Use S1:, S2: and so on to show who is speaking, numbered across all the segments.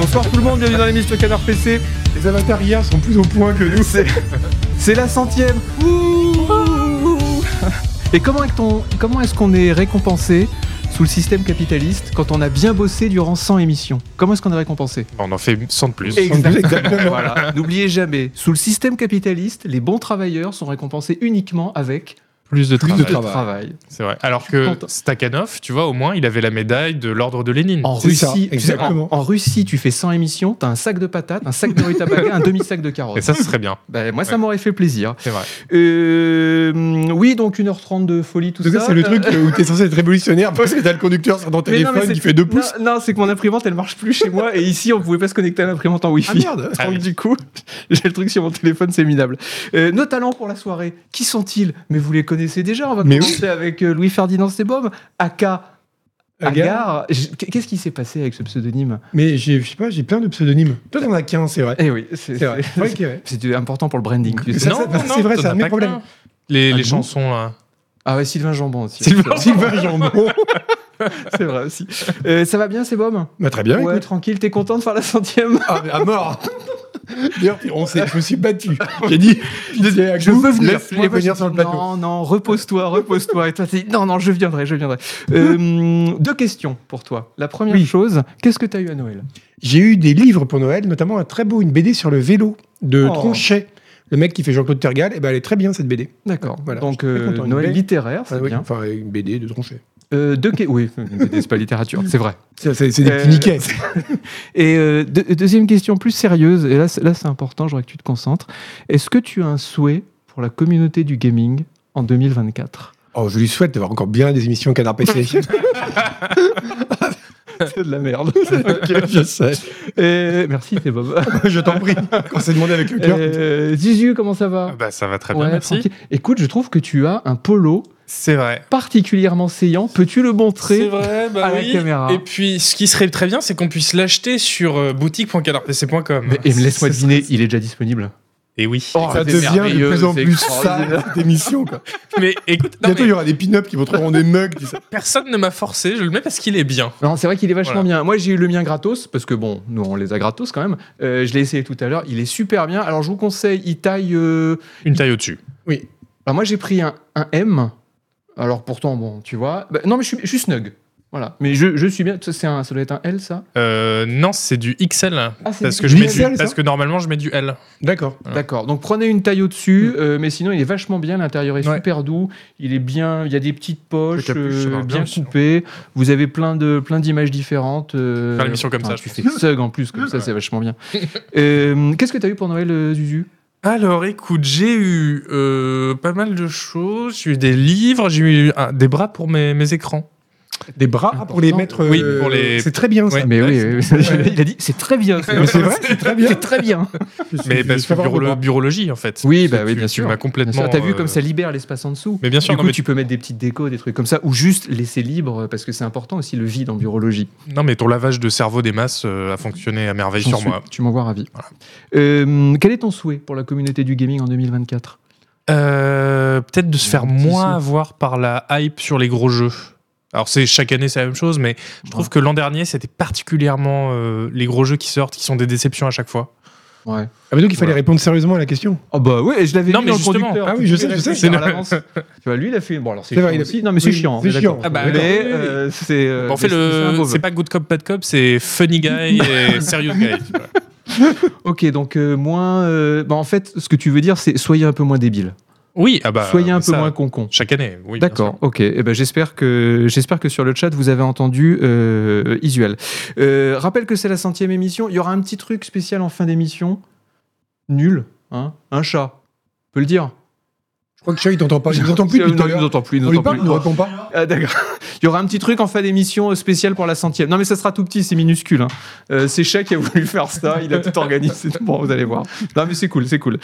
S1: Bonsoir tout le monde, bienvenue dans l'émission Canard PC.
S2: Les avatars hier sont plus au point que nous.
S1: C'est c'est la centième. Ouh. Et comment est-ce qu'on- comment est-ce qu'on est récompensé sous le système capitaliste quand on a bien bossé durant 100 émissions Comment est-ce qu'on est récompensé
S3: On en fait 100 de plus.
S1: Exactement. voilà. N'oubliez jamais, sous le système capitaliste, les bons travailleurs sont récompensés uniquement avec
S3: plus de
S2: Plus de
S1: le
S3: travail.
S2: travail.
S1: travail.
S3: C'est vrai. Alors que
S1: Content.
S3: Stakhanov, tu vois, au moins, il avait la médaille de l'ordre de Lénine.
S1: En
S2: C'est ça,
S1: Russie, tu sais, en-
S2: exactement.
S1: en, Russie, tu fais 100 émissions, t'as un sac de patates, un sac de rutabaga, un demi-sac de
S3: Et
S1: carottes.
S3: ça, ce serait bien.
S1: Bah, moi, ça
S3: Ouais.
S1: m'aurait fait plaisir.
S3: C'est vrai.
S1: Euh, oui, donc 1h30 de folie, tout
S2: En tout cas,
S1: ça.
S2: c'est le
S1: Euh,
S2: truc où t'es censé être révolutionnaire parce que t'as le conducteur sur ton
S1: mais non, mais
S2: téléphone
S1: c'est-
S2: qui fait deux pouces.
S1: Non, non, c'est que mon imprimante, elle marche plus chez moi. et ici, on pouvait pas se connecter à l'imprimante en Wi-Fi.
S2: merde
S3: Ah
S1: Donc,
S3: oui.
S1: du coup, j'ai le truc sur mon téléphone, c'est minable. Euh, nos talents pour la soirée, qui sont-ils Mais vous les connaissez déjà. On va
S2: Mais
S1: commencer avec euh, Louis-Ferdinand Sebom, Aka.
S2: Agar.
S1: Agar. J- Qu'est-ce qui s'est passé avec ce pseudonyme
S2: Mais j'ai- je sais pas, j'ai plein de pseudonymes. Toi, t'en as qu'un, c'est vrai.
S1: Eh oui, c'est
S2: C'est vrai.
S1: c'est-
S2: Ouais, ok, ouais.
S1: c'est important pour le branding. tu sais.
S2: Ça, ça- parce que c'est vrai,
S3: t'en
S2: c'est un
S3: as
S2: vrai
S3: pas
S2: problème.
S3: qu'un. Les,
S1: Ah
S3: les
S1: bon
S3: chansons, là.
S1: Ah ouais, Sylvain Jambon aussi.
S3: Sylvain
S2: Sylvain Jambon.
S1: C'est vrai aussi. Euh, ça va bien, Sebom
S2: Bah, très bien,
S1: Ouais,
S2: écoute.
S1: tranquille, t'es content de faire la centième
S2: Ah, mais à mort D'ailleurs, on s'est- je me suis battu. J'ai dit,
S1: Je veux venir. Moi,
S2: Laisse-les venir
S1: je-
S2: sur le plateau.
S1: Non, non, repose-toi, repose-toi. Et toi, t'es dit, non, non, je viendrai, je viendrai. Euh, deux questions pour toi. La première
S2: Oui.
S1: chose, qu'est-ce que t'as eu à Noël
S2: J'ai eu des livres pour Noël, notamment un très beau, une BD sur le vélo de
S1: Oh.
S2: Tronchet. Le mec qui fait Jean-Claude Tergal, et ben elle est très bien cette BD.
S1: D'accord.
S2: Voilà,
S1: Donc,
S2: je suis très
S1: euh,
S2: content. Une
S1: Noël
S2: belle-
S1: littéraire, c'est
S2: Ah oui,
S1: bien.
S2: Enfin, une BD de Tronchet.
S1: Euh, deux que- Oui, c'est pas littérature, c'est vrai.
S2: C'est c'est- c'est des
S1: Euh,
S2: petits niquets.
S1: Et euh, deux- deuxième question plus sérieuse, et là, c'est- là c'est important, j'aurais que tu te concentres. Est-ce que tu as un souhait pour la communauté du gaming en 2024
S2: Oh, je lui souhaite d'avoir encore bien des émissions Canard PC.
S1: C'est de la merde.
S2: Ok, je sais.
S1: Et- merci, c'est Bob.
S2: Je t'en prie. Quand c'est demandé avec le cœur.
S1: Euh, Zizu, comment ça va
S3: Bah, ça va très
S1: Ouais,
S3: bien, merci.
S1: tranquille. Écoute, je trouve que tu as un polo
S3: C'est vrai.
S1: particulièrement saillant. Peux-tu le
S4: C'est
S1: montrer
S4: vrai, bah
S1: à la
S4: oui.
S1: caméra.
S4: Et puis, ce qui serait très bien, c'est qu'on puisse l'acheter sur euh, boutique.canardpc.com.
S1: Mais- Et me laisse-moi Oh.
S4: Ce
S1: deviner, il est déjà disponible.
S3: Et oui.
S2: ça devient de plus en plus ça, cette émission. Quoi.
S4: serait- Mais écoute, non,
S2: Bientôt, il
S4: mais
S2: y aura des pin-ups qui vont trouver des mugs. tu sais.
S4: personne ne m'a forcé, je le mets parce qu'il est bien.
S1: Non, c'est vrai qu'il est vachement
S4: Voilà.
S1: bien. Moi, j'ai eu le mien gratos, parce que bon, nous, on les a gratos quand même. Euh, je l'ai essayé tout à l'heure, il est super bien. Alors, je vous conseille, il taille. euh,
S3: Une taille au-dessus.
S1: Alors, moi, j'ai pris un, un M. Alors, pourtant, bon, tu vois. Bah, non, mais je suis, je suis snug. Voilà. Mais je, je suis bien. Ça, c'est un, ça doit être un L, ça
S3: Euh, non, c'est du XL. là.
S1: Ah, c'est
S3: Parce
S1: du-
S3: que, je
S2: du
S3: mets du-
S2: XL, ça
S3: parce que normalement, je mets du L.
S2: D'accord.
S1: D'accord. Donc prenez une taille au-dessus, euh, mais sinon il est vachement bien. L'intérieur est
S3: Mm. Ouais.
S1: super doux. Il est bien. Il y a des petites poches
S3: Le capuche, ça
S1: euh,
S3: va
S1: bien
S3: bien, hein. sinon.
S1: coupées. Vous avez plein de plein d'images différentes. euh,
S3: Faire l'émission comme
S1: enfin,
S3: ça,
S1: Tu
S3: je
S1: fais Sug en plus comme ça, c'est vachement bien. Euh, Qu'est-ce que t'as eu pour Noël, euh, Zuzu
S4: Alors écoute, j'ai eu euh, pas mal de choses, j'ai eu des livres, j'ai eu ah, des bras pour mes, mes écrans.
S2: Des bras
S1: Important.
S2: pour les mettre. euh,
S3: Oui, pour les-
S2: bah, C'est très bien ça.
S3: Ouais.
S1: Mais
S3: ouais,
S1: oui,
S3: c'est-
S1: oui, oui. il a dit c'est très bien.
S2: Mais c'est vrai, c'est très bien.
S1: C'est très bien.
S3: Mais parce que bureau- bureaulogie, en fait.
S1: Oui,
S3: Parce
S1: bah
S3: que
S1: oui,
S3: tu-
S1: bien
S3: tu
S1: sûr.
S3: m'as
S1: Bien
S3: complètement.
S1: sûr, T'as vu comme
S3: euh,
S1: ça libère l'espace en dessous.
S3: Mais bien sûr,
S1: du
S3: non,
S1: coup,
S3: mais
S1: tu peux mettre des petites décos, des trucs comme ça, ou juste laisser libre, parce que c'est important aussi le vide en bureaulogie.
S3: Non, mais ton lavage de cerveau des masses euh, a fonctionné à merveille
S1: J'en
S3: sur
S1: suis-
S3: moi.
S1: Tu m'envoies ravi. Euh, quel est ton souhait pour la communauté du gaming en 2024
S3: Euh, Peut-être de se faire
S1: Un petit
S3: moins
S1: saut.
S3: avoir par la hype sur les gros jeux. Alors, c'est chaque année, c'est la même chose, mais je trouve que l'an dernier, c'était particulièrement euh, les gros jeux qui sortent, qui sont des déceptions à chaque fois.
S1: Ouais.
S2: Ah, mais donc il fallait
S3: Voilà.
S2: répondre sérieusement à la question.
S1: Ah bah ouais, je l'avais
S3: Non,
S1: lu
S3: mais
S1: dans le
S3: justement.
S1: conducteur.
S2: Ah oui,
S1: tu
S2: je
S1: pouvais
S2: sais, je sais.
S1: réfléchir
S3: C'est
S1: à l'avance. Tu vois, lui, il a fait. Bon alors c'est
S2: C'est
S1: chiant
S2: vrai, il a-
S1: aussi. Non mais c'est
S2: Oui,
S1: chiant. on
S2: c'est
S1: est d'accord.
S2: chiant. Ah
S4: bah,
S1: mais
S2: alors, oui,
S1: euh, c'est. euh,
S3: Bon, en fait,
S1: mais c'est un
S3: le...
S1: mauvais.
S3: c'est pas good cop, bad cop, c'est funny guy et serious guy. tu vois.
S1: Ok donc euh, moins. euh, bah, en fait, ce que tu veux dire, c'est soyez un peu moins débile.
S3: Oui, ah bah.
S1: soyez un peu
S3: ça,
S1: moins concon.
S3: Chaque année, oui. bien
S1: D'accord, ok. Eh ben, j'espère que j'espère que sur le chat vous avez entendu euh, Isuel. Euh, rappelle que c'est la centième émission. Il y aura un petit truc spécial en fin d'émission. Nul, hein Un chat, on peut le dire.
S2: Je crois que Chat, il t'entend pas. Il nous entend plus
S1: Euh,
S2: depuis tout
S1: non,
S2: à
S1: il nous
S2: l'heure.
S1: entend plus. il nous
S2: On lui
S1: entend
S2: parle, il
S1: plus.
S2: nous répond pas.
S1: Ah, d'accord. Il y aura un petit truc en fin d'émission euh, spécial pour la centième. Non, mais ça sera tout petit, c'est minuscule. hein. Euh, c'est Chat qui a voulu faire ça. Il a tout organisé. Bon, vous allez voir. Non, mais c'est cool, c'est cool.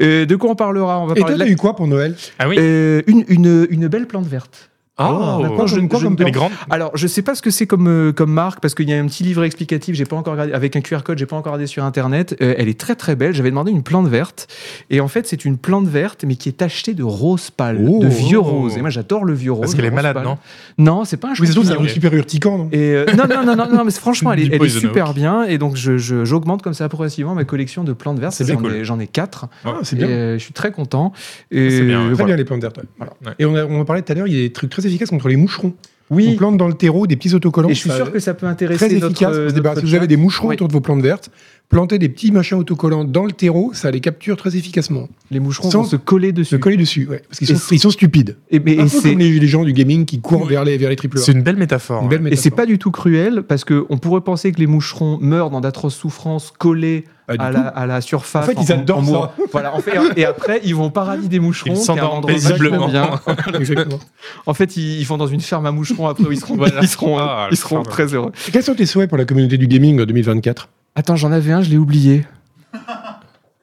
S1: Euh, de quoi on parlera On va
S2: Et
S1: parler
S2: toi,
S1: de la-
S2: t'as eu quoi pour Noël
S3: sûr. Ah oui
S1: Euh, une, une- une belle plante verte.
S3: Ah,
S1: d'accord,
S3: ouais.
S1: je-
S3: Elle
S1: quoi comme
S3: est grande.
S1: Alors, je sais pas ce que c'est comme, euh, comme marque, parce qu'il y a un petit livre explicatif, j'ai pas encore regardé, avec un QR code, j'ai pas encore regardé sur Internet. Euh, elle est très très belle. J'avais demandé une plante verte. Et en fait, c'est une plante verte, mais qui est tachetée de rose pâle,
S2: Oh.
S1: de vieux rose. Et moi, j'adore le vieux rose.
S3: Parce qu'elle
S1: le
S3: est
S1: rose
S3: malade,
S1: pâle.
S3: non
S1: Non, c'est pas un
S2: Oui, ça se
S1: champignon.
S2: trouve, c'est un truc super urticant, non
S1: Et euh, non, non, non, non, non, mais franchement, elle est,
S3: Du
S1: elle est
S3: poison oak.
S1: super bien. Et donc, je- je- j'augmente comme ça progressivement ma collection de plantes vertes.
S3: C'est
S1: J'en
S3: cool.
S1: ai- j'en ai, quatre.
S2: Ah, c'est
S1: Et,
S2: bien.
S1: euh, je suis très content. Et
S3: C'est bien, ouais.
S1: euh,
S2: Très
S1: voilà.
S2: bien les plantes vertes. ouais.
S1: Voilà.
S3: Ouais.
S2: Et on, a- on en parlait tout à l'heure, il y a des trucs très efficaces contre les moucherons. On
S1: Oui,
S2: plante dans le terreau des petits autocollants.
S1: et je suis
S2: ça-
S1: sûr que ça peut intéresser
S2: très
S1: notre,
S2: efficace. pour se
S1: euh,
S2: débarrasser.
S1: notre
S2: vous avez des moucherons
S1: Oui.
S2: autour de vos plantes vertes. Plantez des petits machins autocollants dans le terreau, ça les capture très efficacement.
S1: Les moucherons
S2: Sans-
S1: vont se coller
S2: Se
S1: dessus.
S2: coller dessus, ouais, parce qu'ils
S1: Et
S2: sont,
S1: c'est-
S2: ils sont stupides.
S1: Et, mais-
S2: Un
S1: et
S2: peu
S1: c'est
S2: comme les, les gens du gaming qui courent vers les, vers les triple A.
S3: C'est une belle métaphore.
S2: Une belle
S1: et c'est
S2: métaphore.
S1: pas du tout cruel parce que on pourrait penser que les moucherons meurent dans d'atroces souffrances collés
S2: Pas Ah, du
S1: à
S2: tout.
S1: la, à la surface.
S2: En fait, ils adorent
S1: mourant. Voilà, en fait, et après, ils vont au paradis des moucherons.
S3: Ils
S1: qui est un
S3: s'endorment
S1: endroit
S3: paisiblement.
S1: vachement bien.
S2: Exactement.
S1: En fait, ils, ils vont dans une ferme à moucherons. Après, où ils seront, ils seront,
S3: Ah,
S1: ils seront
S3: la ferme.
S1: très heureux.
S2: Quels sont tes souhaits pour la communauté du gaming en 2024
S1: Attends, j'en avais un, je l'ai oublié.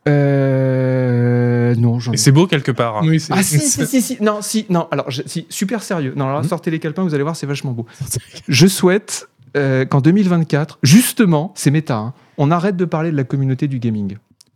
S1: Euh... Non, j'en ai
S3: Et c'est beau quelque part. hein.
S2: Oui, c'est-
S1: Ah si, si, si, si. non, si, non, alors, je- si, super sérieux. Non, alors, sortez les calepins, vous allez voir, c'est vachement beau. Je souhaite euh, qu'en 2024, justement, c'est méta, hein, on arrête de parler de la communauté du gaming.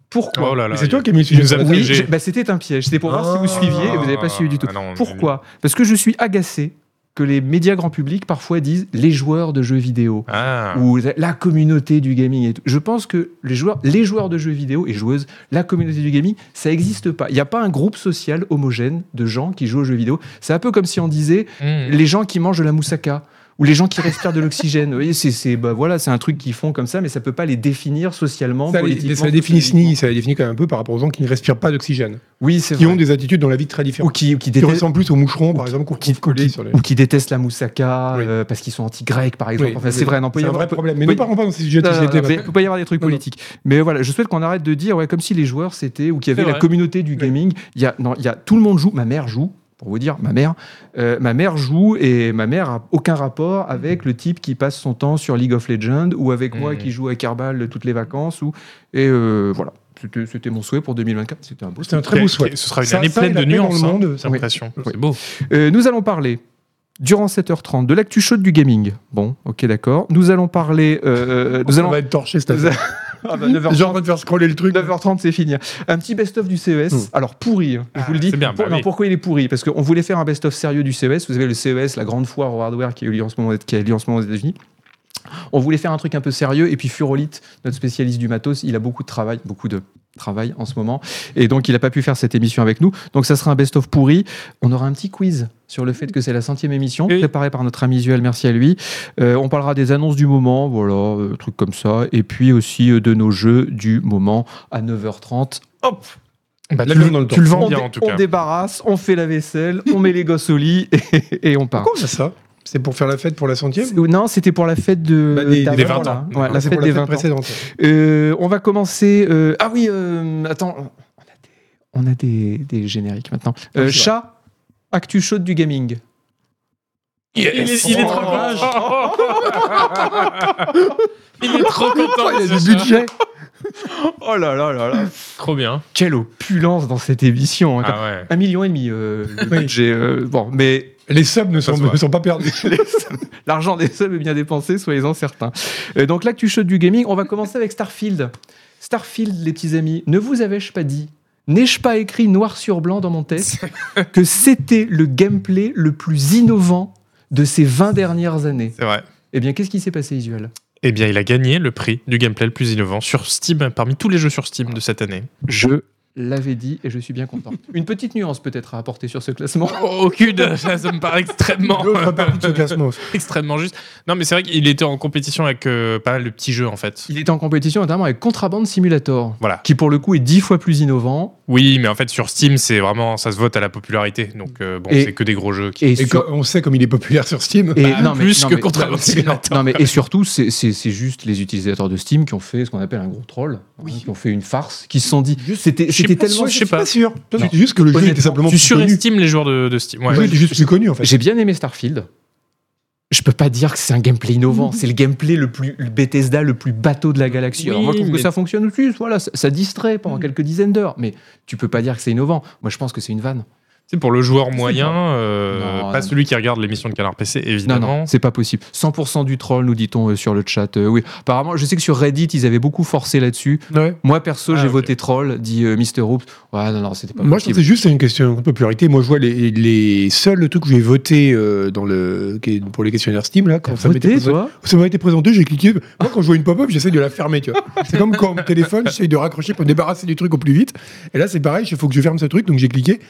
S1: Pourquoi
S3: Oh là là.
S2: Mais c'est toi
S3: il-
S2: qui as mis le sujet
S3: nous
S2: sur la
S3: a-
S2: table.
S1: Oui,
S3: j'ai-
S1: je- bah, c'était un piège. C'était pour voir si vous suiviez et vous n'avez pas suivi du tout.
S3: Ah non, mais-
S1: Pourquoi Parce que je suis agacé que les médias grand public parfois disent les joueurs de jeux vidéo
S3: Ah.
S1: ou la- la communauté du gaming et tout. Je pense que les joueurs, les joueurs de jeux vidéo et joueuses, la communauté du gaming, ça n'existe pas. Il n'y a pas un groupe social homogène de gens qui jouent aux jeux vidéo. C'est un peu comme si on disait
S3: Mm.
S1: les gens qui mangent de la moussaka ou les gens qui respirent de l'oxygène. Vous voyez, c'est c'est- bah voilà, c'est un truc qu'ils font comme ça, mais ça peut pas les définir socialement,
S2: Ça, les-
S1: politiquement.
S2: ça les définit
S1: sociologiquement.
S2: ça les définit quand même un peu par rapport aux gens qui ne respirent pas d'oxygène,
S1: Oui, c'est
S2: qui
S1: vrai.
S2: ont des attitudes dans la vie très
S1: Ou
S2: différentes.
S1: qui, ou qui
S2: Qui
S1: détestent.
S2: ressemblent plus aux moucherons, par exemple, qu'on
S1: qui-
S2: trouve collés sur les.
S1: ou qui détestent la moussaka
S2: Oui.
S1: euh, parce qu'ils sont anti-grecs, par exemple.
S2: Oui,
S1: Enfin, c'est
S2: mais
S1: vrai, non, peut y
S2: C'est un
S1: avoir-
S2: vrai
S1: peut-
S2: problème. Mais
S1: peut-
S2: ne parlons pas dans ces sujets de
S1: Non, non, non,
S2: société.
S1: mais il peut pas y avoir des trucs
S2: Non, non.
S1: politiques. Mais voilà, je souhaite qu'on arrête de dire, ouais, comme si les joueurs c'était, ou qu'il y
S3: C'est
S1: avait la
S3: vrai.
S1: communauté du gaming. Il y a, non, il y a, tout le monde joue. Ma mère joue, pour vous dire, ma mère, Euh, ma mère joue et ma mère a aucun rapport avec le type qui passe son temps sur League of Legends ou avec moi
S3: Mhm.
S1: qui joue à Kerbal toutes les vacances ou et euh, voilà. C'était c'était mon souhait pour 2024. C'était un beau.
S2: C'est un très beau souhait.
S3: Ce sera une
S2: Ça-
S3: année
S2: ça,
S3: pleine
S2: il
S3: de
S2: a fait dans le
S3: nuances. hein,
S2: monde,
S3: J'ai
S1: oui.
S3: l'impression.
S1: Oui.
S3: C'est beau.
S1: Euh, nous allons parler durant 7h30 de l'actu chaude du gaming. Bon, ok, d'accord. Nous allons parler. euh, nous
S2: Ça
S1: allons.
S2: va être torché cette
S1: Nous
S2: année.
S1: a- Ah bah, 9h30,
S2: Genre, on va te faire scroller le truc.
S1: 9h30, c'est fini. Un petit best-of du CES.
S2: Mm.
S1: Alors, pourri, hein, je vous le dis.
S3: c'est bien,
S1: Pour-
S3: bah
S1: non,
S3: oui.
S1: Pourquoi il est pourri Parce qu'on voulait faire un best-of sérieux du CES. Vous avez le CES, la grande foire au hardware qui a eu lieu en ce moment, qui a lieu en ce moment aux États-Unis. On voulait faire un truc un peu sérieux. Et puis, Furolite, notre spécialiste du matos, il a beaucoup de travail, beaucoup de travail en ce moment. Et donc, il n'a pas pu faire cette émission avec nous. Donc, ça sera un best-of pourri. On aura un petit quiz sur le fait que c'est la centième émission,
S3: Oui.
S1: préparée par notre ami Zuel, merci à lui. Euh, on parlera des annonces du moment, voilà, euh, trucs comme ça, et puis aussi euh, de nos jeux du moment à 9h30. Hop
S3: Bah,
S2: La
S3: tu,
S2: lune dans le
S3: tu le
S1: on,
S3: vends bien
S1: dé-
S3: en tout
S1: on
S3: cas.
S1: débarrasse, on fait la vaisselle, on met les gosses au lit et, et on part.
S2: Pourquoi on a ça C'est pour faire la fête pour la centième
S1: C'est- Non, c'était pour la fête de
S2: Bah, des-
S1: d'avant,
S3: des 20
S1: là,
S3: ans.
S1: hein. Ouais,
S2: Non,
S1: la
S2: c'est
S1: fête
S2: pour
S1: des 20 ans.
S2: précédente.
S1: Euh, on va commencer. euh, Ah oui, euh, attends, on a des, on a des- des génériques maintenant. Euh,
S2: Oui, Ah, c'est
S1: chat, actu chaude du gaming.
S3: Il est, il est trop content. il est trop content.
S2: Il y a
S3: ce
S2: du
S3: chat.
S2: budget
S1: Oh là là là là.
S3: Trop bien.
S1: Quelle opulence dans cette émission. hein, quand
S3: Ah ouais.
S1: Un million et demi, euh, le
S2: Oui.
S1: budget. euh, bon, mais
S2: Les subs ne sont,
S3: se voit.
S2: ne sont pas perdus.
S1: l'argent des sommes est bien dépensé, soyez-en certains. Euh, donc là, que tu chaudes du gaming, on va commencer avec Starfield. Starfield, les petits amis, ne vous avais-je pas dit, n'ai-je pas écrit noir sur blanc dans mon test que c'était le gameplay le plus innovant de ces 20 dernières années
S3: C'est vrai.
S1: Eh bien, qu'est-ce qui s'est passé, Isuel
S3: Eh bien, il a gagné le prix du gameplay le plus innovant sur Steam, parmi tous les jeux sur Steam de cette année.
S1: Je l'avais dit et je suis bien content. Une petite nuance peut-être à apporter sur ce classement.
S3: Oh, aucune, ça, ça me paraît extrêmement,
S2: L'autre partie de ce classement. aussi.
S3: extrêmement juste. Non, mais c'est vrai qu'il était en compétition avec euh, pas mal de petits jeux en fait.
S1: Il est en compétition notamment avec Contraband Simulator,
S3: Voilà.
S1: qui pour le coup est 10 fois plus innovant.
S3: Oui, mais en fait sur Steam, c'est vraiment ça se vote à la popularité. Donc euh, bon,
S1: Et-
S3: c'est que des gros jeux. Qui...
S1: Et,
S2: Et
S1: sur-
S2: quand- on sait comme il est populaire sur Steam.
S1: Et
S3: Bah, plus que contre
S1: non,
S3: Avancé,
S1: non,
S3: attends.
S1: non, mais et surtout, c'est- c'est c'est juste les utilisateurs de Steam qui ont fait ce qu'on appelle un gros troll, hein, qui ont fait une farce, qui se sont dit. C'était
S3: sais
S1: c'était
S3: pas
S1: tellement.
S3: si- je sais pas.
S2: sûr. Toi, tu dis juste que le jeu
S1: Honnêtement,
S2: était simplement
S3: Tu
S2: plus connu.
S3: surestimes les joueurs de, de Steam. Ouais.
S2: Le jeu était juste plus connu en fait.
S1: J'ai bien aimé Starfield. Je peux pas dire que c'est un gameplay innovant. C'est le gameplay le plus le Bethesda, le plus bateau de la galaxie. Alors moi, je
S3: Oui,
S1: trouve que
S3: mais- Mm.
S1: ça fonctionne aussi. Voilà, ça, ça distrait pendant quelques dizaines d'heures, mais tu peux pas dire que c'est innovant. Moi, je pense que c'est une vanne.
S3: C'est pour le joueur moyen, euh,
S1: Non,
S3: pas
S1: non.
S3: celui qui regarde l'émission de Canard PC,
S1: Non,
S3: évidemment.
S1: non, c'est pas possible. 100% du troll, nous dit-on euh, sur le chat. Euh, oui, apparemment, je sais que sur Reddit, ils avaient beaucoup forcé là-dessus.
S2: Ouais.
S1: Moi, perso,
S3: Ah,
S1: j'ai
S3: ok.
S1: voté troll, dit euh, Mr. Oops. Ouais, non, non, c'était pas
S2: Moi, je
S1: possible.
S2: pensais juste à une question de popularité. Moi, je vois les, les seuls trucs que j'ai voté euh, dans le, qui est pour les questionnaires Steam, là, quand
S1: T'as
S2: ça m'a été
S1: voté,
S2: présenté,
S1: toi
S2: ça m'a été présenté, j'ai cliqué. Moi, quand je vois une pop-up, j'essaie de la fermer, tu vois. C'est comme quand mon téléphone, j'essaie de raccrocher pour me débarrasser du truc au plus vite. Et là, c'est pareil, il faut que je ferme ce truc, donc j'ai cliqué.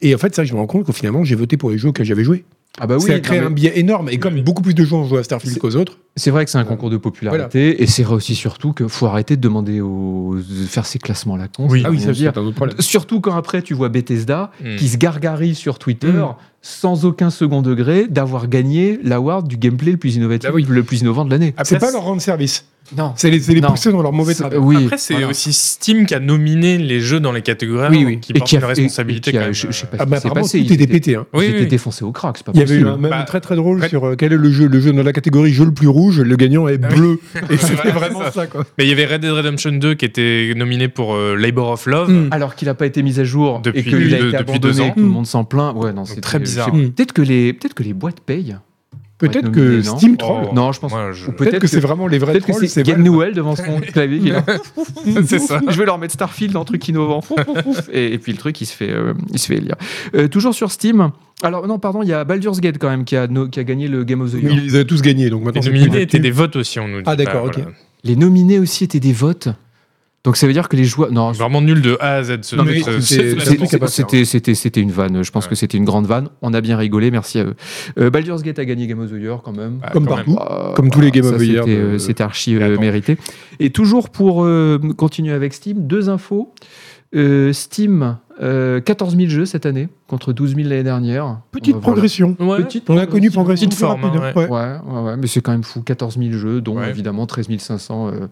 S2: Et en fait, ça, je me rends compte que finalement, j'ai voté pour les jeux que j'avais joués.
S1: Ah bah
S2: ça
S1: oui,
S2: a créé
S1: non,
S2: un
S1: mais
S2: biais énorme. Et comme beaucoup plus de gens jouent à Starfield qu'aux autres,
S1: c'est vrai que c'est un concours de popularité et c'est vrai aussi surtout que faut arrêter de demander aux de faire ces classements là.
S3: Oui.
S2: ah oui, ça,
S1: veut dire.
S2: c'est un autre problème.
S1: Surtout quand après tu vois Bethesda
S3: Mm.
S1: qui se gargarise sur Twitter
S2: Mm.
S1: sans aucun second degré d'avoir gagné l'award du gameplay le plus innovatif,
S2: Bah oui.
S1: le plus innovant de l'année.
S2: Ah, C'est
S3: Après,
S2: pas leur rendre service.
S3: Ah,
S1: Non.
S2: C'est les, c'est les
S1: Non.
S2: pousser dans leur mauvais travail.
S1: Ah, Oui.
S3: Après, c'est
S1: Voilà.
S3: aussi Steam qui a nominé les jeux dans les catégories
S2: Oui, oui.
S3: qui
S1: Et
S3: portent
S1: qui
S3: une
S1: a et-
S3: responsabilité
S1: et qui a-
S3: quand même.
S1: je, je sais pas
S2: Ah
S1: ce
S2: bah,
S1: qui s'est
S2: apparemment,
S1: passé.
S2: tout
S1: Ils
S2: était
S1: étaient,
S2: pété. hein.
S3: Oui,
S1: ils
S3: oui,
S1: étaient
S3: oui.
S1: défoncés au crack, c'est pas
S2: Il y avait
S1: possible.
S2: eu un même
S3: Bah,
S2: très très drôle
S3: ouais.
S2: sur euh, quel est le jeu, le jeu dans la catégorie jeu le plus rouge, le gagnant est
S1: Ah
S2: bleu. Et c'était vraiment ça quoi.
S3: Mais il y avait Red Dead Redemption 2 qui était nominé pour euh, Labor of Love.
S2: Mm.
S1: Alors qu'il n'a pas été mis à jour
S3: Depuis
S1: et qu'il a
S3: deux-
S1: été
S3: depuis
S1: abandonné,
S3: deux
S1: et
S3: ans.
S1: que tout le monde s'en plaint. Ouais, non, c'est
S3: très bizarre.
S1: je sais pas. Peut-être que les peut-être que les boîtes payent.
S2: Hmm. Peut-être
S1: Ouais,
S2: que
S1: nominé, non
S2: Steam troll.
S3: Oh.
S1: Non, je pense.
S3: Moi, je-
S1: Ou peut-être
S2: Peut-être que, c'est
S1: que
S2: vraiment les vrais
S1: peut-être que
S2: trolls.
S1: c'est Game Newell devant son clavier. qui est là.
S3: C'est ça.
S1: Je vais leur mettre Starfield, un truc innovant. Pouf, pouf, pouf. et, et puis le truc, il se fait, euh, il se fait lire. Euh, toujours sur Steam. Alors non, pardon, il y a Baldur's Gate quand même qui a, no- qui a gagné le Game of the Year.
S2: Ils avaient tous gagné donc
S3: Les
S2: maintenant. c'est
S3: nominés
S2: plus
S3: étaient
S2: là-dessus.
S3: des votes aussi, on nous dit.
S2: Ah, d'accord, ok.
S1: Les nominés aussi étaient des votes. Donc ça veut dire que les joueurs. Non,
S3: Vraiment nul de A à Z. ce-
S2: Non, mais
S3: ce-
S2: c'est-
S3: ce-
S1: C'est-
S2: truc à pas faire,
S1: C'était c'était c'était une vanne. Je pense
S3: hein. Ouais.
S1: que c'était une grande vanne. On a bien rigolé. Merci à eux. Euh, Baldur's Gate a gagné Game of the Year quand même.
S3: Ah,
S2: Comme
S3: quand
S2: partout.
S1: Euh,
S2: Comme tous les Game
S1: ça,
S2: of the Year
S1: c'était,
S2: de-
S1: euh, C'était archi euh,
S3: Mais attends.
S1: mérité. Et toujours pour euh, continuer avec Steam, deux infos. Euh, Steam, euh, 14 000 jeux cette année contre 12 000 l'année dernière.
S2: Petite
S1: On va voir là.
S2: progression. hein.
S3: même. Ouais.
S1: Petite
S2: On a connu progression
S3: Petite
S2: plus
S3: forme,
S2: rapide,
S3: hein,
S2: ouais.
S1: Ouais, ouais, ouais, mais c'est quand même fou. 14 000 jeux, dont
S3: Ouais.
S1: évidemment 13 500 euh,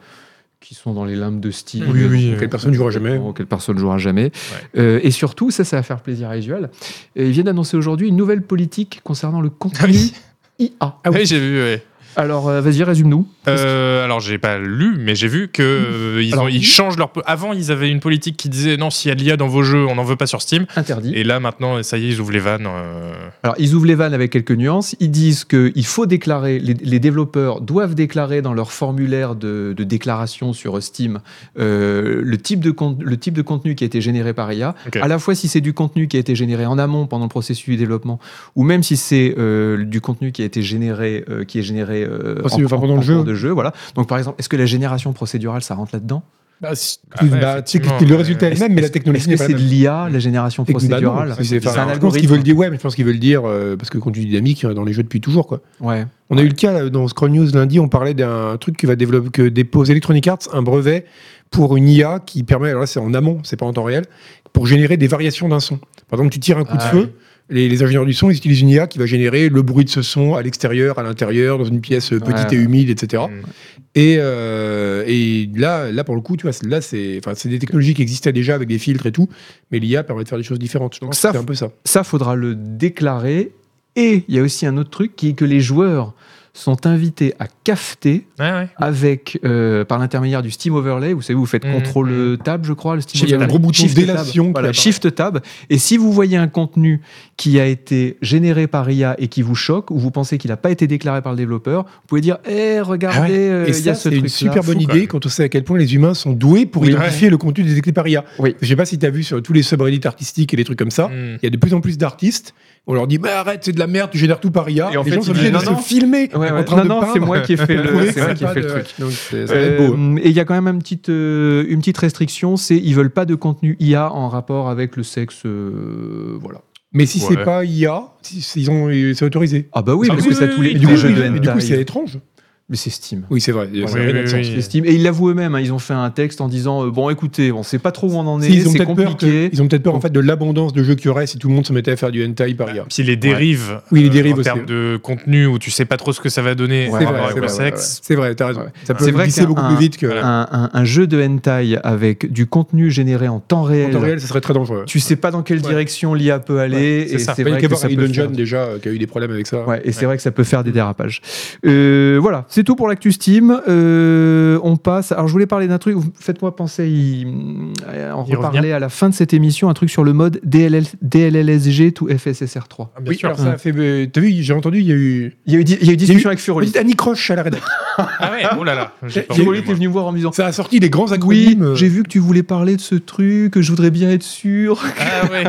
S1: qui sont dans les limbes de Steam.
S3: Oui,
S1: Euh,
S3: oui,
S1: donc,
S3: euh,
S2: quelle personne jouera jamais.
S1: Auquel personne ne jouera jamais. Euh, et surtout, ça, ça va faire plaisir à Visual. Ils viennent d'annoncer aujourd'hui une nouvelle politique concernant le
S3: Ah
S1: contenu
S3: oui.
S1: IA.
S3: Ah oui, j'ai vu, ouais.
S1: Alors, euh, vas-y, résume-nous.
S3: Euh, alors j'ai pas lu, mais j'ai vu que euh, ils,
S1: Alors,
S3: ont- ils
S1: oui.
S3: changent leur. po- Avant ils avaient une politique qui disait non s'il y a de l'IA dans vos jeux, on n'en veut pas sur Steam.
S1: Interdit.
S3: Et là maintenant ça y est ils ouvrent les vannes. euh,
S1: Alors, ils ouvrent les vannes avec quelques nuances. Ils disent qu'il faut déclarer, les, les développeurs doivent déclarer dans leur formulaire de, de déclaration sur Steam euh, le, type de con- le type de contenu qui a été généré par IA,
S3: Ok.
S1: à la fois si c'est du contenu qui a été généré en amont pendant le processus du développement, ou même si c'est euh, du contenu qui a été généré, euh, qui est généré euh,
S2: Procédure, Ah, enfin, pendant le
S1: cours
S2: jeu.
S1: de jeu. Voilà. Donc, par exemple, est-ce que la génération procédurale, ça rentre là-dedans
S2: Bah, c'est-
S3: Ah ouais,
S2: bah, tu sais que
S3: effectivement,
S2: le
S3: ouais.
S2: résultat est le même, mais la technologie
S1: Est-ce que
S2: n'est pas
S1: c'est
S2: la
S1: de
S2: même.
S1: l'IA, la génération
S2: Bah non,
S1: procédurale
S2: c'est- c'est-
S3: C'est un
S2: enfin, Je pense qu'ils
S1: algorithme.
S2: veulent dire ouais, mais je pense qu'ils veulent dire euh, parce que contenu dynamique il y en a dans les jeux depuis toujours quoi.
S1: Ouais.
S2: On a eu le cas là, dans Scroll News lundi, on parlait d'un truc que va développer, que dépose Electronic Arts, un brevet pour une IA qui permet, alors là c'est en amont, c'est pas en temps réel, pour générer des variations d'un son. Par exemple, tu tires un coup de
S1: Ah
S2: feu, les, les ingénieurs du son ils utilisent une IA qui va générer le bruit de ce son à l'extérieur, à l'intérieur, dans une pièce euh, petite
S1: Ouais.
S2: et humide, etc.
S3: Mm.
S2: Et, euh, et là, là pour le coup, tu vois, c'est- là c'est, enfin c'est des technologies qui existaient déjà avec des filtres et tout, mais l'IA permet de faire des choses différentes. Je
S1: Donc
S2: pense
S1: ça,
S2: que c'est un peu ça.
S1: Ça, faudra le déclarer. Et il y a aussi un autre truc qui est que les joueurs sont invités à cafeter
S3: Ouais, ouais.
S1: avec, euh, par l'intermédiaire du Steam Overlay. Vous savez, vous faites
S3: Mhm.
S1: contrôle euh, tab, je crois, le Steam
S2: Il y a un
S1: Overlay.
S2: gros bouton
S1: Shift tab.
S2: délation qui
S1: Voilà,
S2: apparaît.
S1: Shift Tab. Et si vous voyez un contenu qui a été généré par IA et qui vous choque, ou vous pensez qu'il n'a pas été déclaré par le développeur, vous pouvez dire Eh,
S2: Ah ouais.
S1: regardez, euh,
S2: Et
S1: il y
S2: ça,
S1: a ce
S2: c'est
S1: truc
S2: une super bonne
S3: quand même.
S2: idée quand on sait à quel point les humains sont doués pour
S3: Oui,
S2: identifier le contenu détecté par IA.
S1: Oui.
S2: Je sais pas si tu as vu sur tous les subreddits artistiques et les trucs comme ça,
S3: Mm.
S2: Ah. il y a de plus en plus d'artistes, on leur dit mais arrête, c'est de la merde, tu génères tout par IA.
S1: Et en
S2: les
S1: fait,
S2: gens
S1: ils
S2: sont obligés de
S1: disent,
S2: se
S1: non, non.
S2: filmer
S1: Ouais,
S2: en
S1: ouais.
S2: train
S1: Non,
S2: de
S1: non, c'est
S2: peindre.
S1: moi qui ai fait
S2: pour
S1: le,
S2: prouver
S1: c'est
S2: que
S1: moi
S2: c'est
S1: qui ai
S2: pas
S1: fait le
S2: de-
S1: truc.
S2: Donc, c'est- ça va être beau, hein.
S1: Euh, et il y a quand même un petite, euh, une petite restriction, c'est ils veulent pas de contenu IA en rapport avec le sexe, euh, voilà.
S2: Mais si
S3: Ouais.
S2: c'est pas IA, si- s'ils ont, euh, c'est autorisé.
S1: Ah bah oui, Bah,
S3: Ah
S1: parce
S3: oui,
S1: que ça
S3: oui,
S1: tous
S3: oui,
S1: les
S2: Mais
S3: Et
S2: du
S1: les
S2: coup,
S1: jeux
S2: oui,
S1: de
S2: mais du coup,
S1: hentai.
S2: c'est étrange.
S1: Mais c'est Steam.
S2: Oui, c'est vrai. ça
S3: oui,
S2: n'a rien
S3: oui,
S2: de sens.
S3: oui.
S1: C'est Steam. Et ils l'avouent eux-mêmes, hein, ils ont fait un texte en disant euh, bon écoutez, on sait pas trop où on en
S2: Si,
S1: est,
S2: Ils ont
S1: c'est
S2: peut-être peur,
S1: compliqué.
S2: que- ils ont peut-être peur en fait de l'abondance de jeux qu'il y aurait si tout le monde se mettait à faire du hentai par IA.
S3: Puis les dérives.
S2: Oui, les
S3: euh,
S2: dérives
S3: en
S2: aussi.
S3: termes de contenu où tu sais pas trop ce que ça va donner.
S1: C'est
S3: en
S1: vrai,
S3: rapport avec
S1: c'est
S3: le
S1: vrai,
S3: sexe.
S2: C'est vrai, t'as raison.
S1: Ouais.
S2: Ça
S1: C'est
S2: peut
S1: vrai
S2: glisser
S1: qu'il y a
S2: beaucoup
S1: un-
S2: plus vite que.
S1: Un, un- un jeu de hentai avec du contenu généré en temps
S2: En
S1: réel.
S2: temps réel, ça serait très dangereux.
S1: Tu sais pas dans quelle
S2: Ouais.
S1: direction l'IA peut aller.
S3: c'est
S1: et
S3: ça.
S1: c'est
S2: Il y a
S1: vrai
S2: qu'à
S1: que
S2: voir
S1: ça
S2: Elon
S1: peut
S2: John
S1: faire
S2: déjà euh, qui a eu des problèmes avec ça.
S1: Ouais, et c'est vrai que ça peut faire des dérapages. Euh, voilà, C'est tout pour l'actu Steam. Euh, on passe. Alors, je voulais parler d'un truc. vous- Faites-moi penser à y- à en
S3: Y
S1: reparler à la fin de cette émission. Un truc sur le mode DLL, DLLSG to FSSR3.
S3: Ah, bien
S2: Oui,
S3: sûr.
S2: alors ça a fait. euh, T'as vu, j'ai entendu, il y a eu.
S1: Il y a eu, di- il y a eu discussion
S2: eu-
S1: avec Furly.
S2: Petite Annie Croche à la rédaction.
S3: Ah ouais, oh là là. j'ai pas
S2: Il y a
S1: Furly
S2: eu-
S3: entendu,
S1: était
S3: moi.
S1: venu me voir en me disant
S2: Ça a sorti les grands
S1: Oui,
S2: acronymes. euh,
S1: j'ai vu que tu voulais parler de ce truc. Je voudrais bien être sûr.
S3: Ah ouais,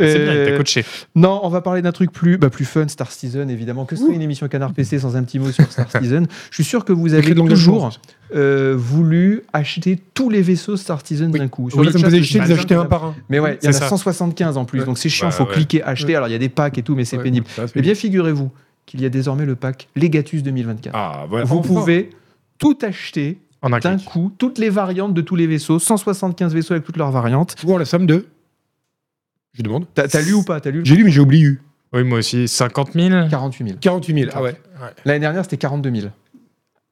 S3: c'est bien, il
S1: Euh,
S3: t'a coaché.
S1: Non, on va parler d'un truc plus, bah, plus fun, Star Season, évidemment. Que serait une émission Canard PC sans un petit mot sur Star Season Je suis sûr que vous avez
S2: Écrit de langage
S1: toujours
S2: courant.
S1: euh, voulu acheter tous les vaisseaux Star Season
S2: Oui.
S1: d'un coup. Sur
S2: Moi,
S1: le
S2: ça me
S1: chat,
S2: faisait
S1: je
S2: chier de les
S1: dis-
S2: acheter un par un.
S1: Mais ouais, il y en a
S3: C'est ça.
S1: 175 en plus, donc c'est chiant,
S3: Ouais,
S1: faut
S3: ouais.
S1: cliquer, acheter.
S2: Bah Ouais.
S1: Alors il y a des packs et tout, mais c'est
S2: Ouais,
S1: pénible.
S2: ça, c'est-
S1: Eh bien, figurez-vous qu'il y a désormais le pack Legatus 2024.
S2: Ah, voilà.
S1: vous
S2: Enfin.
S1: pouvez tout acheter
S3: En un
S1: d'un
S3: clic.
S1: coup, toutes les variantes de tous les vaisseaux, 175 vaisseaux avec toutes leurs variantes.
S2: Pour la somme de. Je demande.
S1: T'as t'as lu ou pas T'as lu le-
S2: J'ai lu, mais j'ai oublié.
S3: Oui, moi aussi. 50 000
S1: 48 000.
S2: 48 000. Ah ouais.
S1: L'année dernière, c'était 42 000.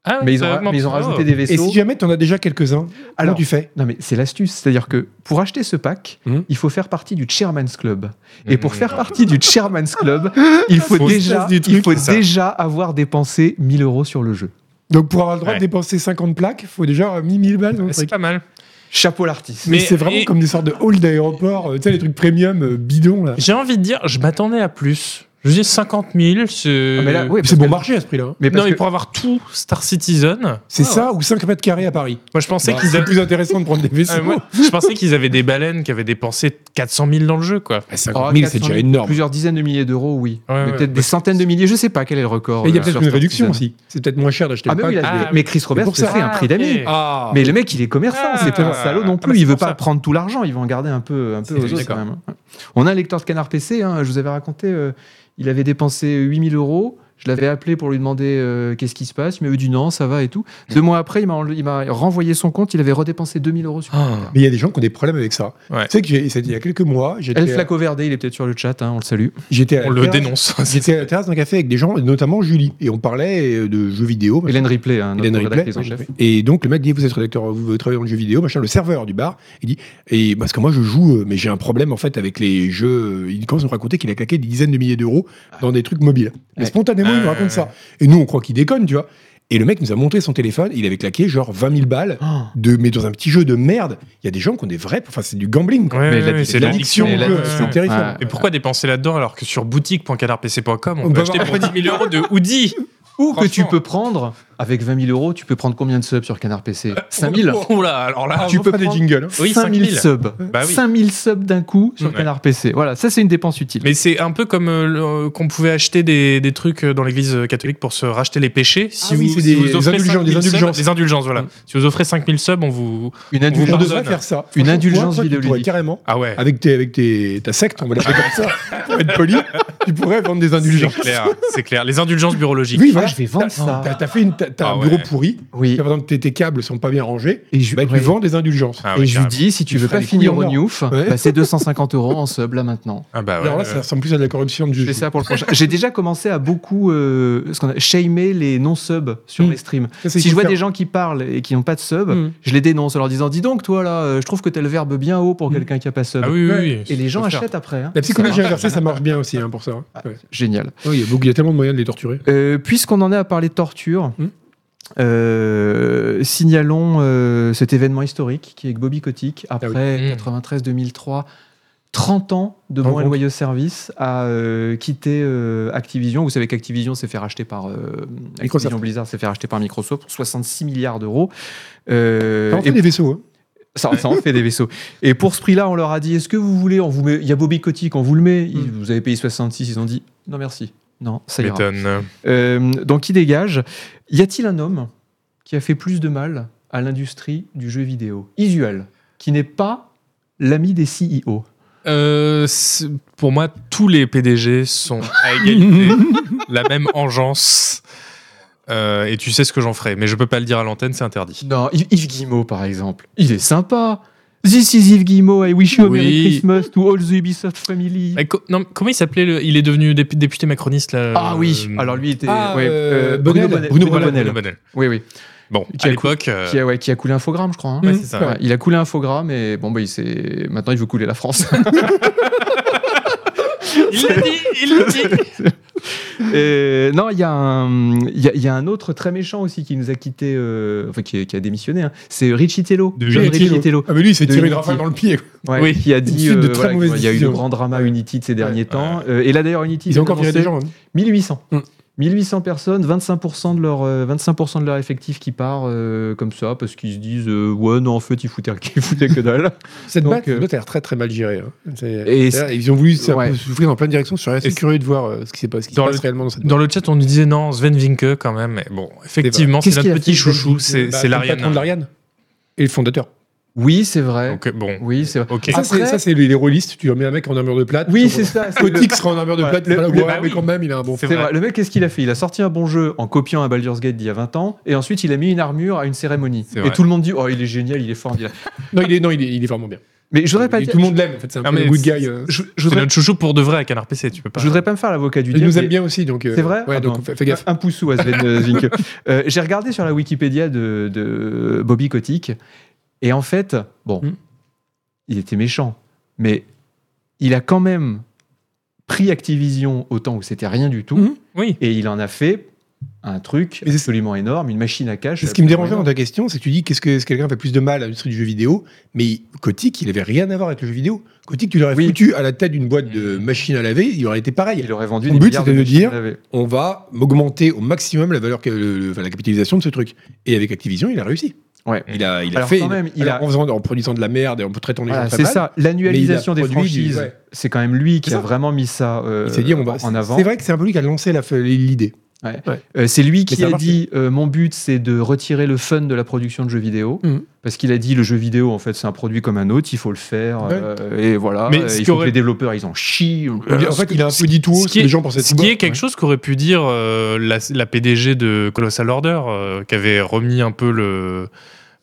S3: Ah,
S1: Mais ils ont,
S3: ça
S1: ra-
S3: augmente.
S1: mais ils ont
S3: Oh.
S1: rajouté des vaisseaux.
S2: Et si jamais t'en as déjà quelques-uns, alors
S1: Alors-
S2: tu fais
S1: Non, mais c'est l'astuce. C'est-à-dire que pour acheter ce pack,
S2: Mhm.
S1: il faut faire partie du Chairman's Club. Et pour
S3: Mmh.
S1: faire partie du Chairman's Club, il Hmm. faut,
S3: Faut se
S1: déjà,
S3: faire du
S1: il
S3: truc,
S1: faut
S3: ça.
S1: déjà avoir dépensé 1000 euros sur le jeu.
S2: Donc pour avoir le droit
S3: Ouais.
S2: de dépenser 50 plaques, faut déjà avoir mis 1000 balles dans le
S3: C'est
S2: truc.
S3: pas mal.
S1: Chapeau l'artiste.
S2: Mais
S3: Mais-
S2: c'est vraiment
S3: et-
S2: comme des sortes de halls d'aéroport, euh, tu sais, les trucs premium euh, bidons là.
S3: J'ai envie de dire, je m'attendais à plus. Je dis 50 000, c'est.
S1: Ah, mais là, ouais,
S2: c'est
S1: parce
S2: bon
S1: que-
S2: marché à ce prix-là. hein.
S1: Mais parce
S3: non, mais
S1: que-
S3: pour avoir tout Star Citizen.
S2: C'est
S3: Ah, ouais.
S2: ça ou 5 mètres carrés à Paris.
S3: Moi, je pensais
S2: Bah,
S3: qu'ils
S2: c'est
S3: avaient.
S2: plus intéressant de prendre des vaisseaux.
S3: Ah, moi, je pensais qu'ils avaient des baleines qui avaient dépensé 400 000 dans le jeu, quoi.
S2: Bah,
S1: Oh,
S2: 50 000, c'est
S1: 400
S2: déjà
S1: 000,
S2: énorme.
S1: Plusieurs dizaines de milliers d'euros, oui.
S3: Ouais,
S1: Mais
S3: ouais.
S1: Peut-être des centaines de milliers, je sais pas quel est le record.
S2: Et il y a
S1: euh,
S2: peut-être
S1: sur
S2: une
S1: Star
S2: réduction
S1: Citizen.
S2: aussi. C'est peut-être moins cher d'acheter
S1: Ah,
S2: le
S1: mais, oui,
S2: pack.
S1: là,
S3: Ah,
S1: mais-
S3: oui.
S1: mais Chris Roberts
S2: pour
S1: se
S2: ça.
S1: fait un prix d'ami.
S3: Ah, ok.
S2: Ah,
S1: Mais le mec, il est commerçant,
S3: Ah.
S1: c'est pas un salaud non
S3: Ah,
S1: plus.
S3: bah, c'est
S1: il veut
S3: pour
S1: pas
S3: ça.
S1: prendre tout l'argent, il veut en garder un peu, un peu
S2: C'est
S1: aux
S2: juste,
S1: autres quand
S2: d'accord.
S1: même. hein. On a un lecteur de Canard PC, hein, je vous avais raconté, euh, il avait dépensé 8000 euros. Je l'avais appelé pour lui demander euh, qu'est-ce qui se passe. Il m'avait dit non, ça va et tout. Deux mois après, il m'a enle- il m'a renvoyé son compte. Il avait redépensé 2000 euros sur
S2: Mais il y a des gens qui ont des problèmes avec ça.
S3: Ouais.
S2: Tu sais que j'ai- c'était il y a quelques mois,
S1: El
S3: euh,
S2: j'étais à-
S1: Flaco Verde. Il est peut-être sur le chat, hein, on le salue.
S2: j'étais à la
S3: On le
S2: terrasse-
S3: dénonce.
S2: J'étais à la terrasse d'un café avec des gens, et notamment Julie, et on parlait euh, de jeux vidéo. machin.
S1: Hélène Ripley, hein, notre
S2: Hélène Ripley,
S1: rédactrice en
S2: oui,
S1: chef.
S2: Et donc le mec dit vous êtes rédacteur, vous travaillez dans le jeu vidéo, machin. Le serveur du bar, il dit et parce que moi je joue, euh, mais j'ai un problème en fait avec les jeux. euh, Il commence à nous raconter qu'il a claqué des dizaines de milliers d'euros dans des trucs mobiles. Mais
S1: Ah. Ouais.
S2: spontanément il nous
S3: Ah, ouais,
S2: raconte ça. Et nous on croit qu'il déconne, tu vois. Et le mec nous a montré son téléphone, il avait claqué genre 20 000 balles.
S1: Oh.
S2: De, mais dans un petit jeu de merde, il y a des gens qui ont des vrais. Enfin, c'est du gambling. quoi.
S3: Ouais,
S1: Mais
S3: ouais,
S1: la-
S3: ouais, c'est
S1: la-
S3: l'addiction.
S1: la-
S3: ouais,
S2: c'est
S3: ouais.
S2: terrifiant.
S1: Ouais.
S3: Et pourquoi dépenser là-dedans alors que sur boutique.canardpc.com, on,
S2: On peut
S1: Bah,
S3: peut acheter
S2: avoir
S3: pour 10 000 euros de hoodie
S1: Ou que tu
S3: Franchement.
S1: peux prendre avec 20 000 euros, tu peux prendre combien de subs sur Canard PC 5000
S3: Oh là, alors là.
S1: Tu
S2: tu
S1: peux
S2: peux des
S1: prendre-
S2: jingles. hein.
S3: Oui,
S1: 5000
S3: 5000.
S1: subs.
S3: Bah oui. Mmh,
S1: 5000 subs d'un coup sur
S3: Ouais.
S1: Canard PC. Voilà, ça c'est une dépense utile.
S3: Mais c'est un peu comme euh, le- qu'on pouvait acheter des, des trucs euh, dans l'église catholique pour se racheter les péchés. Si
S2: Ah
S3: vous,
S2: oui, c'est
S3: si
S2: des-
S3: vous
S2: des
S3: offrez
S2: indulgences, des
S3: 5000 subs-
S2: indulgences. Mm.
S3: des indulgences, voilà. Si vous offrez 5000 subs, on vous.
S1: Une
S3: vous
S2: On
S1: indulgence.
S2: devrait
S3: pardonne.
S2: faire ça.
S1: Une
S2: Franchement,
S1: indulgence
S2: toi, toi, tu pourrais
S1: vidéoludique.
S2: Carrément.
S3: Ah ouais.
S2: Avec, tes, avec tes, ta secte, on va l'appeler comme ça, pour être poli, tu pourrais vendre des
S3: C'est
S2: indulgences.
S3: clair, c'est clair. Les indulgences bureaulogiques.
S2: Oui,
S1: Ah,
S2: voilà.
S1: je vais vendre
S2: T'as-
S1: ça.
S2: T'as t'as fait une, t'as- t'as
S3: Ah
S2: un
S3: ouais.
S2: bureau pourri,
S1: Oui.
S2: par exemple tes, tes câbles sont pas bien rangés,
S1: Et je,
S2: bah, tu
S1: ouais.
S2: vends des indulgences.
S3: Ah
S1: Et
S3: ouais,
S1: je lui
S3: carrément.
S1: dis, si tu
S2: Il
S1: veux
S2: fera
S1: pas
S2: les
S1: finir
S2: couilles
S1: au
S2: en or.
S1: Newf,
S2: Ouais.
S1: bah, c'est 250 euros en sub là maintenant.
S3: Ah bah ouais.
S2: Alors là, ça ressemble plus à de la corruption du
S1: Je fais
S2: jeu.
S1: ça pour le prochain. J'ai déjà commencé à beaucoup euh, ce qu'on a, shamer les non-subs sur
S2: Mm.
S1: les streams.
S2: Ça, c'est
S1: Si je vois
S2: hyper-
S1: des gens euh, qui parlent et qui n'ont pas de sub,
S2: Mm.
S1: je les dénonce en leur disant Dis donc, toi là, euh, je trouve que t'as le verbe bien haut pour
S2: Mm.
S1: quelqu'un qui a pas sub.
S3: Ah oui, oui, oui.
S1: Et les gens
S3: Faut faire.
S1: achètent après. hein.
S2: La psychologie
S1: Ça marche.
S2: inversée, ça marche bien aussi hein, pour ça. hein. Ouais.
S1: Génial.
S2: Oui, il y a beaucoup- il y a tellement de moyens de les torturer.
S1: Euh, puisqu'on en est à parler de torture,
S2: Hmm.
S1: euh, signalons euh, cet événement historique qui est que Bobby Kotick, après
S3: oui.
S2: Ah
S3: Hmm.
S1: 93-2003, 30 ans de
S2: Rencontre.
S1: moins loyaux service, a euh, quitté euh, Activision. Vous savez qu'Activision s'est fait racheter par euh, Activision
S2: Microsoft.
S1: Blizzard s'est fait racheter par Microsoft pour 66 milliards d'euros. Euh,
S2: T'as en
S1: et-
S2: fait des vaisseaux. hein.
S1: ça, ça en fait des vaisseaux. Et pour ce prix-là, on leur a dit est-ce que vous voulez On vous met. Il y a Bobby Kotick, on vous le met.
S2: Hmm.
S1: Il- Vous avez payé 66. Ils ont dit non merci. Non, ça ira.
S3: M'étonne.
S1: Euh, donc il dégage. Y a-t-il un homme qui a fait plus de mal à l'industrie du jeu vidéo Isuel, qui n'est pas l'ami des E CEO.
S3: Euh, c'est- pour moi, tous les PDG sont à égalité, la même engeance. Euh, et tu sais ce que j'en ferai, mais je peux pas le dire à l'antenne, c'est interdit.
S1: Non, Y- Yves Guillemot, par exemple. Il est sympa. This is Yves Guillemot, I wish you a Merry
S3: Oui. Ah,
S1: Christmas to all the Ubisoft family.
S3: Mais co- non, comment il s'appelait le- Il est devenu dé- député macroniste là.
S1: Ah oui,
S3: euh,
S1: alors lui était
S2: Ah,
S1: ouais,
S2: euh,
S1: Bruno
S2: Bonnel.
S1: Bonnel.
S2: Bruno
S1: Bruno
S3: Bonnel.
S1: Bonnel. Oui, oui.
S3: Bon,
S1: Qui
S3: à
S1: a cou-
S3: l'époque. euh,
S1: Qui, a, ouais, qui a coulé infogramme, je crois. hein.
S3: ouais, c'est ça.
S1: Ouais, Il a coulé infogramme et bon, bah, il s'est- maintenant il veut couler la France.
S3: Il l'a dit, il l'a dit.
S1: Euh, non, il y, a un- il y, a, il y a un autre très méchant aussi qui nous a quitté, euh, enfin qui, qui a démissionné. hein. C'est Richie Tello.
S3: De
S1: John
S2: Richie
S1: Richie Tello.
S2: Ah, mais lui, il s'est
S1: De
S2: tiré une
S1: Unity.
S2: rafale dans le pied. quoi.
S1: Ouais,
S3: Oui.
S1: qui a dit
S2: suite de
S1: euh, voilà,
S2: très mauvaises
S1: il y a eu le
S2: décisions.
S1: grand drama Unity de ces derniers
S2: Ouais.
S1: temps. Euh, et là d'ailleurs Unity
S2: Ils
S1: vient
S2: ont encore viré
S1: d'annoncer
S2: des gens. hein.
S1: 1800.
S2: Mm.
S1: 1800 personnes, 25% de leur euh, 25% de leur effectif qui part euh, comme ça parce qu'ils se disent euh, ouais non en fait ils foutaient, ils foutaient que dalle.
S2: Cette
S1: Donc,
S2: boîte,
S1: euh,
S2: cette boîte a l'air très très mal gérée. hein. C'est-
S1: Et
S2: c'est-à-dire, ils ont voulu se faire
S1: ouais.
S2: souffler dans plein de directions. Je suis assez
S3: Et-
S2: curieux de voir euh, ce qui, s'est pas- ce qui se
S3: Dans
S2: passe
S3: le-
S2: réellement dans cette boîte.
S3: Dans le chat, on nous disait non, Sven Winke quand même. Mais bon, effectivement, c'est
S1: Qu'est-ce qu'il
S3: notre
S1: a
S3: petit
S1: fait, Sven
S3: chouchou,
S1: Winke
S3: c'est
S2: Bah,
S3: c'est
S2: le patron
S3: l'Ariane.
S2: de l'Ariane. Et le fondateur.
S1: Oui c'est vrai.
S3: Donc euh, bon,
S1: Oui c'est vrai.
S3: ok.
S2: Et ça,
S1: Après-
S2: c'est- ça, c'est les les rôlistes. Tu remets un mec en armure de plate.
S1: Oui
S2: tu-
S1: c'est ça. c'est le-
S2: Kotick sera en armure de
S1: Ouais,
S2: plate.
S1: le-
S2: voilà,
S1: le-
S2: ouais,
S3: bah
S2: mais
S3: oui.
S2: quand même, il a un bon.
S3: C'est
S1: C'est
S3: vrai.
S1: vrai. Le mec, qu'est-ce qu'il a fait Il a sorti un bon jeu en copiant un Baldur's Gate d'il y a 20 ans, et ensuite il a mis une armure à une cérémonie.
S3: C'est
S1: Et
S3: vrai.
S1: tout le monde dit Oh, il est génial, il est formidable.
S2: Non, il est, non, il est, il est vraiment bien.
S1: Mais je voudrais pas
S2: Et
S1: dire.
S2: Tout le monde l'aime. En fait, c'est un
S3: Non,
S2: peu
S3: mais
S2: le good
S3: c'est-
S2: guy. euh.
S1: Je, je
S3: C'est
S1: voudrais,
S3: notre chouchou pour de vrai à Canard PC, tu peux pas.
S1: je voudrais pas me faire l'avocat du
S2: Il
S1: diable.
S2: nous aime
S1: mais-
S2: bien aussi, donc. euh,
S1: C'est vrai
S2: Ouais,
S1: Ah,
S2: donc
S1: bon.
S2: fais fais gaffe.
S1: Un poussou à Sven euh, Zinke. Euh, J'ai regardé sur la Wikipédia de, de Bobby Kotick, et en fait, bon,
S2: Hmm.
S1: il était méchant, mais il a quand même pris Activision au temps où c'était rien du tout,
S2: Hmm.
S3: Oui.
S1: et il en a fait un truc
S2: Mais c'est-
S1: absolument énorme, une machine à cash.
S2: Ah, Ce qui me
S1: absolument
S2: dérangeait dans ta question, c'est que tu dis qu'est-ce que est-ce que quelqu'un fait plus de mal à l'industrie du jeu vidéo, mais Kotick, il avait rien à voir avec le jeu vidéo. Kotick, tu l'aurais
S1: Oui.
S2: foutu à la tête d'une boîte de machines à laver, il aurait été pareil.
S1: Il aurait vendu
S2: Son
S1: des
S2: but,
S1: milliards
S2: c'était de
S1: machines
S2: dire-
S1: à laver.
S2: On va augmenter au maximum la valeur, que- le- le- enfin, la capitalisation de ce truc. Et avec Activision, il a réussi.
S1: Ouais.
S2: Il a, il a
S1: Alors,
S2: fait.
S1: quand même, il
S2: alors,
S1: a-
S2: en, faisant- en produisant de la merde et en traitant les
S1: Voilà,
S2: gens très
S1: c'est
S2: mal,
S1: ça, l'annualisation
S2: mais
S1: des
S2: il a produit du-
S1: franchises,
S2: ouais.
S1: c'est quand même lui qui
S2: C'est
S1: a
S2: ça.
S1: vraiment mis ça euh,
S2: il s'est dit on va.
S1: en avant.
S2: C'est vrai que c'est un peu lui qui a lancé la- l'idée.
S1: Euh, c'est lui qui
S2: ça a
S1: a
S2: marché.
S1: dit euh, mon but c'est de retirer le fun de la production de jeux vidéo
S2: Mhm.
S1: parce qu'il a dit le jeu vidéo en fait c'est un produit comme un autre il faut le faire
S2: Ouais.
S1: euh, et voilà
S3: Mais
S1: euh, il
S3: ce qui
S1: faut que
S3: aurait-
S1: les développeurs ils en chient
S3: Alors,
S2: en
S3: ce
S2: fait,
S3: que-
S2: il a un
S3: ce
S2: peu dit tout haut
S3: ce
S2: ce
S3: qui
S2: que les
S3: est-
S2: gens pensaient.
S3: Ce
S2: tout
S3: qui
S2: bas.
S3: est quelque chose qu'aurait pu dire euh, la, la PDG de Colossal Order, euh, qui avait remis un peu le,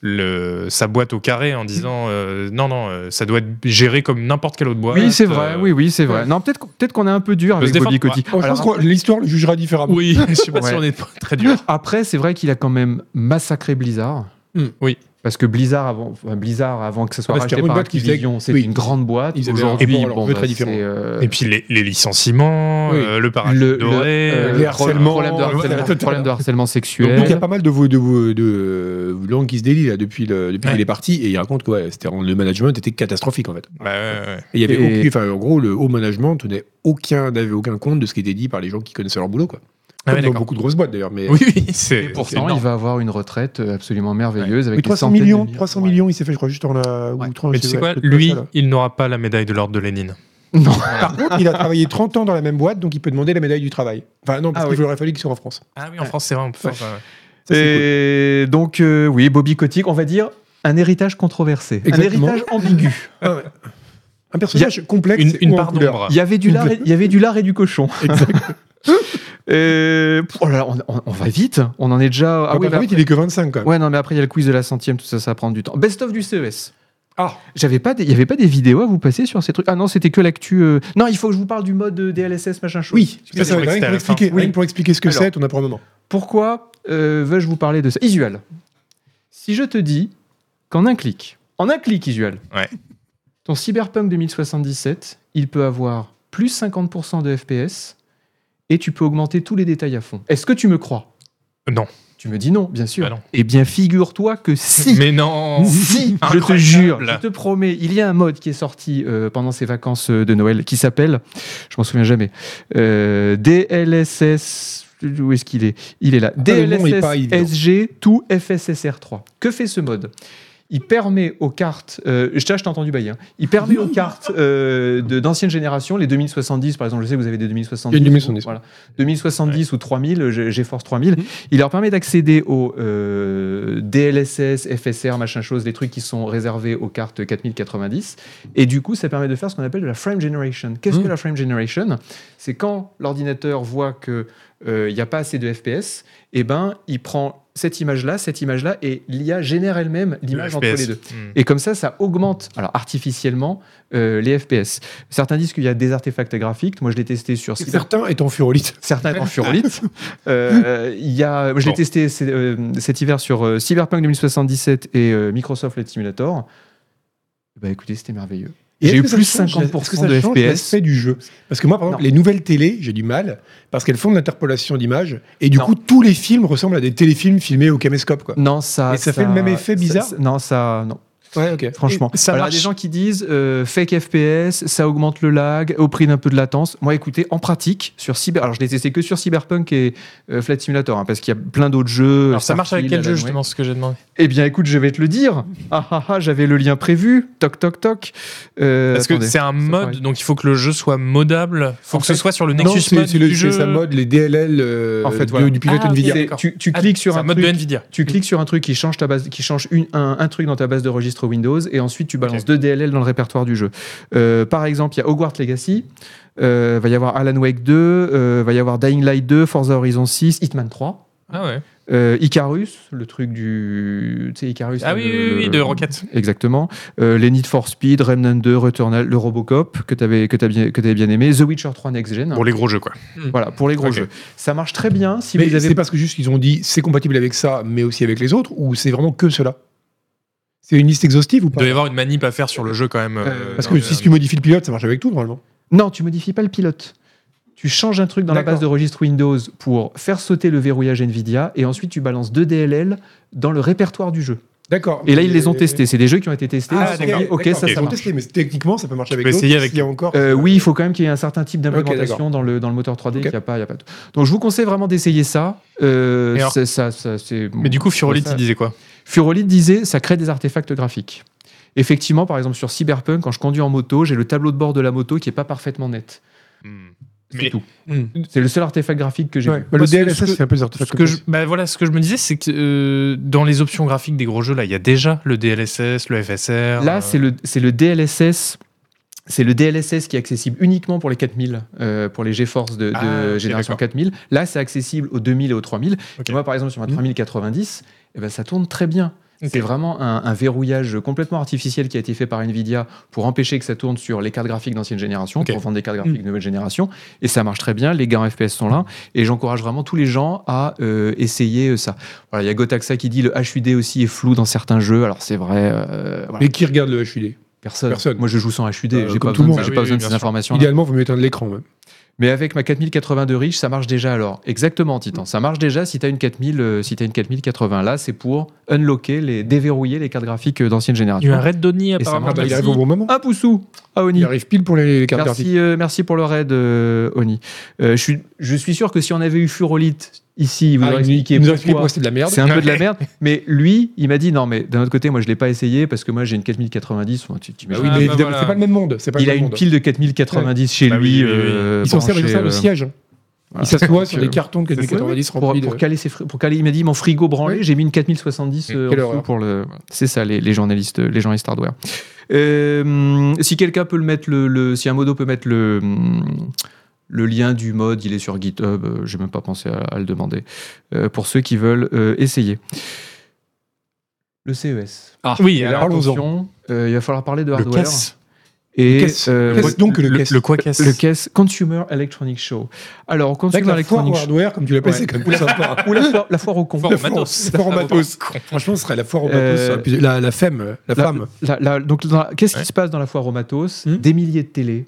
S3: le, sa boîte au carré en disant euh, non, non, euh, ça doit être géré comme n'importe quelle autre boîte.
S1: oui c'est vrai
S3: euh,
S1: oui oui c'est vrai non peut-être qu'on- peut-être qu'on est un peu dur avec
S3: se
S1: Bobby
S3: défendre,
S1: Kotick
S2: Ouais. Je
S1: Alors,
S2: pense que l'histoire le jugera différemment.
S3: Oui, Ah je sais pas si
S1: Ouais.
S3: on est très dur.
S1: Après, c'est vrai qu'il a quand même massacré Blizzard.
S2: Hmm,
S3: oui.
S1: Parce que Blizzard avant, enfin, Blizzard avant que ce soit
S2: Parce qu'il
S1: racheté
S2: y a une
S1: par
S2: boîte qui
S1: Activision,
S2: faisait-
S1: c'était
S2: oui.
S1: une grande boîte.
S2: Ils avaient un
S1: Aujourd'hui,
S2: rapport à leur
S1: bon,
S2: jeu
S1: bah,
S2: très différent.
S1: c'est, euh,
S3: Et puis les, les licenciements,
S2: Oui.
S3: euh, le paradis
S1: le-
S3: doré,
S1: le- euh,
S3: euh,
S2: les
S1: pro-
S2: harcèlements,
S1: problème de
S2: ouais,
S1: harcèlement,
S2: total.
S1: problème de harcèlement
S2: Donc,
S1: sexuel.
S2: il y a pas mal de, vo- de, vo- de, euh, langues qui se délient là, depuis, le- depuis
S3: Ouais.
S2: qu'il est parti et il raconte que ouais, c'était- le management était catastrophique en fait.
S3: bah, ouais,
S1: Ah
S3: ouais.
S2: Et il y avait
S1: Et-
S2: aucune- enfin, en gros, le haut management tenait aucun, n'avait aucun compte de ce qui était dit par les gens qui connaissaient leur boulot. Quoi.
S3: Ah ouais,
S2: Comme dans
S3: d'accord.
S2: beaucoup de grosses boîtes d'ailleurs. Mais
S3: Oui, oui, c'est.
S1: Et pourtant,
S2: énorme.
S1: il va avoir une retraite euh, absolument merveilleuse avec des
S2: Oui, 300
S1: centaines de
S2: millions, 300
S1: Ouais.
S2: millions, il s'est fait, je crois, juste en la. ou
S1: Ouais.
S2: 30,
S3: Mais
S2: je
S3: tu sais
S2: pas,
S3: quoi,
S2: peut-être
S3: lui,
S2: pas ça, là.
S3: il n'aura pas la médaille de l'ordre de Lénine.
S1: Non.
S2: Par contre, il a travaillé 30 ans dans la même boîte, donc il peut demander la médaille du travail. Enfin, non, parce
S1: Ah
S2: qu'il aurait fallu qu'il soit en France.
S3: Ah oui, en France, c'est vrai, on peut faire ça.
S2: Ça, c'est cool.
S1: Et donc, euh, oui, Bobby Kotick, on va dire un héritage controversé,
S2: Exactement.
S1: un héritage ambigu.
S2: Ah ouais. Un personnage complexe.
S3: Une, une
S2: ou en
S3: part
S2: couleur.
S3: d'ombre.
S1: Il y avait du lard, et- il y avait du lard et du cochon.
S2: Exact.
S1: Euh, pff, oh là là, on, on- on va vite, on en est déjà. Ah
S2: Ah
S1: oui, mais
S2: il est que 25 quand
S3: Ah
S1: après-
S2: même.
S1: ouais, non, mais après il y a le quiz de la centième, tout ça, ça va prendre du temps. Best of du CES.
S2: Ah.
S1: J'avais pas, des- il y avait pas des vidéos à vous passer sur ces trucs. Ah non, c'était que l'actu. euh, Non, il faut que je vous parle du mode euh, DLSS machin chose.
S2: Oui,
S3: Parce que
S2: ça,
S3: c'est
S2: ça,
S3: vrai que
S2: rien,
S3: c'était à
S2: que pour
S3: la fin.
S2: expliquer,
S1: Oui.
S2: rien que pour expliquer ce que
S1: Alors.
S2: c'est, on a pour un moment.
S1: Pourquoi euh, veux-je vous parler de ça Isual. Si je te dis qu'en un clic, en un clic, Isual,
S3: Ouais.
S1: ton Cyberpunk 2077, il peut avoir plus 50% de FPS et tu peux augmenter tous les détails à fond. Est-ce que tu me crois
S3: Non.
S1: Tu me dis non, bien sûr.
S3: Bah non.
S1: Eh bien, figure-toi que si.
S3: Mais non
S1: Si, je te
S3: Incroyable.
S1: jure, je te promets, il y a un mode qui est sorti euh, pendant ces vacances euh, de Noël qui s'appelle, je m'en souviens jamais, euh, DLSS. Où est-ce qu'il est Il est là.
S2: le nom est
S1: DLSS
S2: pas évident.
S1: SG tout FSSR3. Que fait ce mode Il permet aux cartes, euh, je t'ai je t'ai entendu bailler, hein. il permet aux cartes euh, de- d'ancienne génération, les 2070 par exemple, je sais que vous avez des 2070,
S2: Il y a des 2070.
S1: voilà. 2070 ou 3000, euh, G- GeForce 3000, il leur permet d'accéder aux euh, DLSS, FSR, machin chose, les trucs qui sont réservés aux cartes 4090. Et du coup, ça permet de faire ce qu'on appelle de la frame generation. Qu'est-ce
S2: Mhm.
S1: que la frame generation C'est quand l'ordinateur voit que euh, il n'y a pas assez de FPS, et ben il prend cette image-là, cette image-là, et l'IA génère elle-même l'image entre les deux.
S3: Mm.
S1: Et comme ça, ça augmente, alors artificiellement, euh, les FPS. Certains disent qu'il y a des artefacts graphiques. Moi, je l'ai testé sur Cyber-
S2: Certains étant furolite.
S1: Certains en furolite. Euh, il y a, je l'ai
S3: Bon.
S1: testé c'est, euh, cet hiver sur euh, Cyberpunk 2077 et euh, Microsoft Flight Simulator. Bah écoutez, c'était merveilleux. J'ai
S2: est-ce
S1: eu
S2: que ça
S1: plus
S2: change-
S1: 50%
S2: est-ce que ça
S1: de
S2: change
S1: FPS?
S2: l'aspect du jeu. Parce que moi, par exemple,
S1: Non.
S2: les nouvelles télés, j'ai du mal parce qu'elles font de l'interpolation d'images et du
S1: Non.
S2: coup, tous les films ressemblent à des téléfilms filmés au caméscope. Quoi.
S1: Non, ça.
S2: Et ça fait le même effet
S1: ça-
S2: bizarre
S1: ça- Non, ça. Non.
S2: Ouais, ok.
S1: Franchement.
S3: ça
S1: Alors, il y a
S3: marche.
S1: des gens qui disent euh, fake FPS, ça augmente le lag, au prix d'un peu de latence. Moi, écoutez, en pratique, sur Cyber. Alors, je l'ai testé que sur Cyberpunk et euh, Flight Simulator, hein, parce qu'il y a plein d'autres jeux.
S4: Alors ça marche avec quel
S1: Starfield,
S4: jeu
S1: euh, Alan
S4: justement ce que j'ai demandé
S1: Wake. Eh bien, écoute, je vais te le dire. Ah ah ah, j'avais le lien prévu. Toc toc toc. Euh,
S3: Parce que
S1: attendez.
S3: c'est un mode,
S1: pareil.
S3: donc il faut que le jeu soit modable. Il faut
S1: En
S3: que ce
S1: fait,
S3: soit sur le
S2: Non,
S3: Nexus
S2: c'est-
S3: Mode
S2: c'est le-
S3: du jeu.
S2: c'est sa mode, les DLL euh,
S1: En fait,
S2: de-
S1: voilà.
S2: du pilote
S4: Ah, ok.
S2: Nvidia.
S1: C'est-
S4: d'accord.
S1: tu, tu cliques sur
S3: C'est
S1: un,
S3: un mode
S1: truc,
S3: de Nvidia.
S1: tu cliques sur un truc qui change ta base, qui change une- un, un truc dans ta base de registre Windows et ensuite tu balances deux DLL dans le répertoire du jeu. Euh, par exemple, il y a Hogwarts Legacy, euh, va y avoir Alan Wake 2, euh, va y avoir Dying Light 2, Forza Horizon 6, Hitman 3.
S4: Ah ouais.
S1: euh, Icarus, le truc du. Tu sais, Icarus.
S3: Ah
S1: là,
S3: oui,
S1: le-
S3: oui, oui,
S1: le-
S3: de Rocket.
S1: Exactement. Euh, les Need for Speed, Remnant 2, Returnal, le Robocop, que t'avais que t'as bien, que t'avais bien aimé, The Witcher 3 Next Gen.
S3: Pour les gros jeux, quoi.
S1: Voilà, pour les gros
S3: Ok.
S1: jeux. Ça marche très bien si
S2: mais
S1: vous avez
S2: c'est parce que juste ils ont dit c'est compatible avec ça, mais aussi avec les autres, ou c'est vraiment que cela C'est une liste exhaustive ou
S3: Il
S2: pas
S3: doit y avoir une manip à faire sur le jeu quand même.
S1: Euh,
S2: Parce
S3: dans
S2: que
S3: le-
S2: si tu modifies le pilote, ça marche avec tout normalement.
S1: Non, tu modifies pas le pilote. Tu changes un truc dans la
S2: D'accord.
S1: base de registre Windows pour faire sauter le verrouillage Nvidia et ensuite tu balances deux DLL dans le répertoire du jeu.
S2: D'accord.
S1: Et là, ils les ont testés. C'est des jeux qui ont été testés.
S2: Ah,
S1: ils se sont
S2: d'accord,
S1: dit, ok,
S2: d'accord.
S1: ça,
S2: Ils
S1: ça
S2: l'ont
S1: marche.
S2: testé, mais techniquement, ça peut marcher avec
S3: peux
S2: d'autres.
S3: essayer avec-
S2: s'il y a encore.
S1: Euh, oui, il faut quand même qu'il y ait un certain type d'implémentation
S2: d'accord.
S1: dans, le, dans le moteur 3D.
S2: Ok.
S1: qu'il y a pas, il y a pas de- Donc, je vous conseille vraiment d'essayer ça. Euh,
S3: Et alors-
S1: c'est- ça, ça, c'est-
S3: Mais du coup, Furolite,
S1: Ça-
S3: il disait quoi
S1: Furolite disait, ça crée des artefacts graphiques. Effectivement, par exemple, sur Cyberpunk, quand je conduis en moto, j'ai le tableau de bord de la moto qui est pas parfaitement net. C'est
S3: Hmm. Mais
S1: tout. C'est le seul artefact graphique que j'ai
S2: Ouais.
S1: vu.
S2: Bah, le
S3: Parce que
S2: DLSS,
S3: ce que-
S2: c'est un peu des artefacts
S3: ce
S2: comme
S3: que je,
S2: ça.
S3: bah voilà, ce que je me disais, c'est que euh, dans les options graphiques des gros jeux, là, il y a déjà le DLSS, le FSR.
S1: Là,
S3: euh,
S1: c'est le, c'est le DLSS. C'est le DLSS qui est accessible uniquement pour les 4000, euh, pour les GeForce de, de
S3: Ah, ok,
S1: génération
S3: d'accord.
S1: 4000. Là, c'est accessible aux 2000 et aux 3000.
S3: Ok. Mhm.
S1: Et moi, par exemple, sur ma 3090, eh ben, ça tourne très bien.
S3: Ok.
S1: C'est vraiment un, un verrouillage complètement artificiel qui a été fait par Nvidia pour empêcher que ça tourne sur les cartes graphiques d'ancienne génération,
S3: Ok. Mhm.
S1: pour vendre des cartes graphiques de nouvelle génération. Et ça marche très bien, les gains en FPS sont là. Et j'encourage vraiment tous les gens à euh, essayer euh, ça. Voilà, Il y a Gotaxa qui dit le HUD aussi est flou dans certains jeux. Alors c'est vrai. euh, voilà.
S2: Mais qui regarde le HUD
S1: Personne.
S2: Personne.
S1: Moi, je joue sans HUD.
S2: Euh,
S1: j'ai
S2: comme
S1: pas
S2: tout le
S1: besoin,
S2: monde.
S1: j'ai
S3: Ah
S1: pas
S3: oui,
S1: besoin
S3: oui,
S1: de
S3: bien
S1: ces
S3: sûr.
S1: informations.
S2: Idéalement, vous m'éteindre l'écran. même.
S1: Mais avec ma 4080 de riche, ça marche déjà. Alors, exactement, Titan. Ça marche déjà si t'as une 4000, euh, si t'as une 4080. Là, c'est pour unlocker les, déverrouiller les cartes graphiques euh, d'ancienne
S3: Il y
S1: génération.
S3: a un Red Donnie
S1: ça
S3: apparemment.
S2: Ah,
S1: marche.
S2: bah, il
S1: Merci.
S2: arrive au bon moment.
S1: Ah, Poussou, ah Oni.
S2: Il arrive pile pour les les cartes graphiques.
S1: Merci, euh, merci pour le raid, euh, Oni. Euh, je suis, je suis sûr que si on avait eu Furolite ici, il vous
S2: Ah,
S1: aurait
S2: il-
S1: expliqué
S2: il nous a expliqué
S1: pourquoi.
S2: pourquoi c'était de la merde.
S1: C'est un peu de la merde, mais lui, il m'a dit non, mais d'un autre côté, moi je l'ai pas essayé parce que moi j'ai une 4090. Bon, tu- tu
S2: Bah
S1: imagines.
S2: oui,
S4: Ah,
S2: mais
S4: bah
S2: évidemment,
S4: voilà.
S2: c'est pas le même monde. C'est pas le
S1: il a
S2: même
S1: une
S2: monde.
S1: pile de 4090 chez
S3: Bah oui,
S1: lui.
S3: oui, oui, oui.
S1: euh,
S2: Ils s'en servent
S1: branchée,
S2: de ça au
S1: euh,
S2: sillage. hein.
S1: voilà.
S2: Ils s'assoient sur
S1: Donc,
S2: des
S1: euh,
S2: cartons de
S1: c'est ça.
S2: 4090
S1: pour,
S2: remplis. de-
S1: pour caler ses fr- pour caler, il m'a dit mon frigo branlé,
S2: Oui.
S1: j'ai mis une 4070 euh, en
S2: Quelle
S1: dessous
S2: horreur.
S1: pour le. voilà. C'est ça les, les journalistes, les journalistes hardware. Euh, si quelqu'un peut le mettre, le, le- si un modo peut mettre le le lien du mode, il est sur GitHub. euh, J'ai même pas pensé à, à le demander euh, pour ceux qui veulent euh, essayer. Le CES.
S3: Oui,
S1: Et là,
S3: alors
S2: parlons-en.
S1: attention, euh, il va falloir parler de
S3: le
S1: hardware.
S3: caisse.
S1: Et
S2: Caisse.
S1: euh,
S2: Caisse, donc le caisse.
S3: Le quoi caisse
S1: le caisse Consumer Electronic Show. Alors,
S2: C'est vrai que
S1: Consumer
S2: la foire
S1: Electronic
S2: au
S1: Show.
S2: hardware, comme tu l'appelles,
S1: Ouais.
S2: c'est quand même plus sympa.
S1: Ou la foire, la foire au con.
S3: Foire au matos.
S2: La foire au matos. Franchement, ce serait la foire au matos.
S1: Euh,
S2: ça aurait pu- La la femme.
S1: La-
S2: La femme.
S1: la- la- donc, dans la- qu'est-ce qui
S3: Ouais.
S1: se passe dans la foire au matos
S2: Hmm.
S1: Des milliers de télé,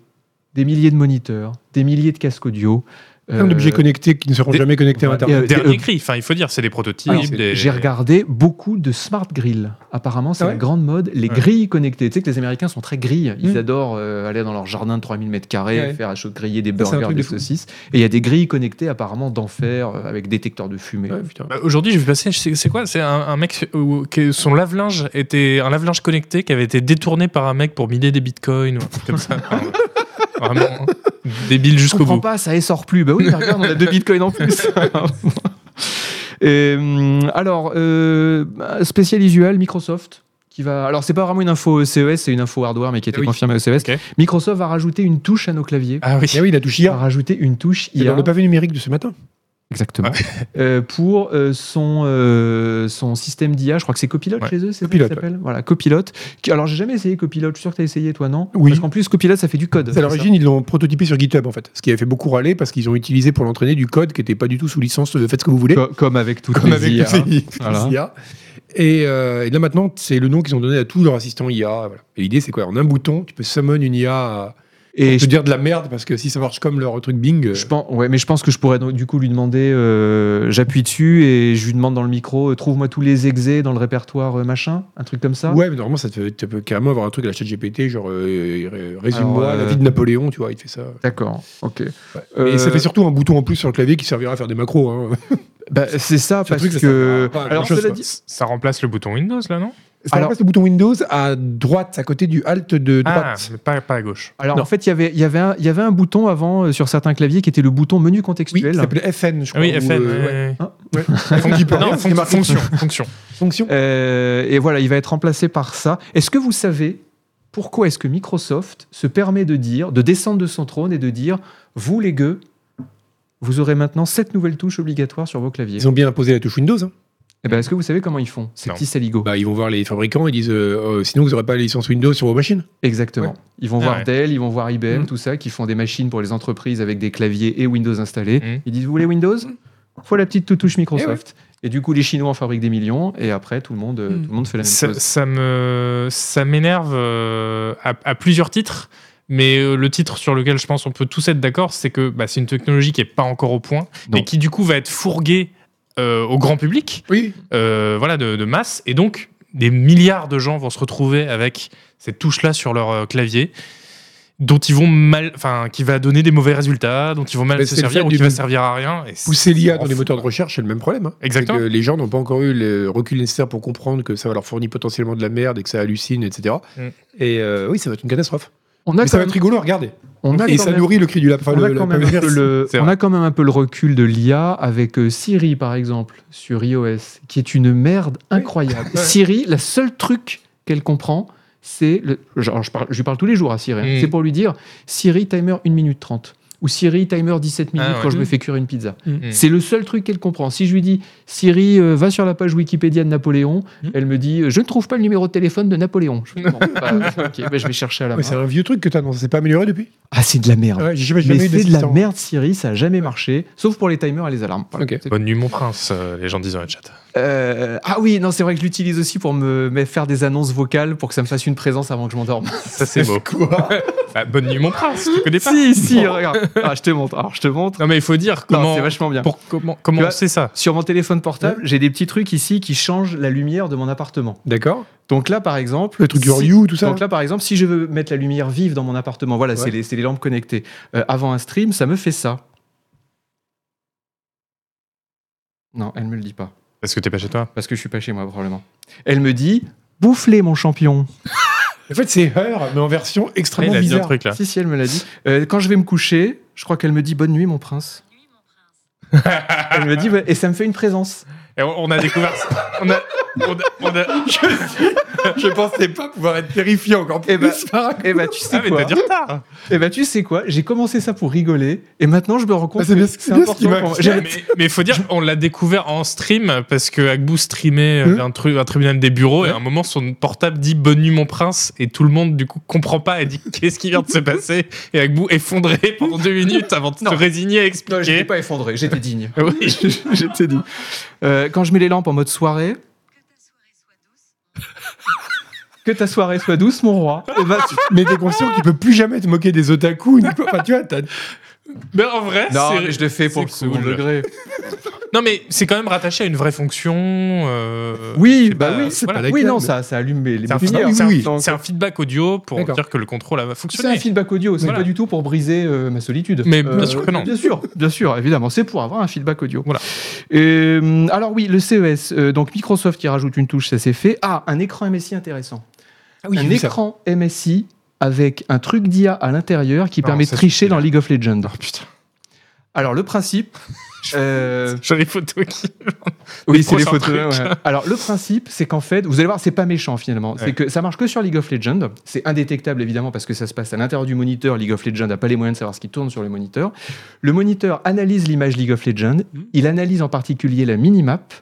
S1: des milliers de moniteurs, des milliers de casques audio.
S2: Plein d'objets
S1: Euh,
S2: connectés qui ne seront
S3: des-
S2: jamais connectés à
S1: Voilà.
S2: Internet.
S1: Euh,
S3: Dernier
S1: euh,
S3: cri, enfin il faut dire, c'est des prototypes.
S1: alors,
S3: des-
S1: J'ai regardé beaucoup de smart grills. Apparemment, c'est
S2: Ah
S1: la
S2: ouais
S1: grande mode, les
S3: Ouais.
S1: grilles connectées. Tu sais que les Américains sont très grilles. Ils
S2: Hmm.
S1: adorent euh, aller dans leur jardin de 3000 mètres carrés,
S2: Ouais.
S1: faire à chaud griller des
S2: Ça, c'est un
S1: burgers,
S2: truc
S1: des
S2: de fou.
S1: saucisses. Et il y a des grilles connectées apparemment d'enfer euh, avec détecteur de fumée.
S2: Ouais, putain.
S3: Bah, Aujourd'hui, j'ai vu passer, c'est c'est quoi C'est un, un mec où, que son lave-linge était un lave-linge connecté qui avait été détourné par un mec pour miner des bitcoins ou un truc comme ça. Enfin, Vraiment hein. débile
S1: je
S3: jusqu'au
S1: comprends
S3: bout.
S1: pas, ça essort plus. Bah oui, mais regarde, on a deux bitcoins en plus. Et, hum, alors, euh, bah, spécial usual, Microsoft. Qui va... Alors, c'est pas vraiment une info E CES, c'est une info hardware, mais qui a été
S2: Ah oui.
S1: confirmée E au CES.
S3: Ok.
S1: Microsoft va rajouter une touche à nos claviers.
S3: Ah oui.
S2: Ah oui, la touche
S1: Va
S2: IA.
S1: rajouter une touche
S2: C'est
S1: IA.
S2: dans le pavé numérique de ce matin.
S1: Exactement. Euh, pour euh, son, euh, son système d'IA, je crois que c'est copilote
S3: Ouais.
S1: chez eux, c'est ça
S2: Copilote,
S1: qu'il s'appelle Voilà, copilote. Qui- Alors, j'ai jamais essayé copilote, je suis sûr que tu as essayé toi, non
S2: Oui.
S1: Parce qu'en plus, copilote, ça fait du code.
S2: À l'origine, ils l'ont prototypé sur GitHub, en fait. Ce qui avait fait beaucoup râler parce qu'ils ont utilisé pour l'entraîner du code qui n'était pas du tout sous licence de faites ce que vous voulez.
S1: Co- comme avec toutes
S2: Comme
S1: les hein.
S2: avec
S1: IA.
S2: tous les- toutes les
S1: Voilà.
S2: IA. Et, euh, et là maintenant, c'est le nom qu'ils ont donné à tous leurs assistants IA. voilà. Et l'idée, c'est quoi En un bouton, tu peux summon une IA. à-
S1: Et
S2: Je
S1: je,
S2: veux dire de la merde parce que si ça marche comme leur truc Bing, euh,
S1: je pense, ouais, mais je pense que je pourrais donc, du coup lui demander, euh, j'appuie dessus et je lui demande dans le micro, euh, trouve-moi tous les exés dans le répertoire euh, machin, un truc comme ça.
S2: ouais, mais normalement, ça te fait- tu peux carrément avoir un truc à la chat GPT, genre euh, euh, résume-moi
S1: Alors, euh,
S2: la vie de Napoléon, tu vois, il te fait ça.
S1: D'accord, ok.
S2: Ouais.
S1: Euh,
S2: Et ça fait surtout un bouton en plus sur le clavier qui servira à faire des macros. hein.
S1: bah, c'est ça,
S2: C'est un
S1: parce
S2: truc, ça
S1: que.
S2: servira pas à
S1: Alors,
S2: grand-chose,
S1: cela
S2: quoi.
S1: dit-
S3: Ça remplace le bouton Windows, là, non
S2: Ça
S1: Alors-
S2: remplace le bouton Windows à droite, à côté du Alt de
S3: Ah,
S2: droite.
S3: mais pas, pas à gauche.
S1: Alors
S2: Non.
S1: en fait, il y avait- il y, avait un- il y avait un bouton avant euh, sur certains claviers qui était le bouton menu
S2: oui, ça
S1: contextuel.
S2: s'appelait FN, je crois.
S3: oui,
S2: ou,
S3: FN.
S2: euh, ouais.
S3: ouais,
S2: Fonction,
S3: ouais. Non,
S2: c'est
S3: fon-
S2: marqué
S3: fonction. fonction.
S2: fonction.
S1: Euh, et voilà, il va être remplacé par ça. Est-ce que vous savez pourquoi est-ce que Microsoft se permet de dire, de descendre de son trône et de dire, vous les gueux, vous aurez maintenant cette nouvelle touche obligatoire sur vos claviers.
S2: Ils ont bien imposé la touche Windows. hein.
S1: Eh ben, est-ce que vous savez comment ils font ces
S3: Non.
S1: petits saligots
S2: Bah, ils vont voir les fabricants et disent euh, euh, sinon vous n'aurez pas la licence Windows sur vos machines.
S1: Exactement.
S2: Ouais.
S1: Ils vont
S3: Ah
S1: voir
S3: ouais. Hmm.
S1: Dell, ils vont voir IBM,
S2: Mm.
S1: tout ça, qui font des machines pour les entreprises avec des claviers et Windows installés.
S3: Mm.
S1: Ils disent Vous voulez Windows Faut la petite touche
S3: Eh
S1: Microsoft. Et, du coup, les Chinois en fabriquent des millions, et après, tout le monde, euh,
S4: Mm.
S1: tout le monde fait la même
S3: Hmm. ça,
S1: chose.
S3: ça me ça m'énerve euh, à, à plusieurs titres mais euh, le titre sur lequel je pense on peut tous être d'accord c'est que bah, c'est une technologie qui est pas encore au point
S1: Non.
S3: et qui du coup va être fourguée euh, au grand public
S2: Oui.
S3: euh, voilà de, de masse et donc des milliards de gens vont se retrouver avec cette touche là sur leur euh, clavier dont ils vont mal enfin qui va donner des mauvais résultats dont ils vont mal
S2: Mais
S3: se
S2: c'est le
S3: servir
S2: fait
S3: ou qui
S2: du-
S3: va servir à rien et c'est-
S2: Pousser l'IA dans
S3: on
S2: les
S3: fout,
S2: moteurs de
S3: quoi.
S2: recherche, c'est le même problème. hein.
S3: Exactement.
S2: C'est que les gens n'ont pas encore eu le recul nécessaire pour comprendre que ça va leur fournir potentiellement de la merde et que ça hallucine, etc.
S3: Mm.
S2: Et euh, oui, ça va être une catastrophe.
S1: On a
S2: Mais ça
S1: quand
S2: va
S1: même,
S2: être rigolo, regardez.
S1: on a
S2: Et
S1: quand
S2: ça
S1: même-
S2: nourrit le cri du lapin.
S1: on a
S2: le-
S1: quand
S2: le-
S1: même un peu le-
S3: C'est
S1: on
S3: vrai.
S1: a quand même un peu le recul de l'IA avec euh, Siri, par exemple, sur iOS, qui est une merde incroyable.
S2: Ouais.
S1: Siri, la seule truc qu'elle comprend, c'est. Le... Genre, je, parle, je lui parle tous les jours à Siri. hein.
S3: Mm.
S1: C'est pour lui dire Siri, timer 1 minute 30. Ou Siri, timer 17 minutes
S3: Ah ouais.
S1: quand je me
S4: Mm.
S1: fais cuire une pizza.
S3: Mm.
S1: C'est le seul truc qu'elle comprend. Si je lui dis Siri, euh, va sur la page Wikipédia de Napoléon,
S4: Mm.
S1: elle me dit euh, Je ne trouve pas le numéro de téléphone de Napoléon. Je, fais, Bon, bah, ok, bah, je vais chercher à la main.
S2: Ouais, c'est un vieux truc que t'as, non Ça s'est pas amélioré depuis
S1: Ah, c'est de la merde.
S2: Ouais, j'ai jamais,
S1: Mais
S2: jamais eu
S1: c'est de la
S2: d'assistant.
S1: merde, Siri, ça a jamais marché, sauf pour les timers et les alarmes. Voilà.
S2: Ah, Ok.
S3: bonne nuit mon prince euh, les gens disent dans le chat
S1: Euh, ah oui, non, c'est vrai que je l'utilise aussi pour me, me faire des annonces vocales pour que ça me fasse une présence avant que je m'endorme.
S3: ça c'est beau
S2: Quoi
S3: Bah, bonne nuit mon prince tu connais pas
S1: si, si, regarde. Ah, je te montre. Alors, je te montre.
S3: Non, mais il faut dire
S1: Non,
S3: comment,
S1: C'est vachement bien.
S3: pour- comment, comment
S1: Tu
S3: on
S1: vois-
S3: sait ça.
S1: Sur mon téléphone portable, j'ai des petits trucs ici qui changent la lumière de mon appartement.
S2: D'accord.
S1: Donc là, par exemple,
S2: Le truc du
S1: si-
S2: Ryu, tout ça.
S1: Donc là, par exemple, si je veux mettre la lumière vive dans mon appartement, voilà,
S2: Ouais.
S1: c'est les, c'est les lampes connectées. Euh, avant un stream, ça me fait ça. Non, elle me le dit pas.
S3: Parce que t'es pas chez toi.
S1: Parce que je suis pas chez moi, probablement. Elle me dit Bouffe-les, mon champion.
S2: En fait, c'est Her, mais en version extrêmement
S3: il a dit un
S2: bizarre.
S3: truc là.
S1: Si, si, elle me l'a dit. Euh, quand je vais me coucher, je crois qu'elle me dit Bonne nuit, mon prince. elle me dit Ouais, Et ça me fait une présence.
S3: Et on, on a découvert ça. On a, on a- on a-
S2: Je pensais pas pouvoir être terrifiant encore
S1: Eh ben-
S2: par-
S1: Et bah, tu sais
S3: Ah, mais
S1: quoi
S3: t'as du retard.
S1: Eh bah, tu sais quoi J'ai commencé ça pour rigoler. Et maintenant, je me rends compte
S2: Ah, c'est bien-
S1: que
S2: c'est bien ce qui m'a-
S1: pour moi.
S2: c'est
S1: J'avais-
S3: Mais mais faut dire, on l'a découvert en stream parce que Agbou streamait
S1: Hmm
S2: Hum.
S3: euh, un, truc, un tribunal des bureaux et à un moment son portable dit Bonne nuit mon prince et tout le monde du coup comprend pas et dit Qu'est-ce qui vient de se passer Et Agbou effondré pendant deux minutes avant de
S1: Non.
S3: se résigner à
S1: Non, j'étais
S3: expliquer.
S1: pas effondré, j'étais digne.
S3: Oui.
S1: J'étais dit. Euh, quand je mets les lampes en mode soirée. Que ta soirée soit douce, mon roi. Eh ben, tu-
S2: Mais t'es conscient que tu peux plus jamais te moquer des otaku. ni- Enfin, tu vois, t'as-
S3: Mais en vrai,
S1: non,
S3: c'est-
S1: mais je le fais pour le
S3: c'est
S1: second
S3: cool.
S1: degré.
S3: Non, mais c'est quand même rattaché à une vraie fonction. euh,
S1: Oui,
S3: c'est
S1: bah
S3: pas-
S1: oui,
S2: c'est
S3: voilà.
S2: pas
S1: Oui,
S2: laquelle,
S1: non,
S2: mais-
S1: ça, ça allume les, les
S3: C'est un
S1: lumières.
S2: feedback- oui, oui.
S1: Donc,
S3: C'est un feedback audio pour
S2: D'accord.
S3: dire que le contrôle a
S1: C'est un
S3: fonctionné.
S1: feedback audio, c'est
S3: Voilà.
S1: pas du tout pour briser euh, ma solitude.
S3: Mais bien sûr que non.
S1: Bien sûr, bien sûr, évidemment, c'est pour avoir un feedback audio.
S3: Voilà.
S1: Et, hum, alors oui, le CES, euh, donc Microsoft qui rajoute une touche, ça c'est fait. Ah, un écran MSI intéressant.
S2: j'ai
S1: un
S2: vu ça.
S1: écran MSI avec un truc d'IA à l'intérieur qui
S3: Non,
S1: permet de
S3: ça, c'est
S1: tricher
S3: clair.
S1: dans League of Legends.
S3: putain.
S1: Alors, le principe. euh,
S3: J'ai les photos qui.
S1: Oui,
S3: Le
S1: c'est les
S3: prochain
S1: photos.
S3: truc.
S1: ouais. Alors, le principe, c'est qu'en fait, vous allez voir, c'est pas méchant finalement. C'est
S3: Ouais.
S1: que ça marche que sur League of Legends. C'est indétectable évidemment parce que ça se passe à l'intérieur du moniteur. League of Legends n'a pas les moyens de savoir ce qui tourne sur le moniteur. Le moniteur analyse l'image League of Legends.
S2: Hmm.
S1: Il analyse en particulier la minimap.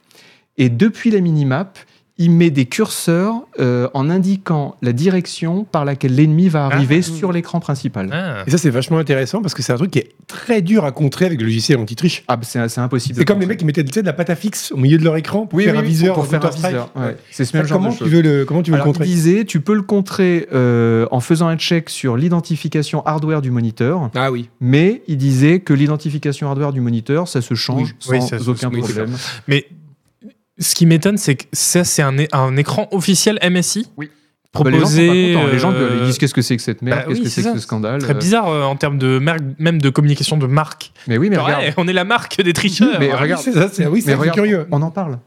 S1: Et depuis la minimap, il met des curseurs euh, en indiquant la direction par laquelle l'ennemi va arriver
S2: Ah.
S1: sur l'écran principal.
S3: Ah.
S2: Et ça, c'est vachement intéressant parce que c'est un truc qui est très dur à contrer avec le logiciel anti-triche.
S1: Ah, c'est c'est impossible. de
S2: C'est comme les
S1: penser.
S2: mecs qui mettaient tu sais, de la pâte à fixe au milieu de leur écran pour
S1: oui,
S2: faire
S1: oui,
S2: un
S1: oui,
S2: viseur
S1: pour
S2: en
S1: faire un
S2: Counter-Strike.
S1: viseur. ouais.
S2: Ouais. Euh,
S1: C'est ce même genre
S2: comment,
S1: de
S2: tu
S1: choses.
S2: veux le, comment tu veux le
S1: Alors, il
S2: contrer
S1: disait, tu peux le contrer euh, en faisant un check sur l'identification hardware du moniteur,
S2: Ah oui.
S1: mais il disait que l'identification hardware du moniteur, ça se change sans
S3: Oui, ça se-
S1: aucun
S3: oui, c'est
S1: problème.
S3: Mais ce qui m'étonne, c'est que ça, c'est un, é- un écran officiel MSI.
S1: Oui. Bah, les gens sont pas
S3: Proposé.
S1: contents. Les gens
S3: euh,
S1: ils disent qu'est-ce que c'est que cette merde,
S3: bah
S1: qu'est-ce
S3: oui,
S1: que
S3: c'est
S1: c'est que ce
S3: ça.
S1: scandale.
S3: Très
S1: euh.
S3: bizarre euh, en termes de marque, même de communication de marque.
S1: Mais oui, mais
S3: Genre,
S1: regarde,
S3: hey, on est la marque des tricheurs.
S1: Mais
S3: Ah,
S1: regarde.
S2: C'est ça, c'est oui,
S1: mais
S2: c'est
S1: regarde,
S2: curieux.
S1: on en parle.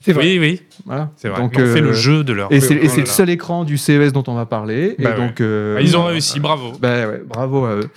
S2: C'est vrai.
S3: Oui, oui,
S1: Voilà.
S3: c'est vrai.
S1: Donc,
S3: Mais on fait
S1: euh,
S3: le jeu de leur.
S1: Et c'est et c'est
S3: Oh là
S1: le
S3: là.
S1: seul écran du CES dont on va parler.
S3: Bah
S1: et
S3: ouais.
S1: donc, euh,
S3: Ah, Ils ont réussi, bravo.
S1: Bah ouais, bravo à eux.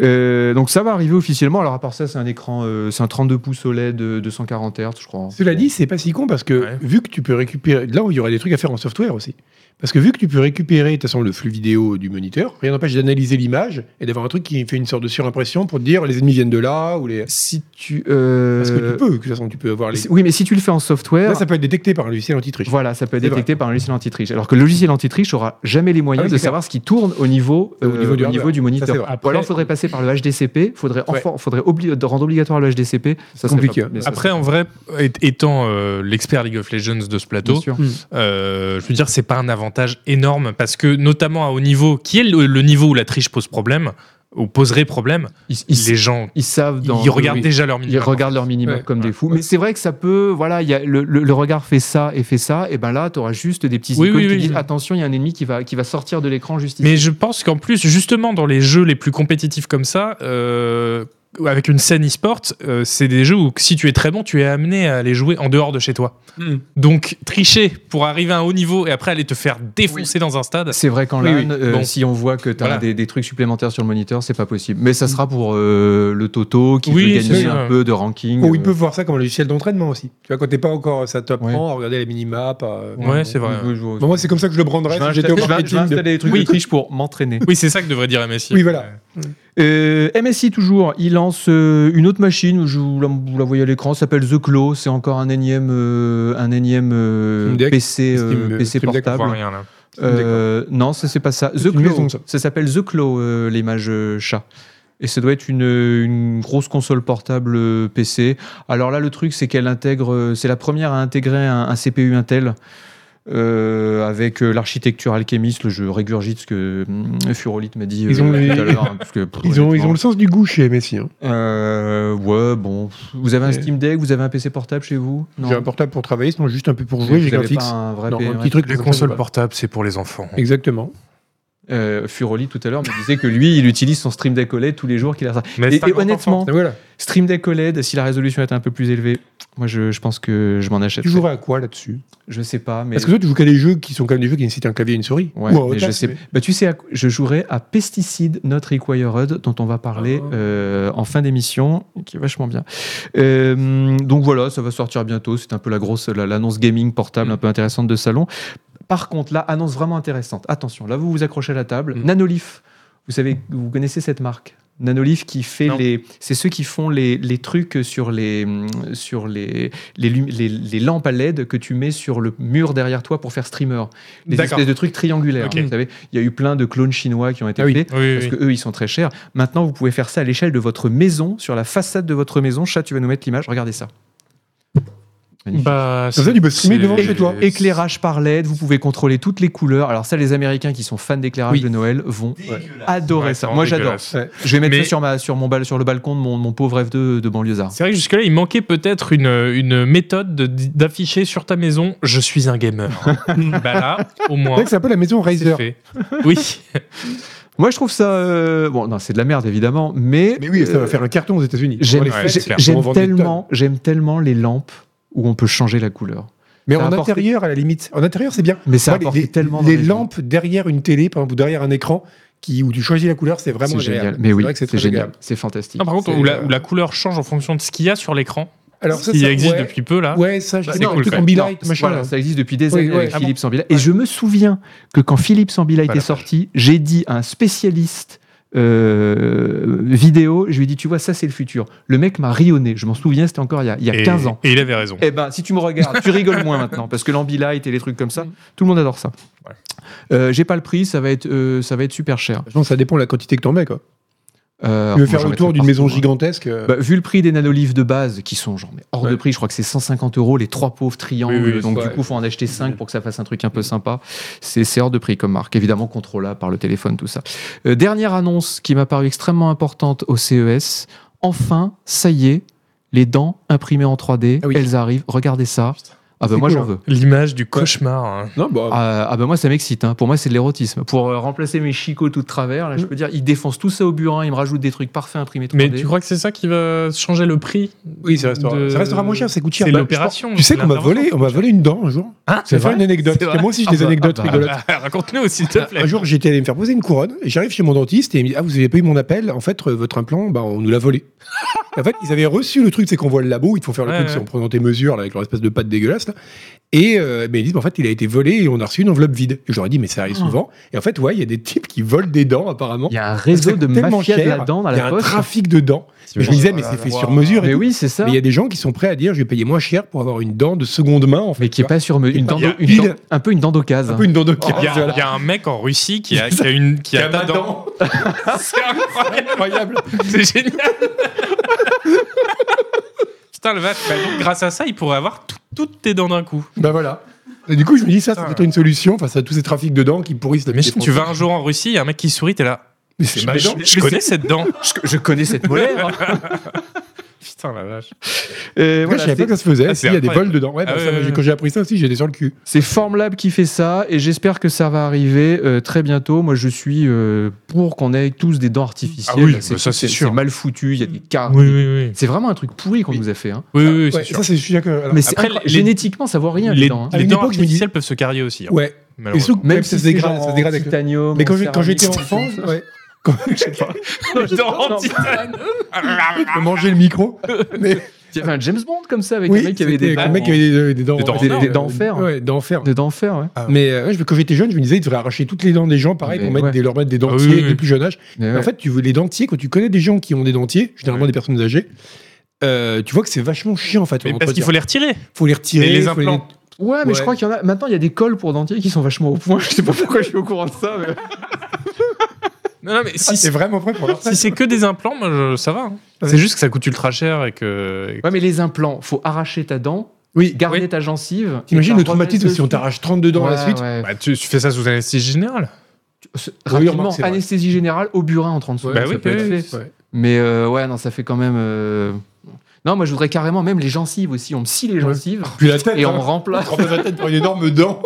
S1: Euh, donc ça va arriver officiellement. Alors à part ça, c'est un écran, euh, c'est un 32 pouces OLED de 240 Hz, je crois.
S2: Cela dit, c'est pas si con parce que
S3: Ouais.
S2: vu que tu peux récupérer. Là, il y aurait des trucs à faire en software aussi. Parce que vu que tu peux récupérer, de toute façon, le flux vidéo du moniteur, rien n'empêche d'analyser l'image et d'avoir un truc qui fait une sorte de surimpression pour te dire les ennemis viennent de là ou les.
S1: Si tu, euh,
S2: Parce que tu peux, de toute façon, tu peux avoir les.
S1: Si- Oui, mais si tu le fais en software,
S2: Là, ça peut être détecté par un logiciel anti-triche.
S1: voilà, ça peut être
S2: C'est
S1: détecté par un logiciel anti-triche. Alors que le logiciel anti-triche aura jamais les moyens
S2: Ah oui,
S1: de
S2: c'est clair.
S1: savoir ce qui tourne au niveau,
S2: Au
S1: euh,
S2: niveau du
S1: au
S2: hardware.
S1: niveau du moniteur.
S2: Ça, c'est vrai.
S1: Ou
S3: Après-
S1: alors, il faudrait passer par le HDCP, faudrait,
S2: Ouais.
S1: enfor- faudrait obli- de rendre obligatoire le HDCP. Ça serait
S2: compliqué,
S1: pas-
S2: hein.
S1: mais ça,
S3: Après, en vrai, é- étant euh, l'expert League of Legends de ce
S1: c'est- bien
S3: plateau,
S1: sûr.
S3: Euh, je veux dire, c'est pas un avantage énorme parce que, notamment à haut niveau, qui est le, le niveau où la triche pose problème, ou poserait problème,
S1: Ils, ils-
S3: les gens,
S1: ils savent dans-
S3: ils regardent
S1: oui.
S3: déjà leur
S1: Ils
S3: minimum.
S1: regardent leur minimum
S2: Ouais.
S1: comme des fous. Mais c'est vrai que ça peut. Voilà, il y a le, le- le regard fait ça et fait ça. Et ben là, tu auras juste des petits
S3: Oui,
S1: icônes
S3: oui,
S1: qui
S3: oui.
S1: disent attention, il y a un ennemi qui va, qui va sortir de l'écran juste ici.
S3: Mais je pense qu'en plus, justement, dans les jeux les plus compétitifs comme ça, euh, avec une scène e-sport, euh, c'est des jeux où si tu es très bon, tu es amené à les jouer en dehors de chez toi.
S4: Hmm.
S3: Donc, tricher pour arriver à un haut niveau et après aller te faire défoncer dans un stade.
S1: C'est vrai qu'en
S3: Oui,
S1: LAN,
S3: oui.
S1: euh,
S3: Bon.
S1: si on voit que tu as
S3: Voilà.
S1: des, des trucs supplémentaires sur le moniteur, c'est pas possible. Mais ça sera pour euh, le Toto qui
S3: Oui,
S1: veut
S3: c'est
S1: gagner
S3: ça.
S1: un peu de ranking.
S2: Ou ils
S1: euh,
S2: peuvent voir ça comme un logiciel d'entraînement aussi. Tu vois, quand t'es pas encore ça top
S1: Ouais.
S2: 100, regarder les minimaps. euh,
S3: Ouais, c'est vrai.
S1: ils peuvent jouer aussi.
S2: Bon, moi, c'est comme ça que je le branderais
S1: Je vais
S2: si j'étais au
S1: installer- je vais je vais
S2: marketing. de-
S1: installer des trucs
S3: Oui.
S1: de triche pour m'entraîner.
S3: Oui, c'est ça que devrait dire MSI.
S2: Oui, voilà.
S1: Euh, MSI toujours, il lance euh, une autre machine, je vous la, vous la voyez à l'écran, ça s'appelle The Claw, c'est encore un énième, euh, un énième euh,
S2: Steam Deck.
S1: PC, euh,
S2: Steam-
S1: PC
S2: Steam Deck,
S3: On voit
S1: portable.
S3: rien là.
S1: Euh, non, ça c'est pas ça.
S2: C'est
S1: The
S2: une maison,
S1: Claw,
S2: ça.
S1: ça s'appelle The Claw, euh, l'image euh, chat. Et ça doit être une, une grosse console portable euh, PC. Alors là, le truc, c'est qu'elle intègre, euh, c'est la première à intégrer un, un CPU Intel. euh, avec euh, l'architecture Alchemist, le jeu régurgite ce que hum, Furolith m'a dit
S2: Ils
S1: euh,
S2: ont les-
S1: tout à l'heure. hein, parce que, pff,
S2: Ils ont, ils ont
S1: honnêtement.
S2: le sens du goût chez MSI. hein.
S1: Euh, ouais, bon. Vous avez un
S2: Mais-
S1: Steam Deck, vous avez un PC portable chez vous Non.
S2: J'ai un portable pour travailler, sinon juste un peu pour
S1: Vous
S2: jouer, j'ai
S1: avez
S2: qu'un
S1: pas
S2: fixe.
S1: un vrai
S2: Non,
S1: P-
S2: un
S1: ouais.
S2: petit truc.
S3: Les
S2: comme ça,
S3: consoles
S2: voilà.
S3: portables, c'est pour les enfants.
S2: Exactement.
S1: Euh, Furoli tout à l'heure me disait que lui, il utilise son Stream Deck OLED tous les jours qu'il a ça.
S3: Mais
S1: Et, et
S3: 50
S1: honnêtement,
S2: Et voilà.
S1: Stream Deck OLED, si la résolution était un peu plus élevée, moi je, je pense que je m'en achète.
S2: Tu jouerais à quoi là-dessus
S1: Je sais pas, mais.
S2: Parce que toi, tu joues qu'à des jeux qui sont quand même des jeux qui nécessitent un clavier et une souris.
S1: Ouais,
S2: Ou un
S1: mais
S2: otage,
S1: je sais.
S2: mais-
S1: Bah, tu sais, à quoi- je jouerai à Pesticide Not Required, dont on va parler euh, en fin d'émission, qui est vachement bien. Euh, donc voilà, ça va sortir bientôt. C'est un peu la grosse, la- l'annonce gaming portable un peu intéressante de salon. Par contre, là, annonce vraiment intéressante. Attention, là, vous vous accrochez à la table. Nanolith, vous savez, vous connaissez cette marque Nanolith qui fait
S3: Non.
S1: les. C'est ceux qui font les, les trucs sur, les, sur les, les, lum- les- les lampes à LED que tu mets sur le mur derrière toi pour faire streamer. Des
S3: D'accord.
S1: espèces de trucs triangulaires.
S3: Ok.
S1: Vous savez, il y a eu plein de clones chinois qui ont été
S2: Ah oui.
S1: faits.
S3: Oui,
S1: Parce
S3: oui.
S1: que eux, ils sont très chers. Maintenant, vous pouvez faire ça à l'échelle de votre maison, sur la façade de votre maison. Chat, tu vas nous mettre l'image. Regardez ça. Magnifique.
S3: Bah,
S2: Comme ça, tu peux streamer
S3: c'est-
S2: devant chez toi.
S1: Éclairage par LED, vous pouvez contrôler toutes les couleurs. Alors ça, les Américains qui sont fans d'éclairage
S2: Oui.
S1: de Noël vont adorer
S3: Ouais,
S1: ça.
S3: vraiment
S1: Moi, j'adore.
S3: dégueulasse.
S1: Je vais mettre
S3: Mais-
S1: ça sur, ma, sur, mon bal, sur le balcon de mon, mon pauvre rêve de, de banlieusard.
S3: C'est vrai que jusque-là, il manquait peut-être une, une méthode de- d'afficher sur ta maison Je suis un gamer. bah là, au
S2: C'est
S3: moins,
S2: vrai que c'est un peu la maison Razer.
S3: c'est fait. Oui.
S1: Moi, je trouve ça... euh, Bon, non, c'est de la merde, évidemment, mais...
S2: Mais oui, ça
S1: euh,
S2: va faire un carton aux États-Unis.
S1: J'aime
S2: On va les
S3: Ouais, c'est
S1: j'ai-
S3: clair.
S2: faire. On
S1: j'aime
S2: va en vendre des
S1: tellement, j'aime tellement les lampes où on peut changer la couleur.
S2: Mais
S1: Ça a
S2: en
S1: apporté-
S2: intérieur, à la limite. En intérieur, c'est bien.
S1: Mais ça
S2: Moi,
S1: apporte
S2: les, les-
S1: tellement. dans
S2: les
S1: les jeux.
S2: lampes derrière une télé, par exemple, ou derrière un écran, qui, où tu choisis la couleur, c'est vraiment
S1: C'est
S2: agréable.
S1: génial. Mais
S2: C'est
S1: oui,
S2: vrai que
S1: c'est
S2: très
S1: génial.
S2: agréable.
S1: C'est fantastique.
S3: Ah, par contre,
S2: C'est,
S3: où la,
S2: euh,
S3: où la couleur change en fonction de ce qu'il y a sur l'écran,
S2: Alors ça,
S3: ce qui
S2: ça,
S3: existe
S2: ouais.
S3: depuis peu là.
S2: Ouais, ça, je
S3: Bah,
S2: sais
S3: c'est
S2: pas,
S3: cool,
S2: un truc
S3: quand
S2: en
S3: même.
S2: bilight, machin.
S1: Voilà,
S2: là.
S1: ça existe depuis des
S2: Oui,
S1: années
S2: ouais.
S1: avec
S2: Ah bon
S1: Philips Ambilight. Et je me souviens que quand Philips Ambilight
S3: Ah,
S1: est
S3: la
S1: sorti, j'ai dit à un spécialiste euh, vidéo, je lui ai dit, tu vois, ça c'est le futur. Le mec m'a rionné, je m'en souviens, c'était encore il y a, il y a
S3: Et-
S1: 15 ans.
S3: Et il avait raison.
S1: Eh ben, si tu me regardes, tu rigoles moins maintenant, parce que l'Ambilight et les trucs comme ça, tout le monde adore ça.
S3: Ouais.
S1: Euh, j'ai pas le prix, ça va être, euh, ça va être super cher.
S2: Je pense que ça dépend de la quantité que t'en mets. Quoi.
S1: Euh,
S2: Tu veux
S1: moi,
S2: faire
S1: j'en
S2: le tour
S1: mettrais
S2: d'une maison
S1: partout, hein.
S2: gigantesque. euh,
S1: Bah, vu le prix des nanolives de base, qui sont genre mais hors de
S2: Ouais.
S1: prix, je crois que c'est 150 euros les trois pauvres triangles.
S3: Oui, oui,
S1: donc
S2: ouais. Mm.
S1: du coup, faut en acheter 5 pour que ça fasse un truc un peu sympa. C'est c'est hors de prix comme marque. Évidemment, contrôlable par le téléphone, tout ça. Euh, dernière annonce qui m'a paru extrêmement importante au CES. Enfin, ça y est, les dents imprimées en 3D,
S2: Ah oui.
S1: elles arrivent. Regardez ça. Ah bah
S2: C'est
S1: moi
S2: cool,
S1: j'en
S2: hein.
S1: veux.
S3: L'image du cauchemar. hein.
S2: Non, bah,
S1: Ah, ah bah moi ça m'excite. hein. Pour moi c'est de l'érotisme. Pour euh, remplacer mes chicots tout de travers,
S2: Mm.
S1: là je peux dire, ils défoncent tout ça au burin, ils me rajoutent des trucs parfaits imprimés 3D.
S3: Mais tu crois que c'est ça qui va changer le prix
S2: oui, ça restera,
S3: de-
S2: ça restera moins cher, ça coûte cher.
S3: C'est
S2: Bah,
S3: l'opération.
S2: Tu sais qu'on m'a volé,
S3: l'intervention.
S2: on m'a volé une dent un jour.
S3: Hein
S2: C'est pas une anecdote.
S3: C'est
S2: parce que
S3: vrai
S2: Moi aussi, j'ai
S1: Ah
S2: des
S1: bah,
S2: anecdotes
S1: ah bah.
S2: rigolotes.
S3: Ah, Raconte-nous, s'il te plaît.
S2: Un jour, j'étais allé me faire poser une couronne et j'arrive chez mon dentiste et il me dit Ah, vous avez pas eu mon appel En fait, euh, votre implant, bah, on nous l'a volé. en fait, ils avaient reçu le truc, c'est qu'on voit le labo, ils te font faire le
S3: Ouais,
S2: truc
S3: ouais.
S2: c'est en prenant tes mesures là, avec leur espèce de pâte dégueulasse. là. Et euh, mais ils disent bah, En fait, il a été volé et on a reçu une enveloppe vide. Et j'aurais dit Mais ça arrive souvent. Et en fait, ouais, il y a des types qui volent des dents apparemment.
S1: Il y a un réseau
S2: Oh, Ça coûte
S1: de
S2: tellement
S1: mafia de
S2: cher,
S1: la dent dans
S2: Il y a
S1: la
S2: un
S1: poche.
S2: trafic de dents. Je me disais Mais c'est fait sur mesure. et
S1: Mais
S2: tout.
S1: oui, c'est ça.
S2: Mais il y a des gens qui sont prêts à dire Je vais payer moins cher pour avoir une dent de seconde main. En fait,
S1: Mais qui est
S2: tu vois.
S1: pas sur une
S2: Il y a
S1: dent, une
S2: pile-
S1: dent- un peu une dent d'occasion.
S2: un peu une dent de
S3: Oh. Il y, a, il y a un mec en Russie qui a, qui a une qui a ta dent. C'est incroyable,
S2: Incroyable.
S3: c'est génial. Putain le vache. Bah, donc, grâce à ça, il pourrait avoir tout- toutes tes dents d'un coup.
S2: Ben voilà. Et du coup, je me dis, ça, c'est
S3: Putain.
S2: peut-être une solution face à tous ces trafics de dents qui pourrissent la vie des
S3: Imagine, Ah. tu
S2: Français.
S3: vas un jour en Russie, il y a un mec qui sourit, t'es là.
S2: Mais c'est
S3: Je,
S2: ma
S3: je-
S2: dent.
S3: je connais cette dent.
S1: Je, connais cette molaire.
S3: Putain la vache.
S2: Moi, je savais pas que ça se faisait.
S3: Ah,
S2: Si,
S3: c'est
S2: Il y a des
S3: incroyable.
S2: vols dedans. Ouais, bah,
S3: Ah,
S2: ça,
S3: ouais, ouais,
S2: Quand j'ai appris ça aussi, j'étais sur le cul.
S1: c'est Formlab qui fait ça et j'espère que ça va arriver euh, très bientôt. Moi, je suis euh, pour qu'on ait tous des dents artificielles.
S3: Ah oui,
S1: Là,
S3: bah ça, c'est sûr.
S1: C'est mal foutu, il y a des cas.
S3: oui.
S1: C'est vraiment un truc pourri qu'on
S2: Oui.
S1: nous a fait. hein.
S3: Oui, oui, oui, c'est
S2: Ouais,
S3: sûr. Ah,
S2: ça, c'est je suis d'accord. Alors,
S1: Mais c'est
S3: Après,
S1: incroyable.
S3: les-
S1: génétiquement, ça vaut rien les,
S3: les
S1: dents. hein.
S2: à
S3: les
S2: une
S3: dents
S2: époque, je me dis-
S3: artificielles peuvent se carier aussi. hein,
S2: Ouais. Et
S3: malheureusement.
S2: surtout, même ça se
S1: c'est
S2: dégrade.
S1: genre
S2: Ça se dégrade
S1: en
S2: avec le-
S1: titanium,
S2: Mais quand
S1: en
S2: j'ai- quand j'étais
S1: céramique,
S2: enfant,
S1: tout ça.
S2: ouais. Quand je sais pas,
S3: Les dents en titane.
S2: je mangeais le micro. Mais
S1: Il y avait un James Bond comme ça avec
S2: oui,
S1: un mec qui avait des
S2: c'était
S1: dents.
S2: un mec qui avait des, des dents,
S3: Des dents Ah. en
S1: or. Des dents en fer.
S2: Ouais, dents en fer.
S1: des dents en fer, ouais.
S2: Mais euh, ouais, je- quand j'étais jeune, je me disais, ils devraient arracher toutes les dents des gens, pareil,
S1: Mais
S2: pour mettre
S1: ouais.
S2: des, leur mettre des
S3: Ah oui,
S2: dentiers
S3: oui,
S2: dès
S3: oui.
S2: le plus jeune âge.
S1: Mais
S2: En
S1: ouais.
S2: fait, tu veux les dentiers, quand tu connais des gens qui ont des dentiers, généralement des personnes âgées, euh, tu vois que c'est vachement chiant en fait.
S3: Mais
S2: en
S3: parce qu'il faut
S2: entretien.
S3: les retirer.
S2: faut les Ah, retirer.
S3: Et les
S2: faut
S3: implants.
S1: Ouais, mais je
S2: Ouais.
S1: crois qu'il y en a. Maintenant, il y a des cols pour dentiers qui sont vachement au point. Je sais pas pourquoi je suis au courant de ça. Mais...
S3: Non, non, mais si
S2: Ah, c'est vraiment vrai pour leur
S3: Si c'est que des implants, moi, je- ça va. hein.
S2: Ouais.
S3: C'est juste que ça coûte ultra cher et que. et que-
S1: Ouais, mais les implants, faut arracher ta dent,
S2: Oui,
S1: garder
S3: Oui.
S1: ta gencive.
S2: t'imagines
S1: et
S2: le
S1: t'en remettre
S2: traumatisme si on
S1: dessus.
S2: t'arrache 32 dents à la
S1: Ouais,
S2: suite.
S1: ouais.
S3: Bah, tu, tu fais ça sous anesthésie générale.
S1: Ce-
S2: remarque,
S1: Rapidement,
S2: c'est vrai.
S1: anesthésie générale au burin en 30 secondes.
S3: Bah
S1: ça
S3: oui,
S1: peut être
S3: oui,
S1: fait.
S2: ouais.
S1: Mais euh, ouais, non, ça fait quand même. euh, Non, moi je voudrais carrément même les gencives aussi. On me scie les gencives
S2: Puis la tête,
S1: et
S2: hein.
S1: on me remplace.
S2: Tremper la tête pour une énorme dent.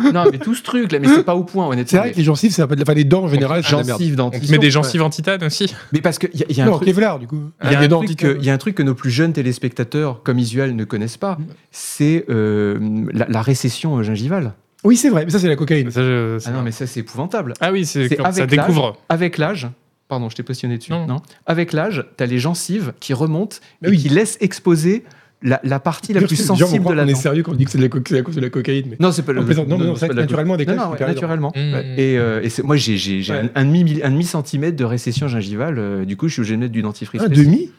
S1: non, mais tout ce truc là, mais c'est pas au point,
S2: C'est
S1: honnêtement.
S2: vrai que les gencives, c'est un peu de la- enfin, les dents en général, c'est de la Ah, merde.
S1: gencives
S3: On
S1: dentition.
S3: te met des gencives en titane aussi.
S1: Mais parce qu'il y, a- y a un
S2: Non,
S1: truc.
S2: Kevlar, du coup.
S1: Il y, a
S2: Des
S1: un
S2: dents
S1: truc
S2: titane.
S1: que, il y a un truc que nos plus jeunes téléspectateurs comme Isuel ne connaissent pas,
S2: Mm.
S1: c'est euh, la, la récession euh, gingivale.
S2: Oui, c'est vrai, mais ça, c'est la cocaïne.
S3: Ça, je- c'est-
S1: Ah non, mais ça c'est épouvantable.
S3: Ah oui, c'est
S1: C'est
S3: comme ça
S1: avec l'âge.
S3: découvre.
S1: Avec l'âge, pardon, je t'ai positionné dessus. Non.
S3: Non.
S1: Avec l'âge, t'as les gencives qui remontent
S2: Mais
S1: et
S2: oui.
S1: qui laissent exposer la, la partie la plus
S2: Les gens vont
S1: sensible de
S2: croire
S1: la
S2: qu'on est
S1: dent.
S2: sérieux quand on dit que c'est de la co- que c'est à cause de la cocaïne. mais-
S1: Non, c'est pas le.
S2: On plaisante. Non, mais non,
S1: c'est
S2: c'est
S1: pas de
S2: vrai que
S1: la-
S2: naturellement, avec
S1: Non,
S2: l'âge,
S1: non,
S2: tu
S1: ouais,
S2: perds les dents.
S1: naturellement.
S3: Mmh.
S1: Ouais. Et, euh, et c'est- moi, j'ai j'ai- j'ai
S2: Mm. Ouais.
S1: un, un demi, un demi centimètre de récession gingivale. euh, du coup, je suis obligé de mettre du dentifrice.
S2: Un
S1: spécial.
S2: Ah, demi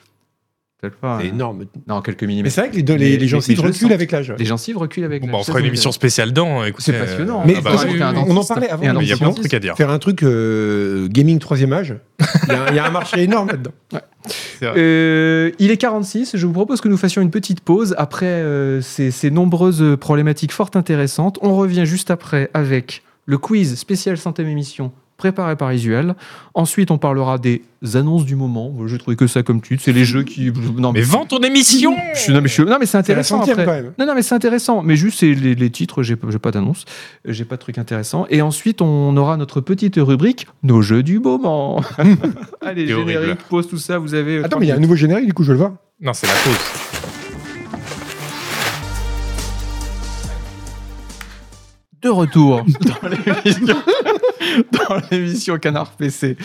S1: Peut-être pas,
S2: C'est
S1: hein.
S2: énorme.
S1: Non, quelques
S2: Mais
S1: millimètres.
S2: c'est vrai que les, dents-
S1: Mais-
S2: les,
S1: mais-
S2: les gencives
S1: mais je le
S2: reculent
S1: sens. Ah
S2: avec l'âge.
S1: Les gencives reculent avec.
S3: Bon,
S1: le-
S3: bah, on
S1: ça,
S3: fera une
S1: c'est-
S3: émission spéciale dents. écoutez,
S1: C'est passionnant.
S3: euh,
S2: Mais
S3: ah
S1: il
S3: bah
S1: faut
S2: parce
S1: rajouter
S3: oui,
S2: que
S1: un
S3: oui,
S2: on en
S1: dentiste
S2: parlait avant
S1: et un
S3: oui. Mais il y a
S1: dentiste.
S3: plein de trucs à dire.
S2: Faire un truc euh, gaming troisième âge, il y, a- il y a un marché énorme là-dedans.
S3: Ah.
S1: Euh, il est 46, je vous propose que nous fassions une petite pause après euh, ces, ces nombreuses problématiques fort intéressantes. On revient juste après avec le quiz spécial centième émission préparé par Isuel. Ensuite, on parlera des annonces du moment. Moi, J'ai trouvé que ça comme titre, c'est les jeux qui... Non,
S3: Mais vends ton émission
S1: Je suis- non, mais, je suis- non, mais c'est
S2: C'est la
S1: intéressant
S2: centième
S1: après.
S2: quand même.
S1: Non, non, mais c'est intéressant. Mais juste, c'est les, les titres, j'ai j'ai pas d'annonce, j'ai pas de truc intéressant. Et ensuite, on aura notre petite rubrique Nos jeux du moment. Allez,
S3: C'est horrible.
S1: générique, pause, tout ça, vous avez. euh,
S2: Attends, mais il y a un nouveau générique, du coup, je veux le voir.
S3: Non, c'est la pause.
S1: de retour dans l'émission- dans l'émission Canard PC.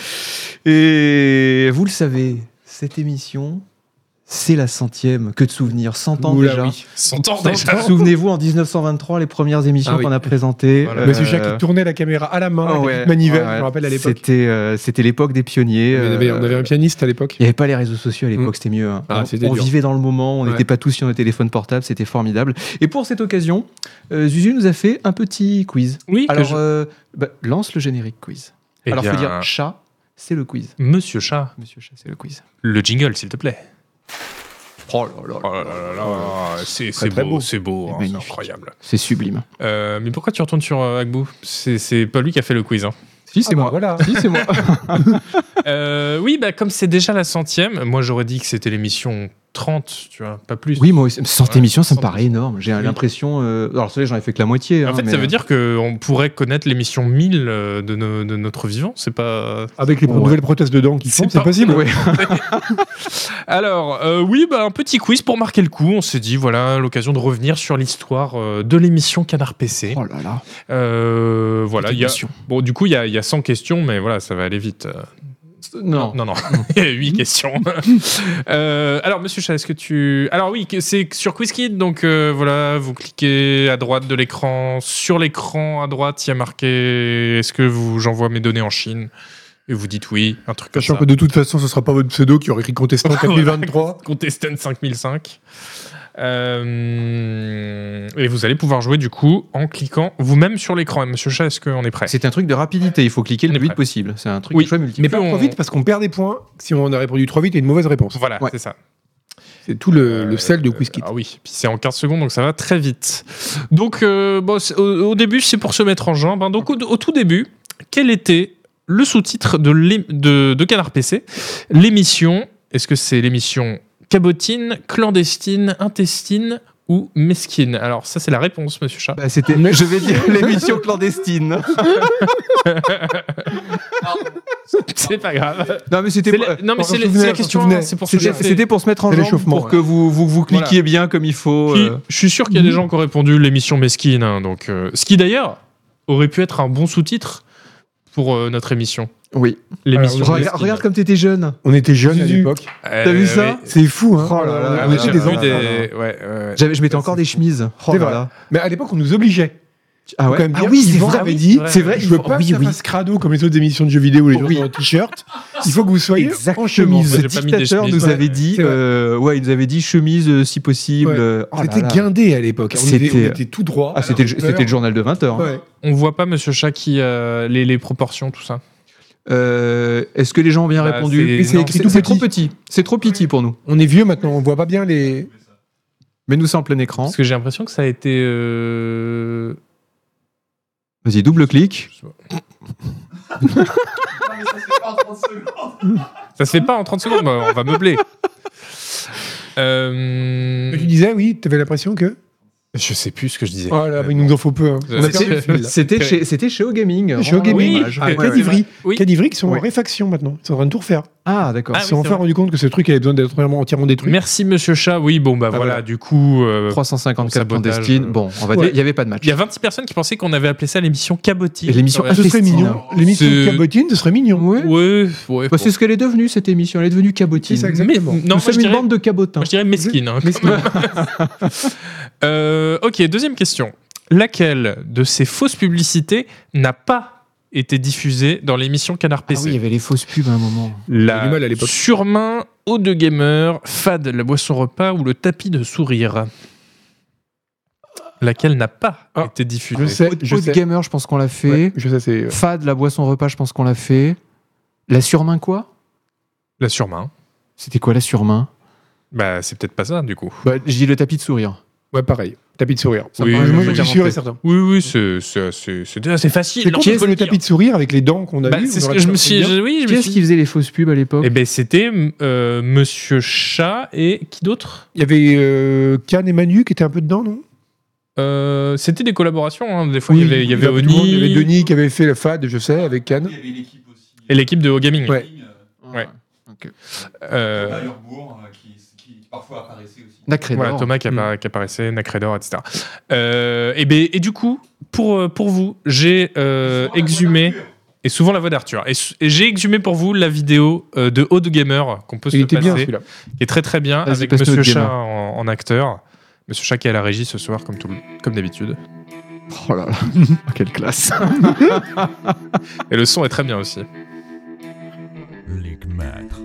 S1: Et vous le savez, cette émission, c'est la centième. Que de souvenirs, 100 ans
S2: Oula,
S1: déjà.
S2: oui.
S3: Son temps
S1: Cent-
S3: déjà.
S1: Souvenez-vous, en 1923, les premières émissions
S2: Ah oui.
S1: qu'on a présentées.
S3: Voilà.
S1: euh,
S2: Monsieur Jacques qui tournait la caméra à la main,
S1: ah
S2: avec la
S1: ouais,
S2: petite manivelle,
S1: ouais, ouais.
S2: je me rappelle à l'époque.
S1: C'était euh, c'était l'époque des pionniers. euh,
S2: On avait, on avait un pianiste à l'époque.
S1: Il n'y avait pas les réseaux sociaux à l'époque, c'était mieux. hein.
S2: Ah,
S1: on
S2: c'était
S1: on
S2: dur.
S1: vivait dans le moment, on
S2: Ouais.
S1: n'était pas tous sur nos téléphones portables, c'était formidable. Et pour cette occasion, euh, Zuzu nous a fait un petit quiz.
S3: Oui,
S1: Alors,
S3: que je-
S1: euh, bah, lance le générique quiz.
S3: Eh
S1: Alors, il faut
S3: bien,
S1: dire chat, c'est le quiz.
S3: Monsieur Chat,
S1: Monsieur chat, c'est le quiz.
S3: le jingle, s'il te plaît.
S1: Oh là là,
S3: Oh là là là, c'est
S2: Très,
S3: c'est
S2: très
S3: beau,
S2: beau.
S3: c'est beau, hein, c'est
S1: Magnifique.
S3: incroyable.
S1: c'est sublime.
S3: Euh, mais pourquoi tu retournes sur euh, Agbu C'est c'est pas lui qui a fait le quiz. hein.
S1: Si, c'est
S2: Ah bah
S1: moi.
S2: Voilà.
S1: Si, c'est moi.
S3: Euh, oui, bah, comme c'est déjà la centième, moi j'aurais dit que c'était l'émission 30, tu vois, pas plus.
S1: oui, moi aussi. Sans
S3: Ouais,
S1: émission, ça me
S3: sans-
S1: paraît énorme. J'ai
S3: Oui.
S1: l'impression. euh, Alors, c'est vrai, j'en ai fait que la moitié.
S3: En
S1: hein,
S3: fait,
S1: mais-
S3: ça veut dire qu'on pourrait connaître l'émission 1000 euh, de, nos- de notre vivant, c'est pas...
S2: Avec les
S1: Ouais.
S2: nouvelles prothèses dedans qui
S3: C'est
S2: font, c'est
S3: pas-
S2: possible.
S1: Ouais.
S3: Alors, euh, oui, bah, un petit quiz pour marquer le coup. On s'est dit, voilà, l'occasion de revenir sur l'histoire euh, de l'émission Canard PC.
S1: Oh là là.
S3: Euh, voilà, il y a...
S1: Émission.
S3: Bon, du coup, il y a, il y a 100 questions, mais voilà, ça va aller vite. Euh,
S1: Non.
S3: Non, non, il y a 8 questions. Euh, alors, monsieur Chat, est-ce que tu. Alors, oui, que- c'est sur QuizKid, donc euh, voilà, vous cliquez à droite de l'écran. Sur l'écran à droite, il y a marqué Est-ce que vous j'envoie mes données en Chine Et vous dites oui, un truc comme
S2: Sachant
S3: ça.
S2: que de toute façon, ce sera pas votre pseudo qui aurait écrit contestant
S1: Ah
S2: 2023.
S3: Contestant 5005. Euh, et vous allez pouvoir jouer du coup en cliquant vous-même sur l'écran. Et Monsieur Chat, est-ce qu'on est prêt
S1: C'est un truc de rapidité. Il faut cliquer
S3: On
S1: le
S3: est
S1: plus
S3: prêt.
S1: vite possible. C'est un truc
S3: Oui.
S1: de choix multiple.
S2: Mais pas
S3: Plus
S2: trop
S3: on-
S2: vite parce qu'on perd des points si on a répondu trop vite et une mauvaise réponse.
S3: Voilà,
S1: euh, Ouais.
S3: c'est ça.
S2: C'est tout le, le sel de
S3: Euh,
S2: Quizkit.
S3: Ah oui, puis c'est en 15 secondes, donc ça va très vite. Donc, euh, bon, c'est- au, au début, c'est pour se mettre en jambe. hein. Donc, au, au tout début, quel était le sous-titre de, l'é- de, de Canard PC L'émission, est-ce que c'est l'émission cabotine, clandestine, intestine ou mesquine Alors, ça, c'est la réponse, monsieur Chat.
S1: Bah, c'était, je vais dire l'émission clandestine.
S3: c'est pas grave.
S1: Non, mais c'était
S3: C'est
S1: pour-
S3: la- non, mais
S2: on s'en
S3: c'est la-
S2: souvenait,
S3: c'est la
S2: on s'en
S3: question. hein,
S2: souvenait.
S3: C'est pour se
S1: c'était,
S3: jeter.
S1: c'était pour se mettre en
S2: C'est
S1: jambe,
S2: l'échauffement,
S1: pour
S2: ouais.
S1: que vous vous, vous cliquiez
S3: Voilà.
S1: bien comme il faut.
S3: Qui-
S1: euh.
S3: Je suis sûr qu'il y a des gens qui ont répondu l'émission mesquine. hein, donc, euh, ce qui d'ailleurs aurait pu être un bon sous-titre pour euh, notre émission.
S1: Oui.
S3: L'émission.
S1: Regarde,
S3: mesquine.
S1: regarde comme t'étais jeune.
S2: On était jeunes à
S1: Zuzu.
S2: l'époque.
S3: Euh,
S1: T'as vu
S3: mais-
S1: ça
S2: C'est fou, hein.
S1: Oh là là,
S3: Ah
S2: on
S3: oui,
S2: était
S3: j'ai
S2: des
S3: vu
S2: enfants.
S3: des- ouais, ouais, ouais.
S1: J'avais, je mettais
S3: Ça,
S1: encore
S3: c'est
S1: des chemises. Oh
S2: C'est
S1: là
S2: vrai.
S1: là.
S2: Mais à l'époque, on nous obligeait.
S1: Ah, ouais.
S2: Quand même
S1: Ah
S2: bien,
S1: oui, c'est
S2: Yvan
S1: vrai.
S2: avait dit,
S3: Ouais,
S1: c'est vrai.
S2: Je veux pas
S1: oui,
S2: que ça
S1: oui.
S2: fasse crado comme les autres émissions de jeux vidéo où les gens
S1: Oui.
S2: sont en t-shirt. Il faut que vous soyez en
S1: Exactement.
S2: chemise.
S1: Ce
S3: J'ai pas mis des
S1: dictateur
S3: chemises.
S1: nous
S3: Ouais,
S1: avait dit,
S2: c'est vrai.
S1: euh, ouais, il nous avait dit chemise euh, si possible.
S2: Ouais.
S1: euh, oh là
S2: C'était
S1: là.
S2: guindé à l'époque. On était,
S1: C'était-
S2: on était tout droit.
S1: Ah, c'était, le- c'était le journal de hein. 20h.
S2: Ouais.
S3: On voit pas, monsieur Chat, qui, euh, les, les proportions, tout ça.
S1: Euh, est-ce que les gens ont bien
S3: Bah,
S1: répondu
S3: c'est-
S1: C'est,
S3: non,
S1: c'est-
S2: c'est
S1: c'est trop
S2: tout
S1: petit. C'est trop petit pour nous.
S2: On est vieux maintenant, on voit pas bien les.
S1: Mais nous, c'est en plein écran.
S3: Parce que j'ai l'impression que ça a été. euh,
S1: Vas-y, double clic.
S3: Ça se fait pas en 30 secondes, bah, on va meubler. Euh,
S1: Mm.
S2: Tu disais, oui, t'avais l'impression que.
S3: Je sais plus ce que je disais.
S2: Oh là, mais il nous en faut peu. hein.
S3: C'est-
S2: On a perdu
S3: c'est-
S2: le fil. là.
S1: C'était chez, c'était chez O'Gaming.
S2: Chez O'Gaming.
S1: Hommage.
S2: Ah,
S1: Ouais.
S2: ouais, Cadivry.
S3: Oui.
S2: Cadivry qui sont
S1: Oui.
S2: en réfaction maintenant. Ils sont en train de tout refaire.
S1: Ah, d'accord.
S3: Ah
S2: Ils se
S3: oui,
S2: sont
S3: c'est
S2: enfin
S3: vrai.
S2: rendu compte que ce truc avait besoin d'être entièrement, entièrement détruit.
S3: Merci, monsieur Chat. Oui, bon, bah
S2: Ah,
S3: voilà,
S2: voilà.
S3: du coup. euh,
S1: 354
S3: Sabotage,
S1: clandestines.
S3: euh.
S1: Bon, on va
S2: Ouais.
S1: dire, il n'y avait pas de match.
S3: Il y a 26 personnes qui pensaient qu'on avait appelé ça l'émission cabotine.
S1: Et l'émission
S3: Ouais.
S2: Ce serait
S1: Intestine.
S2: mignon. L'émission
S3: C'est-
S2: de Cabotine, ce serait mignon.
S1: Ouais.
S3: Ouais, ouais.
S1: Bah,
S3: bon.
S1: c'est ce qu'elle est devenue, cette émission. Elle est devenue cabotine.
S2: C'est ça,
S3: Mais-
S2: exactement.
S3: non,
S1: Nous
S3: moi,
S1: sommes
S3: je
S1: une
S3: dirais-
S1: bande de cabotins.
S3: Moi, je dirais mesquine. hein, quand même. Euh, ok, deuxième question. Laquelle de ces fausses publicités n'a pas été diffusée dans l'émission Canard
S1: Ah oui, il y
S3: PC
S1: avait les fausses pubs à un moment.
S2: Il y a du
S3: La
S2: mal à l'époque.
S3: surmain, eau de gamer, fade, la boisson repas ou le tapis de sourire Laquelle n'a pas
S2: Ah,
S3: été diffusée
S2: Je sais, je
S1: Haute
S2: sais.
S1: Gamer, je pense qu'on l'a fait.
S2: Ouais, je sais, c'est.
S1: Fad, la boisson repas, je pense qu'on l'a fait. La surmain, quoi
S3: La surmain.
S1: C'était quoi la surmain
S3: Bah, c'est peut-être pas ça, du coup.
S1: bah, Je dis le tapis de sourire.
S2: Ouais, pareil. Tapis de sourire.
S1: Ça
S3: Oui,
S1: me
S3: oui,
S1: paraît
S2: Moi,
S1: le
S2: je
S1: plus
S2: suis sûr
S1: inventé.
S2: et certain.
S3: Oui, oui, c'est- c'est assez- c'est assez facile.
S2: C'est
S3: non,
S2: con,
S3: on peut
S2: parce que le
S3: dire.
S2: tapis de sourire avec les dents qu'on a
S3: Bah,
S2: vues,
S3: C'est
S2: on
S3: ce
S2: aurait
S3: que je
S2: pu
S3: me suis.
S2: dire.
S3: je- Oui, je me
S1: Qui est-ce
S3: suis
S1: qui faisait les fausses pubs à l'époque
S3: Eh ben c'était euh, Monsieur Chat et qui d'autre
S2: Il y avait euh, Can et Manu qui étaient un peu dedans, non
S3: Euh, C'était des collaborations. hein. Des fois, il y
S2: Oui,
S3: avait, il y avait
S2: tout le monde. Il y avait
S3: Oni
S2: Denis qui avait fait le fad, je sais, avec Can.
S5: Il y avait l'équipe aussi. euh,
S3: et l'équipe de Ogaming.
S2: Ouais.
S1: Ah,
S3: Ouais.
S1: Ok.
S5: Thomas
S3: Euh,
S5: Hurbourg, euh, qui, qui parfois apparaissait aussi.
S1: Nacré
S2: Mm.
S3: voilà,
S1: d'or.
S3: Thomas qui, appa- qui apparaissait, Nacredor, etc. Euh, et, ben, et du coup, pour, euh, pour vous, j'ai euh, exhumé, et souvent la voix d'Arthur, et, su- et j'ai exhumé pour vous la vidéo euh, de Haute Gamer qu'on peut se
S2: Il était
S3: passer,
S2: bien celui-là.
S3: qui est très très bien,
S1: Vas-y,
S3: avec
S1: passe-nous
S3: Monsieur
S1: Haute
S3: Chat
S1: Gamer.
S3: en, en acteur. Monsieur Chat qui est à la régie ce soir, comme, tout le- comme d'habitude.
S1: Oh là là, quelle classe.
S3: Et le son est très bien aussi.
S6: Ligue maître,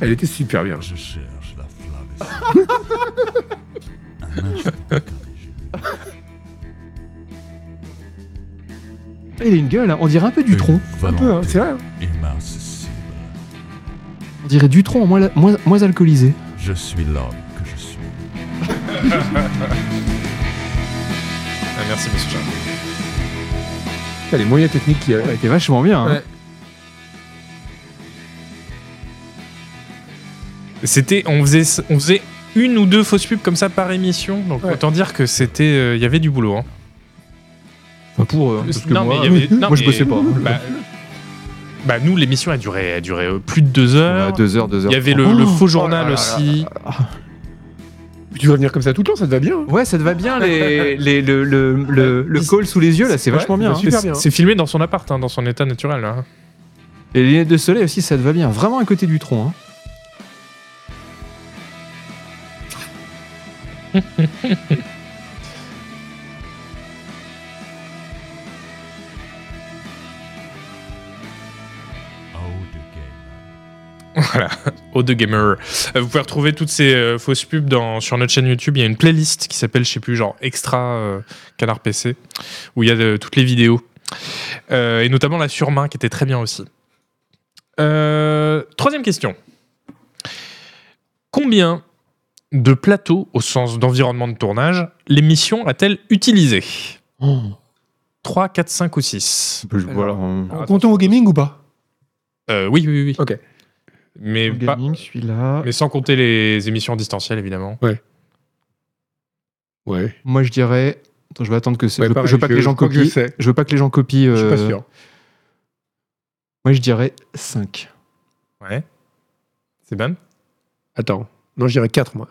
S2: Elle était super bien.
S6: je cherche la flamme. Un instant protégé.
S1: Il a une gueule, hein. on dirait un peu Dutron.
S2: Un peu, hein, c'est vrai. hein.
S6: Immarcessible.
S1: On dirait Dutron, moins, la- moins, moins alcoolisé.
S6: Je suis l'homme que je suis.
S3: Ah, merci Monsieur Chat.
S2: Putain, Les moyens techniques qu'il y a.
S1: Elle était vachement bien. hein.
S2: Ouais.
S3: C'était, on faisait, on faisait une ou deux fausses pubs comme ça par émission, donc
S2: Ouais.
S3: autant dire que c'était, euh, il y avait du boulot. hein.
S1: Pas pour eux, hein, parce que
S3: Euh, Non,
S1: moi,
S3: mais il y avait- non,
S1: moi, je
S3: mais-
S1: bossais pas. hein.
S3: Bah, bah, nous, l'émission a duré, a duré euh, plus de deux
S1: Ouais,
S3: heures.
S1: deux heures, deux heures.
S3: Il y avait le, le
S1: Oh,
S3: faux
S1: oh
S3: journal
S1: là là
S3: aussi.
S2: Tu vas venir comme ça tout le temps, ça te va bien. hein. Bah,
S1: Ouais, ça te va bien, les, les- le, le, le, le call sous les yeux, là, c'est
S2: Ouais,
S1: vachement bien.
S2: bah,
S1: hein.
S2: super bien.
S3: C'est filmé dans son appart, hein, dans son état naturel. hein.
S1: Et les lunettes de soleil aussi, ça te va bien. Vraiment à côté du tronc. hein.
S6: Out again.
S3: Oh de gamer. Euh, vous pouvez retrouver toutes ces euh, fausses pubs dans, sur notre chaîne YouTube. Il y a une playlist qui s'appelle, je sais plus, genre Extra euh, Canard PC, où il y a de- toutes les vidéos. Euh, et notamment la surmain qui était très bien aussi. Euh, troisième question. Combien de plateaux, au sens d'environnement de tournage, l'émission a-t-elle utilisé
S1: Hein.
S3: 3, 4, 5 ou 6
S1: Je- voilà, on-
S2: En comptant au gaming ou pas
S3: Euh, oui, oui, oui.
S2: Ok.
S3: Mais, pas-
S1: gaming, celui-là.
S3: mais sans compter les émissions en distanciel, évidemment.
S2: Ouais.
S1: Moi, je dirais. Attends, je vais attendre que c'est.
S2: Ouais,
S1: je, veux-
S2: pareil,
S1: je veux pas que
S2: je-
S1: les gens
S2: je crois que je
S1: copient.
S2: sais.
S1: veux pas que les gens copient.
S2: Je suis pas
S1: euh,
S2: sûr.
S1: Moi, je dirais 5.
S3: Ouais. C'est bon
S2: Attends. Non, je dirais 4 moi.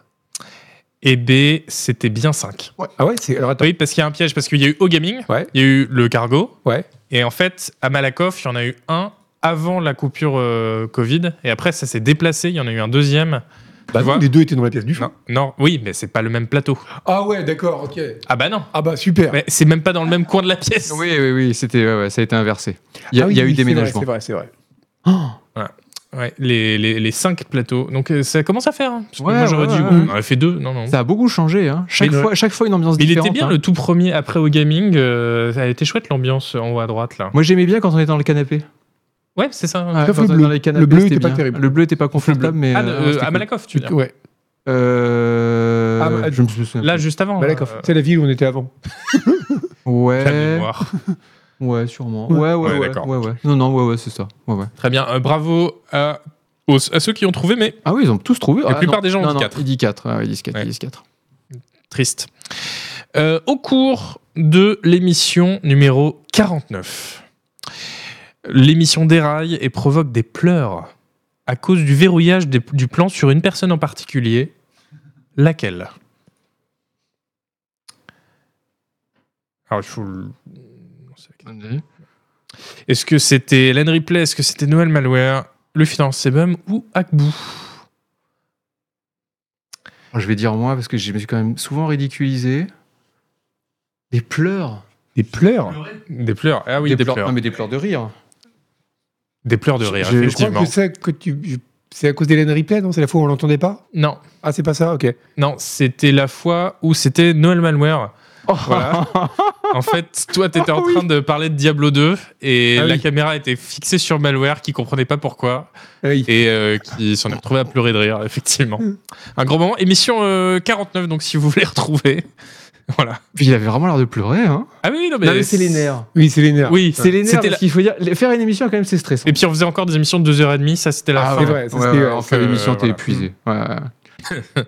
S3: Et B, c'était bien 5.
S2: Ah ouais, c'est. Alors attends.
S3: Oui, parce qu'il y a un piège, parce qu'il y a eu O Gaming,
S2: Ouais.
S3: il y a eu le Cargo,
S2: Ouais.
S3: et en fait, à Malakoff, il y en a eu un avant la coupure euh, Covid, et après, ça s'est déplacé, il y en a eu un deuxième.
S2: Bah,
S3: vois
S2: les deux étaient dans la pièce du fond.
S3: Non, non, oui, mais c'est pas le même plateau.
S2: Ah ouais, d'accord, ok.
S3: Ah bah non,
S2: Ah bah super.
S3: Mais c'est même pas dans le même coin de la pièce.
S1: Oui, oui, oui, c'était, ouais, ouais, ça a été inversé. Il y a,
S2: Ah oui,
S1: il y a eu
S2: oui,
S1: des
S2: c'est vrai,
S1: ménagements.
S2: C'est vrai, c'est vrai.
S1: Oh,
S3: Ouais, les, les, les cinq plateaux. Donc euh, ça commence à faire. hein, parce que
S1: Ouais,
S3: moi j'aurais
S1: ouais,
S3: dit,
S1: ouais,
S3: on
S1: ouais.
S3: avait fait deux. Non, non.
S1: Ça a beaucoup changé. hein. Chaque,
S3: Mais-
S1: fois, chaque fois, une ambiance
S3: Mais il
S1: différente.
S3: était bien
S1: hein.
S3: le tout premier après au gaming. euh, ça a été chouette l'ambiance en haut à droite là.
S1: Moi, j'aimais bien quand on était dans le canapé.
S3: Ouais, c'est ça.
S1: Ouais,
S2: sauf
S1: quand on
S2: le
S1: était
S2: bleu.
S1: dans les canapés,
S2: Le bleu
S1: c'était
S2: était pas
S1: bien.
S2: terrible.
S1: Le bleu était pas confortable, mais.
S3: Ah, de-
S1: Ah, euh,
S3: euh,
S1: c'était
S3: à
S1: cool.
S3: Malakoff, tu veux dire.
S2: Ouais.
S1: Euh,
S2: Ah, bah,
S1: je me souviens.
S3: Là, juste avant.
S2: Bah, d'accord.
S3: euh,
S2: C'est la ville où on était avant.
S3: la
S1: ouais,
S3: mémoire.
S1: ouais, sûrement. Ouais, ouais,
S3: Ouais,
S1: ouais, ouais,
S3: d'accord.
S1: ouais. Non, non, ouais, ouais, c'est ça. Ouais, ouais.
S3: Très bien. Euh, bravo à, aux- à ceux qui ont trouvé, mais
S1: Ah oui, ils ont tous trouvé.
S3: La
S1: ah,
S3: plupart
S1: non.
S3: des gens ont
S1: Non,
S3: dit
S1: non,
S3: quatre.
S1: Ils disent 4. Ah, ouais, ils disent 4.
S3: Ouais.
S1: Ils disent 4.
S3: triste. Euh, au cours de l'émission numéro 49, l'émission déraille et provoque des pleurs à cause du verrouillage des- du plan sur une personne en particulier. Laquelle Alors, il faut le- Est-ce que c'était Hélène Ripley Est-ce que c'était Noël Malware Le Finance Sebum ou Akbou
S1: Je vais dire moi parce que je me suis quand même souvent ridiculisé. Des pleurs.
S2: Des pleurs.
S3: Des pleurs. Ah oui, des, pleurs.
S1: Non, mais des pleurs de rire.
S3: Des pleurs de rire,
S1: Je- je
S2: Je crois
S3: effectivement.
S2: que c'est à que tu- je- c'est à cause d'Hélène Ripley, non C'est la fois où on l'entendait pas
S3: Non,
S2: Ah, c'est pas ça, ok.
S3: non, c'était la fois où c'était Noël Malware.
S2: Oh.
S3: Voilà. en fait, toi, t'étais en train de parler de Diablo 2 et
S2: Ah
S3: la
S2: oui.
S3: caméra était fixée sur Malware qui comprenait pas pourquoi
S2: Oui.
S3: et euh, qui s'en est retrouvé à pleurer de rire, effectivement. Un grand moment. Émission euh, 49, donc si vous voulez retrouver. Voilà.
S1: Puis il avait vraiment l'air de pleurer. Hein.
S3: Ah oui, non, mais.
S2: Oui, c'est les nerfs.
S3: Oui,
S1: C'est les nerfs.
S3: C'était
S1: Parce
S3: la-
S1: qu'il faut dire, faire une émission quand même, c'est stressant.
S3: Et puis on faisait encore des émissions de 2h30, ça c'était la
S2: Ah,
S3: fin.
S2: c'est vrai, ça,
S1: Ouais,
S2: c'était-
S1: ouais, en fin
S3: euh,
S1: d'émission, t'es
S3: voilà.
S1: épuisé. Ouais, ouais.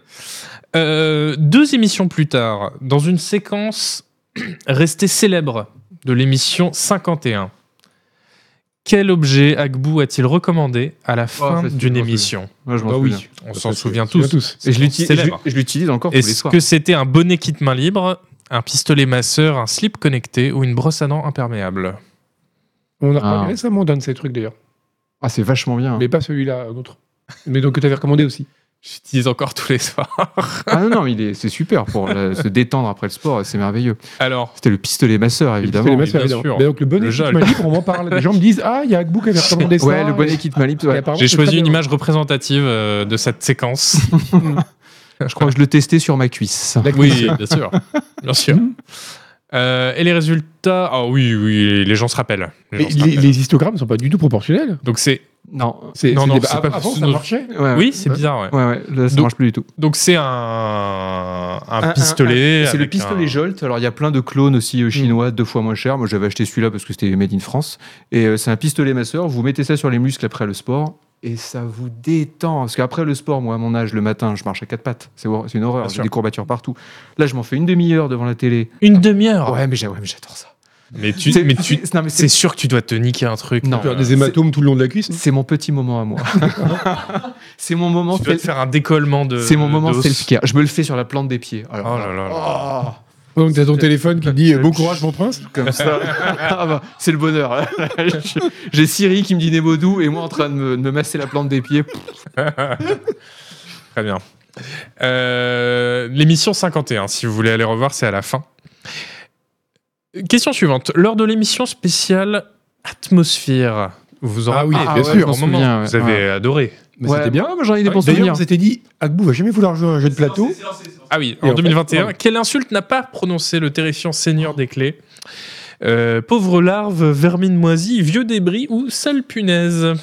S3: Euh, deux émissions plus tard, dans une séquence restée célèbre de l'émission 51, quel objet Agbou a-t-il recommandé à la
S1: ça,
S3: fin
S1: c'est
S3: d'une
S1: bon, c'est
S3: émission
S1: Ouais, je m'en
S2: Bah
S1: souviens.
S2: oui.
S3: On
S2: Ça,
S3: s'en
S2: ça,
S3: souvient
S2: c'est-
S3: tous.
S2: tous.
S1: Et je
S3: Séquence
S1: l'utilise- je
S3: célèbre.
S1: l'utilise encore tous les
S3: Est-ce
S1: soirs.
S3: que c'était un bonnet kit main libre un pistolet masseur, un slip connecté ou une brosse à dents imperméable.
S2: On a
S1: Ah.
S2: parlé récemment d'un de ces trucs d'ailleurs,
S1: Ah, c'est vachement bien.
S2: mais pas celui-là, un autre. Mais donc que t'avais recommandé aussi.
S3: J'utilise encore tous les soirs.
S1: Ah non, non, mais il est- c'est super pour la- se détendre après le sport, c'est merveilleux.
S3: Alors,
S1: C'était le pistolet masseur, évidemment.
S2: Les masses,
S3: bien
S2: évidemment.
S3: sûr.
S2: Mais donc le bon
S3: Le
S2: équipe
S3: gel.
S2: Malib, on m'en parle. Les gens me disent Ah, il y a Agbook qui avait recommandé ça.
S1: Ouais, le bon
S2: Et-
S1: équipe Malip.
S2: et
S1: ouais.
S2: apparemment,
S3: j'ai
S2: c'est
S3: choisi
S2: très
S3: une
S2: bien.
S3: image représentative euh, de cette séquence.
S1: Je crois que je le testais sur ma cuisse.
S3: Oui, bien sûr. Bien sûr.
S1: Mhm.
S3: Euh, et les résultats Ah oui, oui, les gens se rappellent. Les
S2: Mais
S3: gens se
S2: les,
S3: rappellent.
S2: les histogrammes sont pas du tout proportionnels.
S3: Donc c'est
S1: Non.
S2: C'est,
S3: Non,
S2: c'est
S3: non,
S2: des-
S3: c'est
S2: av-
S3: pas-
S2: avant,
S3: c'est
S2: ça
S3: nos-
S2: marchait.
S1: Ouais,
S3: oui, c'est bizarre. ouais.
S1: Ouais, Ah. ouais, là, ça
S3: Donc-
S1: marche plus du tout.
S3: Donc c'est un, un,
S1: un-
S3: pistolet.
S1: C'est le
S3: avec
S1: pistolet
S3: un-
S1: Jolt. Alors, il y a plein de clones aussi euh, chinois, deux fois moins cher. Moi, j'avais acheté celui-là parce que c'était made in France. Et euh, c'est un pistolet masseur. Vous mettez ça sur les muscles après le sport et ça vous détend. Parce qu'après le sport, moi, à mon âge, le matin, je marche à quatre pattes. C'est hor- c'est une horreur.
S3: Bien
S1: J'ai
S3: sûr.
S1: des courbatures partout. Là, je m'en fais une demi-heure devant la télé.
S3: Une demi-heure.
S1: Ouais, mais j'ai- ouais, mais j'adore ça.
S3: Mais Ah. tu,
S1: C'est-
S3: mais tu,
S1: c'est- non, mais c'est-
S3: c'est sûr que tu dois te niquer un truc.
S1: Non.
S2: Tu as
S3: Euh,
S2: des hématomes tout le long de la cuisse.
S1: c'est mon petit moment à moi. c'est mon moment.
S3: tu dois te
S1: self-
S3: faire un décollement de.
S1: C'est mon moment
S3: d'os.
S1: self-care. Je me le fais sur la plante des pieds.
S3: Oh
S1: Alors,
S3: là là là.
S1: oh.
S2: Donc t'as ton téléphone qui te dit euh, Bon courage, mon prince.
S1: comme ça. Ah bah, c'est le bonheur. J'ai Siri qui me dit des mots doux et moi en train de me, de me masser la plante des pieds.
S3: Très bien. Euh, l'émission 51, si vous voulez aller revoir, c'est à la fin. Question suivante. Lors de l'émission spéciale Atmosphère, vous en
S2: Ah oui,
S3: rappelez
S2: bien
S3: au
S2: sûr.
S3: moment,
S1: je me souviens,
S3: vous
S1: ouais.
S3: avez adoré.
S2: Mais Ah, c'était bien.
S1: moi j'en ai des bons
S2: D'ailleurs,
S1: souvenirs.
S2: on s'était dit Agbou va jamais vouloir jouer à un jeu de plateau.
S3: Ah oui,
S2: Et en
S3: en
S2: fait,
S3: 2021.
S2: ouais.
S3: Quelle insulte n'a pas prononcé le terrifiant seigneur des clés Euh, Pauvre larve, vermine moisie, vieux débris ou sale punaise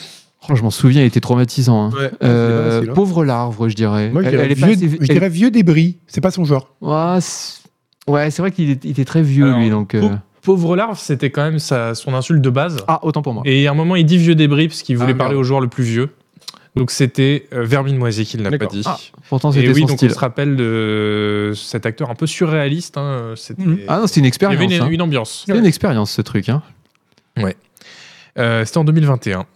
S1: Oh, je m'en souviens, il était traumatisant. hein.
S2: Ouais.
S3: Ah,
S1: Euh,
S2: C'est pas facile, hein.
S1: pauvre larve, je dirais.
S2: Moi, je
S1: Elle-
S2: dirais,
S1: elle est
S2: vieux,
S1: pas-
S2: je
S1: elle-
S2: dirais vieux débris. C'est pas son genre.
S1: Ouais, c'est- Ouais, c'est vrai qu'il est- il était très vieux,
S3: Alors,
S1: lui. Donc, euh,
S3: pou- Pauvre larve, c'était quand même sa- son insulte de base.
S1: Ah, autant pour moi.
S3: Et à un moment, il dit vieux débris parce qu'il voulait
S1: Ah,
S2: merde.
S3: parler au joueur le plus vieux. Donc c'était euh, Vermine Moisier qui ne l'a pas
S2: D'accord.
S3: dit.
S1: Ah, Pourtant,
S3: et
S1: c'était
S3: oui,
S1: son
S3: donc
S1: style.
S3: on se rappelle de cet acteur un peu surréaliste. hein, c'était-
S1: Ah non, c'était une
S3: Il y
S1: expérience.
S3: avait une,
S1: hein.
S3: une ambiance.
S1: C'était une expérience, ce truc. hein.
S3: Euh, c'était en 2021.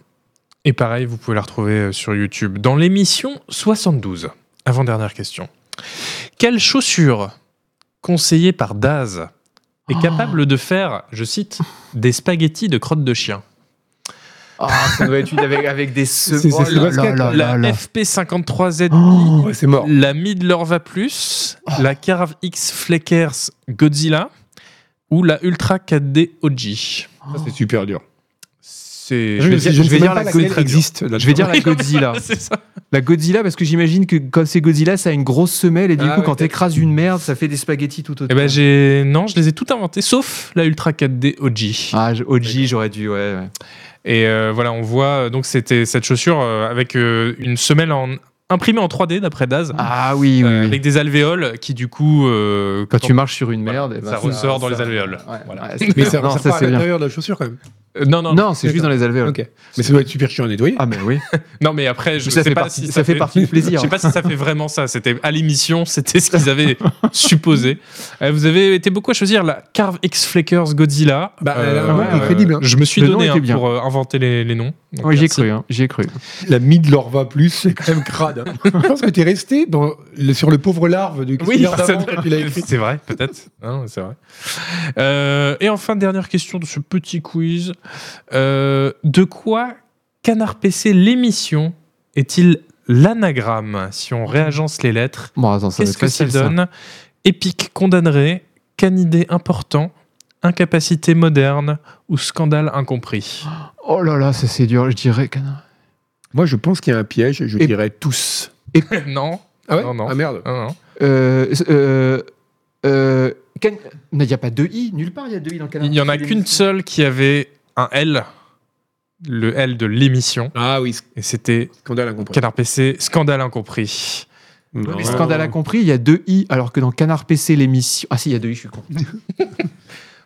S3: Et pareil, vous pouvez la retrouver euh, sur YouTube. Dans l'émission 72, avant-dernière question. Quelle chaussure conseillée par Daz est
S1: Oh.
S3: capable de faire, je cite, des spaghettis de crotte de chien
S1: Ah, ça doit être une avec, avec des
S2: C'est- c'est- c'est
S1: Oh là
S2: basket,
S1: là
S2: là.
S1: là
S3: La
S1: là.
S3: FP53Z
S1: Oh.
S2: Ouais, c'est mort.
S3: La Midlorva Plus, la Carav X Fleckers Godzilla ou la Ultra 4D OG
S2: Ça, C'est super dur.
S3: C'est.
S1: vais dire- je vais dire la
S2: laquelle
S1: Godzilla.
S2: existe. là-dedans.
S1: Je vais dire la Godzilla.
S3: C'est ça.
S1: La Godzilla, parce que j'imagine que comme c'est Godzilla, ça a une grosse semelle et du
S2: Ah
S1: coup,
S2: ouais,
S1: quand
S2: peut-être.
S1: t'écrases une merde, ça fait des spaghettis tout autour.
S3: Eh ben j'ai non, je les ai toutes inventées sauf la Ultra 4D OG.
S1: ah, je- OG, j'aurais dû, ouais. ouais.
S3: Et euh, voilà, on voit euh, donc c'était cette chaussure euh, avec euh, une semelle en imprimée en 3D d'après Daz.
S1: Ah oui, oui,
S3: euh,
S1: oui.
S3: Avec des alvéoles qui du coup euh,
S1: Quand
S3: quand
S1: tu
S3: on-
S1: marches sur une merde, eh ben,
S3: ça ressort dans les alvéoles.
S1: Ouais,
S3: Voilà.
S1: ouais,
S2: Mais ça,
S1: non,
S2: ça,
S1: ça
S2: part à
S1: c'est bien.
S2: l'intérieur de la chaussure quand même.
S3: Euh, non, non, non,
S1: Non, c'est juste dans les alvéoles.
S2: Ok. Mais ça doit être super chiant à nettoyer.
S1: Ah mais oui.
S3: mais après je
S1: ça
S3: sais
S1: fait
S3: pas
S1: partie,
S3: si
S1: ça, fait partie du
S3: Je
S1: plaisir.
S3: sais pas si ça fait vraiment ça. C'était à l'émission, c'était ce qu'ils avaient supposé. Euh, vous avez été beaucoup à choisir la Carve X Flakers Godzilla.
S2: Bah,
S3: Euh,
S2: elle a un nom
S1: ouais,
S2: qui est crédible. hein.
S3: Je me suis
S1: Le nom
S3: donné
S1: était
S3: hein,
S1: bien.
S3: pour euh, inventer les, les noms. Donc,
S1: Oui, j'y ai
S3: merci.
S1: cru, hein, j'y ai cru.
S2: La mid l'orva plus, c'est quand même crade. hein. Je pense que t'es resté dans le- sur le pauvre larve du
S3: Oui,
S2: Christopher
S3: ça-
S2: Davant quand il a écrit.
S3: c'est vrai, peut-être. Non, c'est vrai. Euh, et enfin, dernière question de ce petit quiz. Euh, de quoi Canard PC l'émission est-il l'anagramme si on réagence les lettres
S1: Bon, attends, ça va
S3: Qu'est-ce
S1: être
S3: que ça
S1: facile. Ça.
S3: donne Épique condamnerait, canidé important, incapacité moderne ou scandale incompris
S1: Oh là là, ça c'est dur. Je dirais. que-
S2: Moi, je pense qu'il y a un piège, je
S1: Et-
S2: dirais tous.
S3: Non,
S2: Ah ouais
S3: Non, non.
S2: Ah merde.
S3: non, non.
S1: Euh, euh, euh, can- Non, il n'y a pas de i nulle part. Il y a deux i dans le canard.
S3: Il n'y en a qu'une seule qui avait un L, le L de l'émission,
S2: Ah oui,
S3: et c'était
S2: scandale incompris.
S3: Canard PC, scandale incompris.
S2: Non.
S1: Mais scandale a
S2: Ah,
S1: compris, il y a deux i alors que dans Canard PC l'émission. Ah si, il y a deux i, je suis con.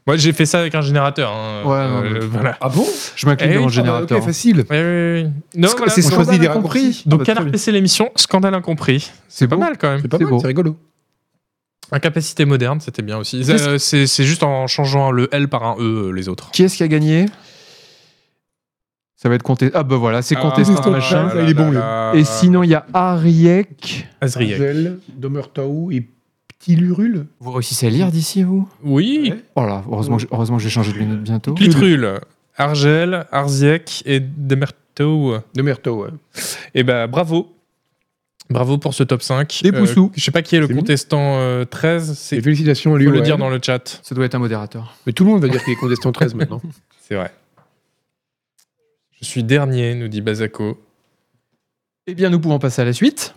S3: Moi j'ai fait ça avec un générateur. hein.
S1: Ouais,
S3: Euh, voilà.
S2: Ah bon
S1: Je m'incline
S3: Eh oui,
S1: devant le
S2: Ah bah,
S1: générateur.
S2: ok, facile.
S3: Oui, oui, oui. Non,
S1: Sc-
S3: voilà.
S1: C'est
S2: on
S1: scandale
S2: choisit des
S1: incompris.
S2: raccourcis.
S1: Ah
S3: Donc
S1: bah, très
S3: Canard
S1: bien.
S3: PC l'émission, scandale incompris.
S1: C'est
S3: Pas
S1: beau.
S3: mal quand même.
S2: C'est pas
S1: C'est beau.
S2: mal, c'est rigolo.
S3: Incapacité moderne, c'était bien aussi.
S1: Qu'est-ce-
S3: Euh, C'est c'est juste en changeant le L par un E, euh, les autres.
S1: Qui est-ce qui a gagné Ça va être contesté. Ah bah voilà, c'est contesté
S2: Ah,
S1: machin.
S2: ça, il est bon,
S1: Et sinon, il y a Ariek.
S3: Azriek.
S2: Gel, Domertau et Petit Lurule
S1: Vous réussissez à lire d'ici, vous
S4: Oui,
S2: Ouais.
S1: Oh là, heureusement, que j'ai- heureusement que j'ai changé de minute bientôt.
S4: Clitrul, Argel, Arziek et Demerto.
S2: de Merto, ouais.
S4: Et bah bravo. Bravo pour ce top 5.
S2: Des poussous.
S4: je sais pas qui est le
S2: C'est
S4: contestant euh, 13, c'est
S2: Et félicitations à lui.
S4: faut le
S2: ouais.
S4: dire dans le chat.
S1: Ça doit être un modérateur.
S2: Mais tout le monde va dire qu'il est contestant 13 maintenant.
S4: C'est vrai. Je suis dernier, nous dit Bazako.
S1: Eh bien, nous pouvons passer à la suite.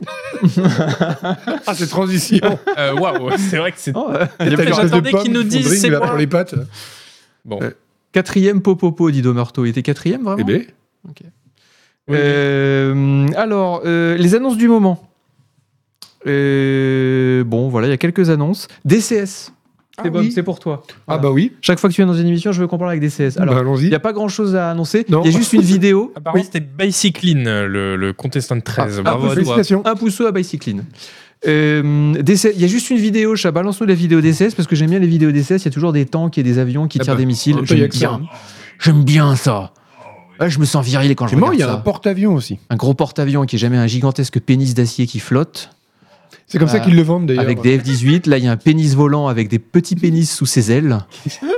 S2: ah, cette transition
S4: Euh, Waouh, c'est vrai que c'est
S1: Oh.
S2: T'as
S4: fait,
S2: une espèce
S4: j'attendais
S2: de pomme
S4: qu'il nous
S2: qui
S4: dise,
S2: fondrait,
S4: c'est Ah
S2: il va
S4: moi.
S2: pour les pattes.
S4: bon.
S1: Euh, Quatrième Popopo, dit Domerto. Il était quatrième, vraiment
S2: Eh bien,
S1: Euh, alors, euh, les annonces du moment. Euh, bon, voilà, il y a quelques annonces. DCS. C'est bon,
S2: oui.
S1: c'est pour toi.
S2: ah
S1: Voilà.
S2: bah oui.
S1: Chaque fois que tu viens dans une émission, je veux qu'on parle avec DCS. Alors,
S2: Bah,
S1: il
S2: allons-y.
S1: n'y a pas grand chose à annoncer. Il
S2: Non.
S1: y a juste une vidéo.
S4: Apparemment, c'était Bicycline, le, le contestant
S1: Ah,
S4: 13. Bravo à toi.
S2: Ah, Félicitations.
S1: Un pouceau à bicycline. Euh, DCS il y a juste une vidéo, chat. Balance-nous la vidéo DCS parce que j'aime bien les vidéos DCS. Il y a toujours des tanks et des avions qui
S2: Ah
S1: tirent
S2: bah,
S1: des missiles.
S2: un peu, il y
S1: J'aime
S2: a que ça.
S1: bien. J'aime bien ça. Ouais, je me sens viril quand je
S2: C'est marrant,
S1: regarde
S2: il y a
S1: ça.
S2: un porte-avions aussi.
S1: un gros porte-avions qui est jamais un gigantesque pénis d'acier qui flotte.
S2: C'est comme ça
S1: Ah,
S2: qu'ils le vendent d'ailleurs. euh,
S1: avec des F-18. Là, il y a un pénis volant avec des petits pénis sous ses ailes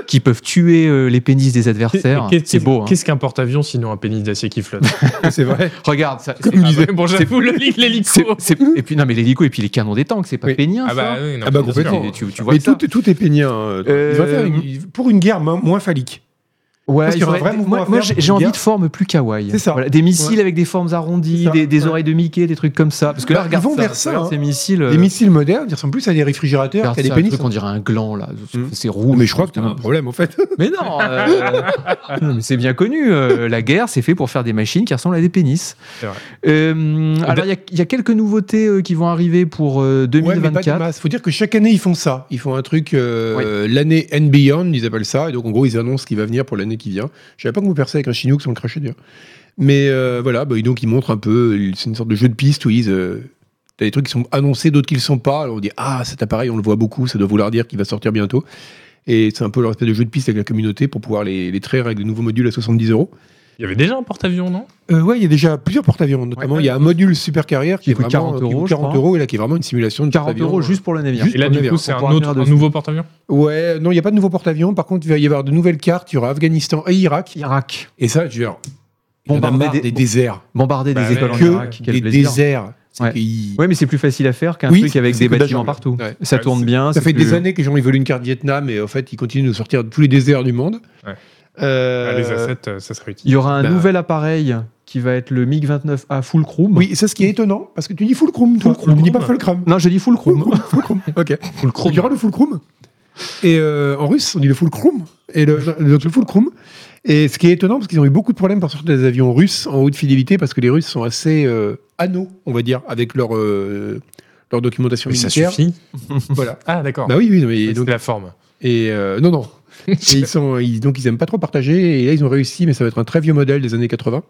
S1: qui peuvent tuer euh, les pénis des adversaires.
S4: Qu'est-
S1: C'est beau. hein.
S4: Qu'est-ce qu'un porte-avions sinon un pénis d'acier qui flotte Ah
S2: C'est vrai.
S1: Regarde, ça,
S2: Comme disait.
S4: Bon, j'avoue, le
S1: c'est-
S4: l'hélico.
S1: c'est- et puis non, mais l'hélico et puis les canons des tanks, c'est pas
S2: Oui.
S1: pénien.
S4: Ah bah,
S1: ça.
S4: oui, non,
S2: Ah bah,
S4: bien sûr.
S2: complètement.
S1: Et tu, tu vois
S2: Mais
S1: ça.
S2: tout, est- tout est pénien. hein.
S1: Euh,
S2: Ils doivent faire une- pour une guerre mo- moins phallique.
S1: Ouais,
S2: pense qu'il y aura
S1: il faudrait-
S2: un vrai mouvement
S1: moi,
S2: à
S1: moi,
S2: faire
S1: j'ai
S2: pour
S1: j'ai
S2: une
S1: envie
S2: guerre.
S1: de forme plus kawaii.
S2: C'est ça.
S1: Voilà, des missiles
S2: Ouais.
S1: avec des formes arrondies,
S2: C'est ça,
S1: des, des
S2: ouais.
S1: oreilles de Mickey, des trucs comme ça. Parce que là,
S2: Bah, ils
S1: regarde
S2: vont
S1: ça,
S2: vers ça,
S1: regarde
S2: hein.
S1: ces missiles. euh,
S2: Les missiles modernes, ils ressemblent plus à des réfrigérateurs
S1: regarde
S2: qu'à des
S1: ça, un
S2: pénis.
S1: truc, on dirait un gland là.
S2: Mm.
S1: C'est rouge.
S2: Mais je crois que t'as un problème en fait.
S1: Mais non, euh, non, mais c'est bien connu. euh, la guerre, c'est fait pour faire des machines qui ressemblent à des pénis.
S4: C'est vrai.
S1: Euh, alors, il y a- il y, a quelques nouveautés euh, qui vont arriver pour euh,
S2: Eh ben- Ouais, mais pas
S1: 2024.
S2: des masses. Faut dire que chaque année, ils font ça. Ils font un truc euh, l'année and beyond, ils appellent ça. Et donc, en gros, ils annoncent ce qui va venir pour l'année qui vient. Je savais pas que vous percez avec un Chinook sans le cracher d'ailleurs. Mais euh, voilà, bah, et donc ils montrent un peu. C'est une sorte de jeu de piste où ils. euh, T'as des trucs qui sont annoncés, d'autres qui le sont pas. Alors on dit ah cet appareil, on le voit beaucoup, ça doit vouloir dire qu'il va sortir bientôt. Et c'est un peu leur espèce de jeu de piste avec la communauté pour pouvoir les, les traire avec de nouveaux modules à 70 euros.
S4: Il y avait déjà un porte-avions, non
S2: Euh, ouais, il y a déjà plusieurs porte-avions. Notamment, il y a un module super carrière qui
S1: Qui
S2: est
S1: coûte
S2: vraiment
S1: 40 euros,
S2: qui coûte
S1: je
S2: 40
S1: crois.
S2: euros et là qui est vraiment une simulation de
S1: 40
S2: porte-avions,
S1: euros
S2: euh,
S1: juste pour le navire.
S2: Juste
S4: Et là,
S2: pour
S4: du
S2: navire,
S4: coup, c'est
S1: pour
S4: un
S1: pouvoir
S4: autre,
S1: venir
S4: un
S1: dessus.
S4: nouveau porte-avions
S2: Ouais, non, il n'y a pas de nouveau porte-avions. Par contre, il va y avoir de nouvelles cartes. Il y aura Afghanistan et Iraq.
S1: Irak.
S2: Et ça, tu dire, on va
S1: Bombarder
S2: des,
S1: des,
S2: des déserts.
S1: bombarder
S4: Bah
S1: des
S4: ouais,
S1: écoles en
S2: que
S1: Irak. Quel
S2: des
S1: plaisir.
S2: déserts. C'est
S1: Ouais.
S2: que ils-
S1: Ouais, mais c'est plus facile à faire qu'un
S2: Oui,
S1: truc avec
S2: c'est
S1: des
S2: que de la
S1: bâtiments
S2: jungle.
S1: partout.
S2: Ouais.
S1: Ça
S4: Ouais,
S1: tourne
S4: c'est-
S1: bien.
S2: Ça
S1: c'est
S2: fait
S1: plus-
S2: des années que les gens ils veulent une carte Vietnam et en fait, ils continuent de nous sortir tous les déserts du monde.
S4: Ouais.
S2: Euh,
S4: Ah, Les assets, euh, ça serait
S1: Il
S4: utile.
S1: y aura un
S2: Bah,
S1: nouvel appareil qui va être le MiG-29A Fulcrum.
S2: Oui, c'est ce qui est étonnant parce que tu dis full chrome, toi.
S4: Full chrome.
S2: Tu dis pas full chrome.
S1: Non, je dis Fulcrum.
S2: Full chrome. Ok.
S4: Full
S2: Il y aura le full chrome. Et euh, en russe, on dit le full chrome. Et le, donc le full chrome. Et ce qui est étonnant, parce qu'ils ont eu beaucoup de problèmes pour sortir des avions russes en haute fidélité, parce que les Russes sont assez euh, anneaux, on va dire, avec leur, euh, leur documentation
S4: Mais ça
S2: militaire.
S4: suffit.
S2: Voilà.
S4: Ah, d'accord.
S2: Bah oui, oui, non, mais
S4: Et
S2: donc,
S4: donc la forme.
S2: et euh, non, non. Et ils sont, ils- donc ils aiment pas trop partager. Et là, ils ont réussi, mais ça va être un très vieux modèle des années 80.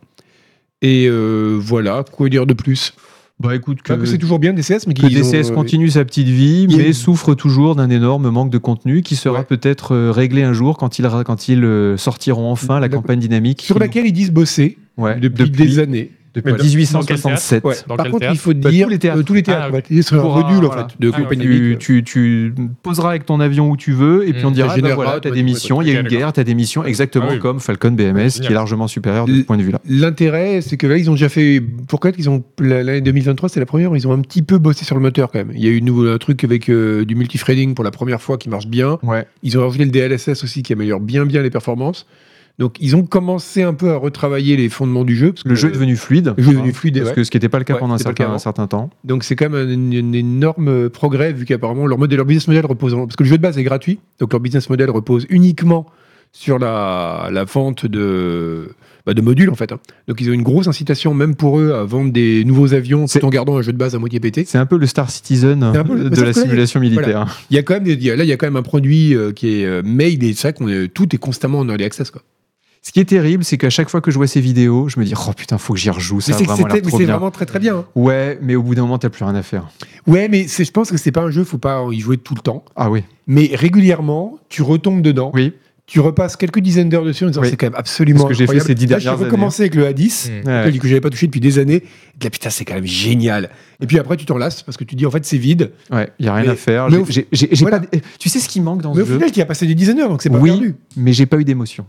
S2: Et euh, voilà, quoi dire de plus
S1: Bah écoute,
S2: Pas que Ah, c'est toujours bien DCS, mais
S1: que
S2: qu'ils ont,
S1: DCS
S2: euh,
S1: continue sa petite vie,
S2: Il y a
S1: mais
S2: une-
S1: souffre toujours d'un énorme manque de contenu qui sera
S2: Ouais.
S1: peut-être euh, réglé un jour quand ils, ra- quand ils euh, sortiront enfin la
S2: D'accord.
S1: campagne dynamique
S2: sur
S1: qui-
S2: laquelle ils disent bosser
S1: ouais,
S2: depuis, des années.
S1: depuis
S4: Mais dans-
S1: 1867.
S2: Ouais.
S4: Dans
S2: Par
S4: quel
S2: contre,
S4: théâtre
S2: il faut
S1: Bah,
S2: dire
S1: tous les théâtres.
S2: euh, tous les théâtres,
S4: Ah,
S2: on va te dire sur un
S1: Pour un-
S2: module en
S1: voilà.
S2: fait, de
S4: Ah,
S2: compagnie.
S1: Tu, tu, tu poseras avec ton avion où tu veux et puis
S4: Mm.
S1: on dira
S2: Ça
S1: ah, bah
S2: générera
S1: voilà, t'as
S2: automatiquement
S1: des
S2: les
S1: missions, il y a
S4: trucs.
S1: une
S4: Ok,
S1: guerre, t'as des missions, exactement
S4: Ah oui.
S1: comme Falcon BMS qui est
S4: Génial.
S1: largement supérieur de ce
S2: L-
S1: point de vue là.
S2: L'intérêt, c'est que là, ils ont déjà fait. Pourquoi qu'ils ont la- l'année 2023, c'est la première. où Ils ont un petit peu bossé sur le moteur quand même. Il y a eu de nouveau- un truc avec euh, du multithreading pour la première fois qui marche bien.
S1: Ouais.
S2: Ils ont rajouté le DLSS aussi qui améliore bien bien les performances. Donc ils ont commencé un peu à retravailler les fondements du jeu. parce
S1: Le
S2: que-
S1: jeu est devenu fluide.
S2: le jeu est devenu
S1: Voilà.
S2: fluide.
S1: Parce
S2: ouais.
S1: que ce qui n'était pas le cas
S2: Ouais,
S1: pendant un
S2: c'était pas le cas
S1: certain, un
S2: avant.
S1: certain temps.
S2: Donc c'est quand même un, un énorme progrès vu qu'apparemment leur modèle, leur business model repose en- parce que le jeu de base est gratuit, donc leur business model repose uniquement sur la, la vente de bah, de modules en fait. hein. Donc ils ont une grosse incitation même pour eux à vendre des nouveaux avions
S1: C'est-
S2: tout en gardant un jeu de base à moitié pété.
S1: C'est un peu le Star Citizen
S2: C'est un peu le-
S1: de
S2: sauf
S1: la
S2: que là,
S1: simulation
S2: voilà.
S1: militaire.
S2: Il y a quand même des- il y a- là il y a quand même un produit euh, qui est euh, made et ça qu'on est- tout est constamment en early access quoi.
S1: Ce qui est terrible, c'est qu'à chaque fois que je vois ces vidéos, je me dis oh putain, faut que j'y rejoue, ça
S2: Mais
S1: a
S2: c'est que
S1: vraiment
S2: c'était-
S1: l'air
S2: mais
S1: trop
S2: c'est
S1: bien.
S2: vraiment très très bien. hein.
S1: Ouais, mais au bout d'un moment, t'as plus rien à faire.
S2: Ouais mais c'est- je pense que c'est pas un jeu faut pas y jouer tout le temps.
S1: Ah oui,
S2: Mais régulièrement tu retombes dedans.
S1: oui.
S2: tu repasses quelques dizaines d'heures dessus en disant
S1: Oui.
S2: c'est quand même absolument.
S1: Ce que j'ai fait
S2: incroyable.
S1: ces dix
S2: Là, j'ai
S1: dernières Mmh.
S2: recommencé avec le A10.
S3: Mm.
S1: Ouais.
S2: que j'avais pas touché depuis des années. Et de là, putain, c'est quand même génial. Et puis après, tu t'en lasses parce que tu dis en fait, c'est vide.
S1: Ouais, il y a rien
S2: Mais-
S1: à faire.
S2: mais
S1: J'ai-
S2: au-
S1: j'ai- j'ai- j'ai
S2: voilà.
S1: pas d- eh, Tu sais ce qui manque dans
S2: Mais
S1: ce
S2: au
S1: jeu
S2: final, tu y as passé des dizaines d'heures, donc c'est pas
S1: Oui.
S2: perdu.
S1: Mais j'ai pas eu d'émotion.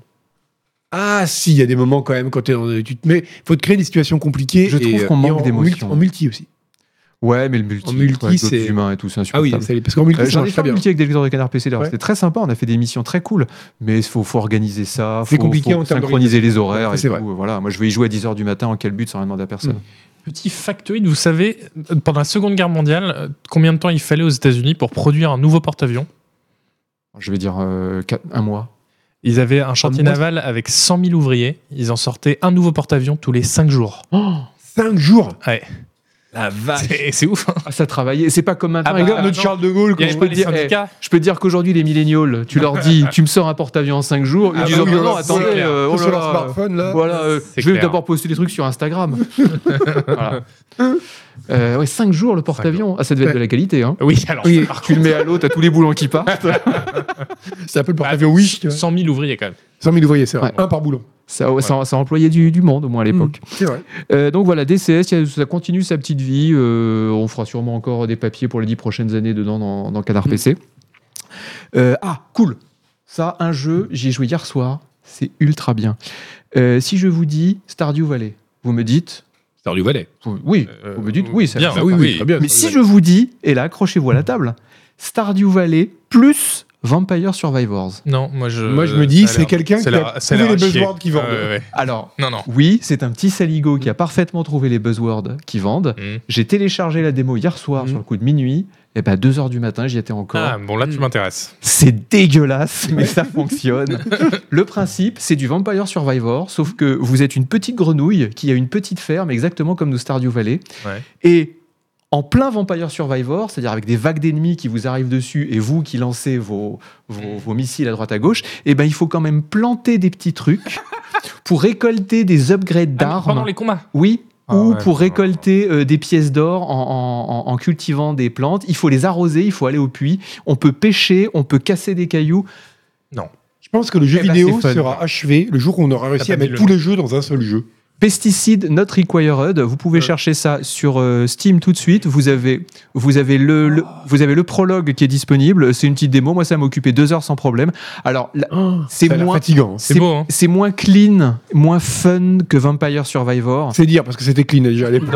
S2: Ah, si, il y a des moments quand même quand t'es dans- tu te mets. faut te créer des situations compliquées.
S1: Je
S2: et,
S1: trouve
S2: euh,
S1: qu'on
S2: et
S1: manque
S2: en- en
S1: d'émotion.
S2: multi- En multi aussi.
S1: Ouais, mais le multi,
S2: En multi,
S1: ouais, avec d'autres
S2: c'est-
S1: humains et tout, c'est
S2: Ah oui,
S1: insupportable.
S2: ça l'est, parce qu'en multi,
S1: Euh,
S2: ça
S1: J'en ai
S2: marche
S1: fait
S2: très
S1: un
S2: bien.
S1: multi avec des lecteurs de canard PC d'ailleurs,
S2: Ouais.
S1: c'était très sympa, on a fait des missions très cool, mais il faut, faut organiser ça,
S2: C'est
S1: faut,
S2: compliqué
S1: faut
S2: en termes
S1: synchroniser les horaires
S2: Ouais,
S1: et
S2: c'est
S1: tout.
S2: vrai.
S1: Voilà. Moi je vais y jouer à 10h du matin en quel but sans rien demander à personne.
S3: Petit factoid, vous savez, euh, pendant la Seconde Guerre mondiale, euh, combien de temps il fallait aux États-Unis pour produire un nouveau porte-avions
S2: Mm.
S1: Je vais dire euh, quatre- un mois.
S3: Ils avaient un chantier naval avec 100 000 ouvriers. Ils en sortaient un nouveau porte-avions tous les 5 jours.
S2: Oh 5 jours.
S3: Ouais.
S2: La vache.
S3: C'est c'est ouf. hein.
S1: Ah, ça travaillait, c'est pas comme maintenant.
S3: Ah bah,
S1: Regarde,
S3: non.
S1: notre
S2: Notre Charles de Gaulle,
S3: Il y
S1: je
S3: avait
S1: peux
S3: pas
S1: te
S3: les
S1: dire, eh,
S3: syndicats.
S1: Je peux te dire qu'aujourd'hui, les millénials, tu leur dis, tu me sors un porte-avions en 5 jours, ils
S2: Ah
S1: disent,
S2: bah
S1: oh
S2: oui,
S1: non,
S2: voilà,
S1: attendez,
S3: c'est clair.
S1: euh,
S2: Tout
S1: oh là
S2: sur leur
S1: là,
S2: smartphone, là.
S1: Voilà, euh,
S3: C'est
S1: je vais
S3: clair.
S1: d'abord poster des trucs sur Instagram. voilà. Euh, ouais, 5 jours le porte-avions. Ah, ça devait être
S2: Ouais.
S1: de la qualité. Hein.
S3: Oui, alors
S2: Oui.
S3: ça, par
S1: Tu le
S3: contre,
S1: mets à l'eau, t'as tous les boulons qui partent.
S2: C'est un peu le porte-avions Wish, tu vois.
S3: 100 000 ouvriers quand même.
S2: 100 000 ouvriers, c'est vrai.
S1: Bah, Ouais.
S2: Un par boulon. Mmh.
S1: Ça, ça, ça employait du, du monde, au moins à l'époque.
S2: C'est vrai.
S1: Euh, donc voilà, DCS, il y a- ça continue sa petite vie. euh, on fera sûrement encore des papiers pour les 10 prochaines années dedans dans, dans Canard PC. Euh, ah, cool Ça, un jeu, j'y ai joué hier soir. C'est ultra bien. Euh, si je vous dis Stardew Valley, vous me dites.
S2: Star du Valais.
S1: Oui,
S4: Euh,
S1: vous me dites bah oui, ça
S4: bien.
S2: Ah oui, oui, très bien.
S1: Mais si je vous dis, et là, accrochez-vous à la table, Stardew Valley plus Vampire Survivors.
S3: Non, moi je.
S2: Moi, je me
S3: ça a
S2: dis, c'est
S3: l'air-
S2: quelqu'un
S3: ça
S2: qui
S3: a
S2: a
S3: l'air- ça a
S2: trouvé
S3: l'air
S2: les
S3: à chier.
S2: buzzwords qui vendent.
S3: Ouais, ouais.
S1: Alors,
S3: Non, non.
S1: oui, c'est un petit saligo qui a parfaitement trouvé les buzzwords qui vendent.
S3: Mm.
S1: J'ai téléchargé la démo hier soir
S4: Mm.
S1: sur le coup de minuit. Et ben, 2 heures du matin, j'y étais encore.
S3: Mhm. Ah, bon, là, tu
S4: Mm.
S3: m'intéresses.
S1: C'est dégueulasse, mais ça fonctionne. Le principe, c'est du Vampire Survivor, sauf que vous êtes une petite grenouille qui a une petite ferme, exactement comme nous Stardew Valley.
S3: Ouais.
S1: Et en plein Vampire Survivor, c'est-à-dire avec des vagues d'ennemis qui vous arrivent dessus et vous qui lancez vos, vos, vos missiles à droite à gauche, eh ben, il faut quand même planter des petits trucs pour récolter des upgrades
S3: Ah, mais
S1: d'armes.
S3: pendant les combats.
S1: Oui.
S3: Ah
S1: ou
S3: ouais,
S1: pour
S3: putain.
S1: récolter euh, des pièces d'or en, en- en- en cultivant des plantes. Il faut les arroser, il faut aller au puits. On peut pêcher, on peut casser des cailloux.
S2: Je pense que le jeu
S1: Eh ben,
S2: vidéo
S1: c'est fun.
S2: sera achevé le jour où on aura réussi
S3: pas
S2: à
S3: dit
S2: mettre
S3: le
S2: tous les jeux dans un seul jeu.
S1: Pesticides not required. Vous pouvez chercher ça sur euh, Steam tout de suite. Vous avez, vous avez le, le- vous avez le prologue qui est disponible. C'est une petite démo. Moi, ça m'a occupé deux heures sans problème. Alors, la- c'est
S2: Oh, Ça a l'air
S1: moins,
S2: fatigant. hein.
S3: C'est beau, hein.
S1: c'est moins clean, moins fun que Vampire Survivor.
S2: C'est dire parce que c'était clean déjà à l'époque.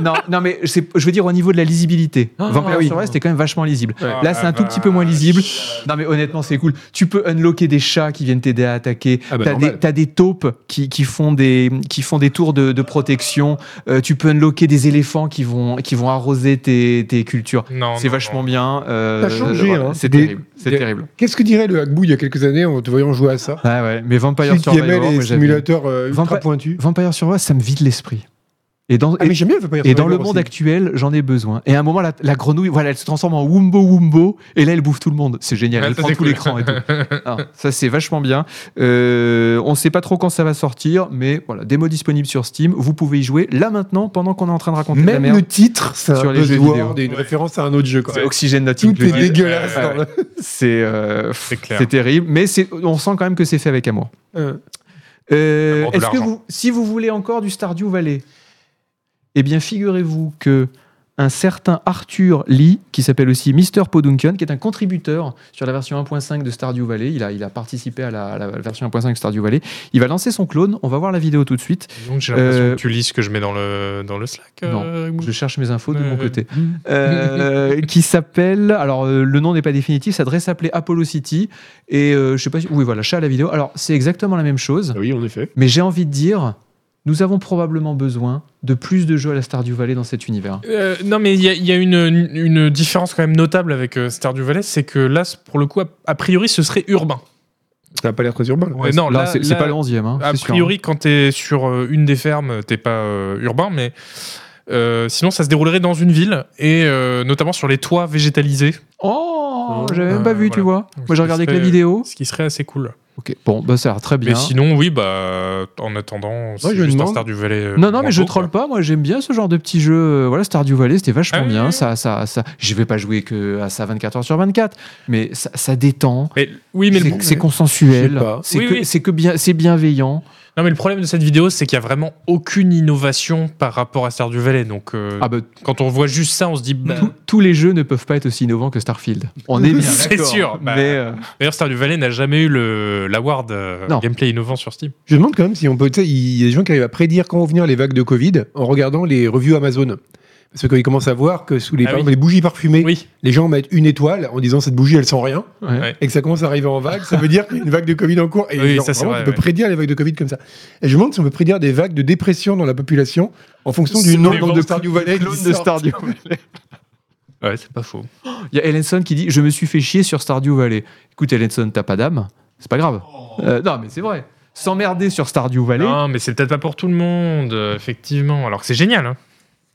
S1: Non, non, non, mais c'est- je veux dire au niveau de la lisibilité. Vampire
S2: ah oui.
S1: Survivor, c'était quand même vachement lisible.
S3: Ah,
S1: Là, c'est un
S3: la
S1: tout petit peu moins
S2: Ah,
S1: lisible. Non, mais honnêtement, c'est cool. Tu peux unlocker des chats qui viennent t'aider à attaquer.
S2: Ah bah,
S1: t'as,
S2: normal.
S1: des, t'as des taupes qui, qui font des, qui font des tours de, de protection. Euh, tu peux unlocker des éléphants qui vont, qui vont arroser tes, tes cultures.
S2: Oh,
S3: Non,
S1: c'est
S3: non,
S1: vachement bien. euh,
S2: T'as changé, hein.
S1: C'est
S2: Des-
S1: terrible. C'est
S2: des-
S1: terrible.
S2: Qu'est-ce que dirait le Hackbou il y a quelques années en te voyant jouer à ça
S1: Ouais, ouais. Mais Vampire
S2: Celui qui aimait
S1: Survivor,
S2: les
S1: moi, j'aime bien.
S2: simulateurs euh, ultra
S1: Vampire-
S2: pointus.
S1: Vampire Survivor, ça me vide l'esprit. Et dans,
S2: Ah,
S1: et-
S2: mais j'aime bien Vampire
S1: et dans le
S2: Survivor
S1: monde
S2: aussi.
S1: actuel, j'en ai besoin. Et à un moment, la, la grenouille, voilà, elle se transforme en Wumbo Wumbo, et là, elle bouffe tout le monde. C'est génial,
S3: Ouais,
S1: elle
S3: ça,
S1: prend
S3: c'est
S1: tout
S3: cool.
S1: l'écran et tout. Ah, ça, c'est vachement bien. Euh, on ne sait pas trop quand ça va sortir, mais voilà, démo disponible sur Steam. Vous pouvez y jouer là maintenant, pendant qu'on est en train de raconter de la
S2: Même
S1: merde.
S2: le titre, c'est
S1: Sur
S2: un
S1: les jeux
S2: buzzword et une
S3: Ouais.
S2: référence à un autre jeu. Quoi.
S1: C'est Oxygène Not
S2: Tout est
S1: Included.
S2: dégueulasse.
S1: Ouais,
S2: dans le-
S1: C'est euh, pff,
S3: C'est clair.
S1: c'est terrible, mais c'est- on sent quand même que c'est fait avec amour.
S2: Euh,
S1: Euh,
S3: Amour de
S1: Est-ce que
S3: l'argent.
S1: vous, si vous voulez encore du Stardew Valley, eh bien figurez-vous que un certain Arthur Lee, qui s'appelle aussi Mr. Poduncan, qui est un contributeur sur la version 1.5 de Stardew Valley, il a, il a participé à la, à la version 1.5 de Stardew Valley, il va lancer son clone, on va voir la vidéo tout de suite,
S3: Donc, j'ai l'impression
S1: Euh,
S3: que tu lis ce que je mets dans le, dans le Slack.
S1: Non,
S3: euh,
S1: je cherche mes infos de mon
S3: Euh,
S1: côté, Euh, qui s'appelle, alors euh, le nom n'est pas définitif, ça devrait s'appeler Apollo City, et euh, je sais pas si, oui voilà, chat à la vidéo, alors c'est exactement la même chose,
S2: Oui, en effet.
S1: Mais j'ai envie de dire, nous avons probablement besoin de plus de jeux à la Star du Valais dans cet univers.
S3: Euh, non, mais il y a, il y a une, une différence quand même notable avec euh, Stardew Valley, c'est que là, c'est- pour le coup, a, a priori, ce serait urbain.
S2: Ça n'a pas l'air très urbain. là.
S3: Euh, non,
S1: là,
S3: là,
S1: c'est c'est
S3: là,
S1: pas le 11e. Hein,
S3: A
S1: c'est sûr,
S3: priori, quand t'es sur euh, une des fermes, t'es pas euh, urbain, mais euh, sinon, ça se déroulerait dans une ville et euh, notamment sur les toits végétalisés,
S1: hein. Oh, j'avais même
S3: Euh,
S1: pas vu, tu
S3: voilà.
S1: vois. Moi, j'ai
S3: ce
S1: regardé que
S3: serait-
S1: la vidéo.
S3: ce qui serait assez cool.
S1: Ok, bon, bah ça a l'air très bien.
S3: Mais sinon, oui, bah, en attendant, c'est
S2: je me
S3: juste un
S2: demande.
S3: Star du Valais. euh,
S1: Non, non, mais je
S3: Branco,
S1: troll
S3: quoi.
S1: pas. Moi, j'aime bien ce genre de petit jeu. Euh, Voilà, Stardew Valley, c'était vachement
S3: Ah oui,
S1: bien.
S3: oui.
S1: Ça, ça, ça. Je vais pas jouer que à ça 24 heures sur 24, mais ça, ça détend.
S3: Mais- oui, mais le,
S1: c'est c'est
S2: Je
S1: consensuel.
S2: sais pas.
S1: C'est
S3: Oui,
S1: que,
S3: oui. Euh,
S1: c'est que bien, c'est bienveillant.
S3: non, mais le problème de cette vidéo, c'est qu'il y a vraiment aucune innovation par rapport à Star du Valais. Donc, euh,
S1: Ah bah,
S3: quand on voit juste ça, on se dit. bah,
S1: tous- tous les jeux ne peuvent pas être aussi innovants que Starfield. On est bien.
S3: C'est
S1: d'accord.
S3: sûr, bah.
S1: Mais euh,
S3: D'ailleurs, Star du Valais n'a jamais eu le- l'award euh,
S1: Non.
S3: gameplay innovant sur Steam.
S2: Je demande quand même si on peut. tu sais, Il y a des gens qui arrivent à prédire quand vont venir les vagues de Covid en regardant les reviews Amazon. Parce qu'ils commencent à voir que sous les,
S3: Ah
S2: par
S3: oui.
S2: exemple, les bougies parfumées,
S3: Oui.
S2: les gens mettent une étoile en disant cette bougie elle sent rien
S1: ouais.
S2: et que ça commence à arriver en vague, ça veut dire qu'il y a une vague de Covid en cours. Et
S3: Oui,
S2: genre,
S3: ça, c'est
S2: vraiment,
S3: vrai,
S2: tu peux
S3: ouais.
S2: prédire les vagues de Covid comme ça. Et je me demande si on peut prédire des vagues de dépression dans la population en fonction du
S3: C'est
S2: nombre
S3: des
S2: de
S3: ventes
S2: Stardew Valley. qui
S1: Clone de
S2: sortent.
S1: Stardew Valley.
S3: Ouais, c'est pas faux.
S1: Il y a Ellenson qui dit Je me suis fait chier sur Stardew Valley. Écoute, Ellenson, t'as pas d'âme. C'est pas grave.
S2: Oh.
S1: Euh, non, mais c'est vrai. S'emmerder sur Stardew Valley.
S3: Non, mais c'est peut-être pas pour tout le monde, euh, effectivement. Alors que c'est génial. hein.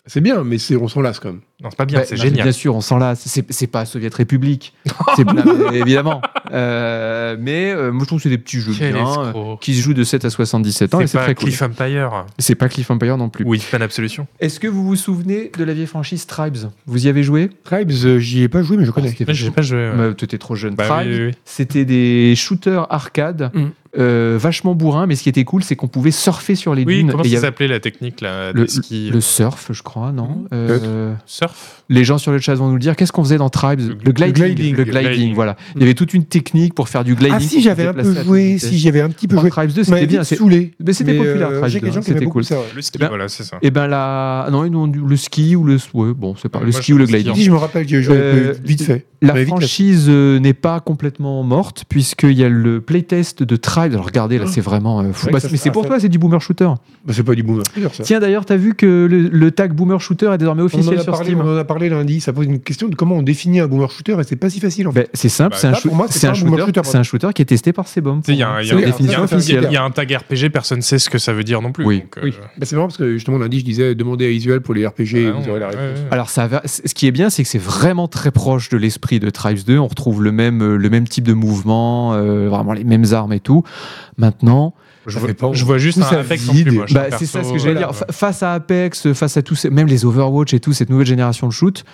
S2: C'est bien, mais c'est- on s'en lasse quand même.
S3: Non, c'est pas bien,
S1: Bah,
S3: c'est
S1: non, mais Bien
S3: génial.
S1: sûr, on s'en lasse. C'est c'est pas Soviet République. C'est- non, mais évidemment. Euh, mais euh, moi, je trouve que c'est des petits jeux
S3: Quel
S1: bien, euh,
S3: escroc.
S1: qui se jouent de 7 à 77 ans et
S3: C'est
S1: c'est
S3: pas
S1: très cool.
S3: Cliff Empire
S1: C'est pas Cliff Empire non plus.
S3: ou Hitman Absolution.
S1: Est-ce que vous vous souvenez de la vieille franchise Tribes Vous y avez joué
S2: Tribes, euh, j'y ai pas joué, mais je connais.
S1: C'était
S3: Là, j'ai pas joué. ouais.
S1: Bah, T'étais trop jeune.
S3: Bah
S1: Tribes,
S3: oui, oui, oui.
S1: c'était des shooters arcade,
S3: Mm.
S1: euh, vachement bourrin, mais ce qui était cool, c'est qu'on pouvait surfer sur les
S3: Oui,
S1: dunes.
S3: comment
S1: et il y
S3: ça Mm.
S1: avait
S3: s'appelait la technique là
S1: le,
S3: des skis,
S1: le surf, je crois, non Euh,
S3: surf
S1: Les gens sur le chat vont nous le dire. Qu'est-ce qu'on faisait dans Tribes le, gliding,
S2: gliding.
S1: Le
S3: Le
S1: gliding,
S3: gliding. Mm.
S1: voilà. Il y avait toute une technique pour faire du gliding.
S2: Ah si, j'avais un peu joué, si j'avais un petit peu joué.
S1: Tribes 2,
S2: Ça m'avait
S1: c'était bien.
S2: vite
S1: c'est-
S2: saoulé.
S1: mais c'était
S2: euh,
S1: populaire, Tribes
S2: j'ai
S1: deux,
S2: des gens
S1: hein,
S2: qui aimaient
S1: c'était
S2: beaucoup
S1: cool.
S2: ça, ouais.
S3: Le ski,
S1: Eh ben-
S3: voilà, c'est ça.
S1: Et ben là, non, ils nous ont dit le ski ou le, ouais, bon, c'est pas
S3: Ouais,
S1: le
S3: moi,
S1: ski
S3: je
S1: ou le
S3: sais
S1: gliding.
S2: Si, je me rappelle, j'ai joué
S1: Euh,
S2: vite fait.
S1: La
S2: Mais vite,
S1: franchise euh, n'est pas complètement morte, puisqu'il y a le playtest de Tribes. Alors regardez,
S2: Oh.
S1: là, c'est vraiment euh, fou.
S2: Ouais,
S1: Bah,
S2: ça,
S1: mais
S2: ça-
S1: c'est pour
S2: ça-
S1: toi, c'est du boomer shooter.
S2: Bah, c'est pas du boomer. ça.
S1: Tiens, d'ailleurs, t'as vu que le, le tag boomer shooter est désormais
S2: On en,
S1: officiel
S2: a
S1: sur
S2: parlé,
S1: Steam
S2: on en a parlé lundi, ça pose une question de comment on définit un boomer shooter et c'est pas si facile en fait.
S1: Ben, c'est simple,
S3: Bah,
S1: c'est un,
S2: ça,
S1: shoot-
S2: pour moi, c'est
S1: c'est
S2: pas
S1: un
S2: un boomer
S1: shooter,
S2: shooter,
S1: c'est un shooter qui est testé par Sebum.
S3: Tu sais, Il y, a un- il y a
S1: C'est
S3: un-
S1: la
S2: un-
S1: définition
S2: c'est un-
S3: il y a-
S1: officielle.
S3: il y a un tag RPG, personne sait ce que ça veut dire non plus.
S1: Oui.
S3: donc, euh,
S2: Oui.
S3: bah
S2: Bah, c'est marrant parce que justement lundi je disais demandez à Isuel pour les RPG,
S3: Ah non,
S2: vous aurez la
S3: ouais,
S2: réponse.
S3: ouais.
S1: Alors ça va. c- Ce qui est bien, c'est que c'est vraiment très proche de l'esprit de Tribes 2. On retrouve le même, euh, le même type de mouvement, euh, vraiment les mêmes armes et tout. Maintenant,
S3: Je
S2: Ça
S3: vois,
S2: fait pas-
S3: je vois juste
S2: Où
S3: un
S2: ça
S3: Apex en
S2: vide.
S3: plus, moi, je
S1: bah,
S3: perso,
S1: c'est ça ce que
S3: euh,
S1: j'allais
S3: voilà,
S1: dire. Fa- Face à Apex, euh, face à tous, ces- même les Overwatch et tout, cette nouvelle génération de shoot.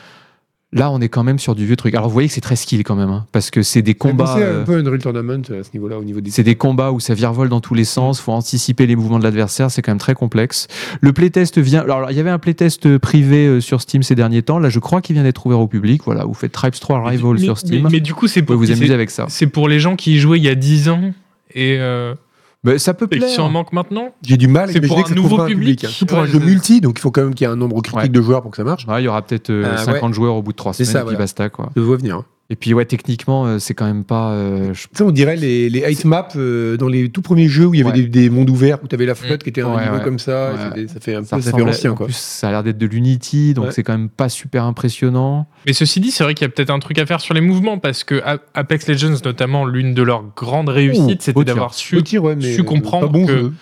S1: Là, on est quand même sur du vieux truc. Alors, vous voyez que c'est très skill quand même, hein, parce que c'est des combats.
S2: C'est
S1: euh,
S2: un peu Unreal Tournament à ce niveau-là au niveau des
S1: C'est des combats où ça virevole dans tous les sens, faut anticiper les mouvements de l'adversaire, c'est quand même très complexe. Le playtest vient. Alors, il y avait un playtest privé euh, sur Steam ces derniers temps, là je crois qu'il vient d'être ouvert au public. Voilà, vous faites Tribes 3
S3: Mais-
S1: Rival
S3: mais-
S1: sur Steam,
S3: Mais, mais du coup, c'est
S1: vous pouvez
S3: pour,
S1: vous
S3: c'est-
S1: amuser avec ça.
S3: c'est pour les gens qui y jouaient il y a 10 ans et, euh,
S1: Mais ça peut
S3: et qui
S1: plaire.
S3: en manquent maintenant.
S2: J'ai du mal à
S3: C'est
S2: imaginer
S3: pour un
S2: que ça
S3: nouveau
S2: trouvera un
S3: public.
S2: public. hein. C'est pour
S3: Ouais,
S2: un jeu
S3: c'est-
S2: multi, donc il faut quand même qu'il y ait un nombre critique
S1: Ouais.
S2: de joueurs pour que ça marche.
S1: Ouais, il y aura peut-être euh,
S2: Euh,
S1: 50 joueurs au bout de 3
S2: C'est
S1: semaines
S2: ça,
S1: qui
S2: voilà.
S1: basta quoi.
S2: Je le vois venir. hein.
S1: Et puis ouais, techniquement, euh, c'est quand même pas. euh, je-
S2: Tu sais, on dirait les, les height maps euh, dans les tout premiers jeux où il y avait
S1: Ouais.
S2: des, des mondes ouverts, où tu avais la flotte qui était un
S1: Ouais,
S2: niveau
S1: ouais.
S2: comme ça. et
S1: Ouais.
S2: c'était- Ça fait un
S1: Ça,
S2: peu ça fait
S1: ressemble à-
S2: ancien
S1: en
S2: quoi.
S1: plus, ça a l'air d'être de l'Unity, donc
S2: Ouais.
S1: c'est quand même pas super impressionnant.
S3: Mais ceci dit, c'est vrai qu'il y a peut-être un truc à faire sur les mouvements parce que A- Apex Legends, notamment, l'une de leurs grandes réussites,
S1: Ouh,
S3: c'était
S1: au tir.
S3: d'avoir su
S2: Au tir, ouais, mais
S3: su
S2: euh,
S3: comprendre
S2: pas bon
S3: que-
S2: jeu.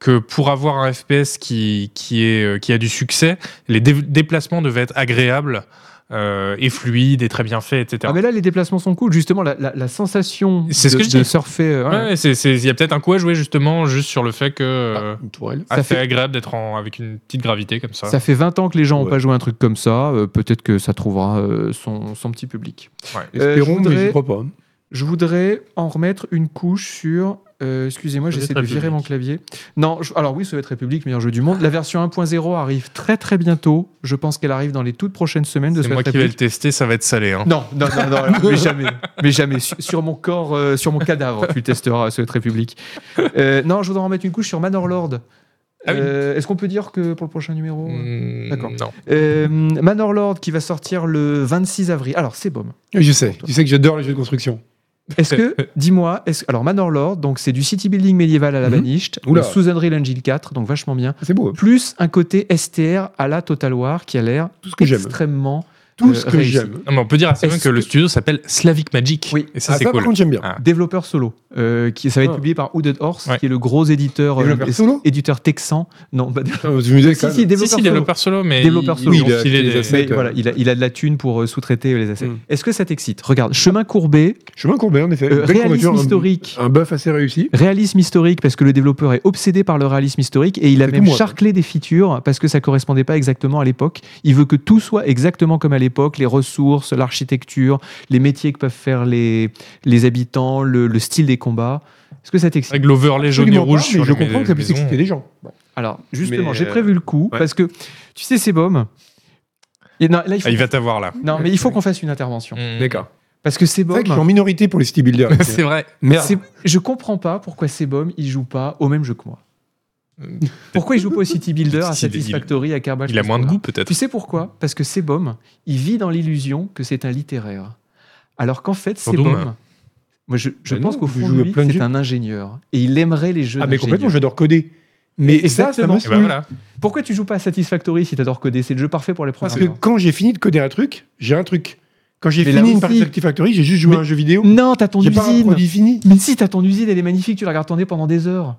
S3: que pour avoir un FPS qui, qui, est, euh, qui a du succès, les dé- déplacements devaient être agréables euh, et fluides et très bien faits, etc.
S1: Ah mais là, les déplacements sont cool. Justement, la, la- la sensation
S3: C'est ce
S1: de,
S3: que je
S1: de
S3: dis.
S1: surfer. euh, ouais.
S3: Ouais, ouais, c'est- c'est- Il y a peut-être un coup à jouer justement juste sur le fait que euh,
S2: Une tourelle.
S1: Ah,
S3: ah,
S1: ça
S3: c'est
S1: fait-
S3: agréable d'être en- avec une petite gravité comme ça.
S1: Ça fait 20 ans que les gens n'ont
S2: Ouais.
S1: pas joué à un truc comme ça. euh, Peut-être que ça trouvera euh, son, son petit public.
S3: Ouais.
S1: Euh,
S2: Espérons,
S1: je voudrais-
S2: mais je crois pas. hein.
S1: Je voudrais en remettre une couche sur. euh, Excusez-moi,
S3: Soviet
S1: j'essaie de virer
S3: République.
S1: mon clavier. Non, je- alors oui, Soviet République, meilleur jeu du monde. La version 1.0 arrive très très bientôt. Je pense qu'elle arrive dans les toutes prochaines semaines de
S3: C'est moi
S1: Soviet
S3: qui vais le
S1: République.
S3: tester, ça va être salé. hein.
S1: Non, non, non, non, alors, mais jamais, mais jamais. Sur, sur mon corps, euh, sur mon cadavre, tu testeras Soviet République. Euh, non, je voudrais en mettre une couche sur Manor Lord.
S3: Ah oui.
S1: Euh, Est-ce qu'on peut dire que pour le prochain numéro
S2: Hmm.
S1: euh,
S3: Mm,
S1: D'accord.
S3: Non.
S1: Euh, Manor Lord qui va sortir le 26 avril. Alors, c'est bon.
S2: Oui, Je sais, tu sais que j'adore les jeux de construction.
S1: Est-ce que, dis-moi, est-ce- alors Manor Lord, donc c'est du city building médiéval à la
S2: Mhm.
S1: Banished,
S2: Oula.
S1: sous Unreal Engine 4, donc vachement bien,
S2: C'est beau. hein.
S1: plus un côté STR à la Total War qui a l'air
S2: Tout ce que j'aime.
S1: extrêmement
S2: Tout
S1: euh,
S2: ce que
S1: réussi.
S2: j'aime.
S3: Non, mais on peut dire à Sylvain
S1: Est-ce
S3: que le
S1: que-
S3: studio s'appelle Slavic Magic.
S1: Oui.
S3: Et ça,
S2: Ah,
S3: c'est
S2: ça, par
S3: cool.
S2: contre, j'aime bien.
S1: Développeur solo, euh, qui, ça va être
S2: Ah.
S1: publié par Hooded Horse,
S3: Ouais.
S1: qui est le gros éditeur, euh,
S2: Développeur solo
S1: éditeur texan. Non, pas
S2: Ah, vous me disiez
S1: si,
S2: ça.
S1: si,
S3: Si,
S1: développeur
S3: si,
S1: solo.
S3: développeur solo, mais.
S1: Développeur
S3: il-
S1: solo.
S3: ils ont
S2: Oui, il a
S3: filé
S2: acheté les
S3: des-
S2: assets.
S1: Mais
S2: D'accord.
S1: voilà, il a, il a de la thune pour euh, sous-traiter euh, les assets.
S2: Mm.
S1: Est-ce que ça t'excite Regarde, chemin courbé,
S2: Chemin courbé, en effet.
S1: euh,
S2: Belle
S1: réalisme
S2: couverture, un-
S1: historique.
S2: Un buff assez réussi.
S1: Réalisme historique parce que le développeur est obsédé par le réalisme historique et il a
S2: C'est
S1: même
S2: comme moi,
S1: charclé des features parce que ça correspondait pas exactement à l'époque. Il veut que tout soit exactement comme à l'époque, les ressources, l'architecture, les métiers que peuvent faire les, les habitants, le, le style des combats. Est-ce que ça t'excite
S3: Avec l'overlay jaune et
S2: Absolument
S3: rouge
S2: pas,
S3: sur
S2: mais je
S3: les
S2: comprends que ça puisse
S3: maisons.
S2: exciter les gens. Bon.
S1: Alors justement,
S3: Mais,
S1: j'ai
S3: euh,
S1: prévu le coup
S3: ouais.
S1: parce que tu sais ces bombes. Et non, là, il faut-
S3: Ah, il va t'avoir là.
S1: non, mais il faut qu'on fasse une intervention
S2: D'accord.
S1: parce que ces
S2: C'est vrai
S1: bombes.
S2: qu'ils sont en minorité pour les city builders. Ah,
S3: C'est vrai.
S1: C'est- Je comprends pas pourquoi Sebum il joue pas au même jeu que moi.
S3: Euh,
S1: Pourquoi il joue pas au City Builder, à
S3: Il- il-
S1: Satisfactory, à Carbage
S3: Il a moins de goût peut-être.
S1: Tu sais pourquoi Parce que Sebum, il vit dans l'illusion que c'est un littéraire. Alors qu'en fait,
S3: Surtout,
S1: Sebum, moi je, je
S2: Mais
S1: pense
S2: non,
S1: qu'au
S2: il
S1: fond
S2: joue
S1: de
S2: à
S1: lui,
S2: plein de
S1: c'est
S2: jeux.
S1: un ingénieur. Et il aimerait les jeux
S2: Ah, mais complètement,
S1: d'ingénieur.
S2: j'adore coder. Mais
S1: Exactement.
S2: exactement.
S3: Et ben voilà.
S1: Pourquoi tu joues pas à Satisfactory si t'adores coder C'est le jeu parfait pour les
S2: Parce
S1: programmeurs.
S2: que quand j'ai fini de coder un truc, j'ai un truc. Quand j'ai
S1: Mais là
S2: fini une
S1: aussi-
S2: partie de Satisfactory, j'ai juste joué
S1: Mais-
S2: à un jeu vidéo.
S1: Non, t'as ton
S2: J'ai pas un
S1: usine
S2: produit fini.
S1: Mais si, t'as ton usine, elle est magnifique, tu la regardes tourner pendant des heures.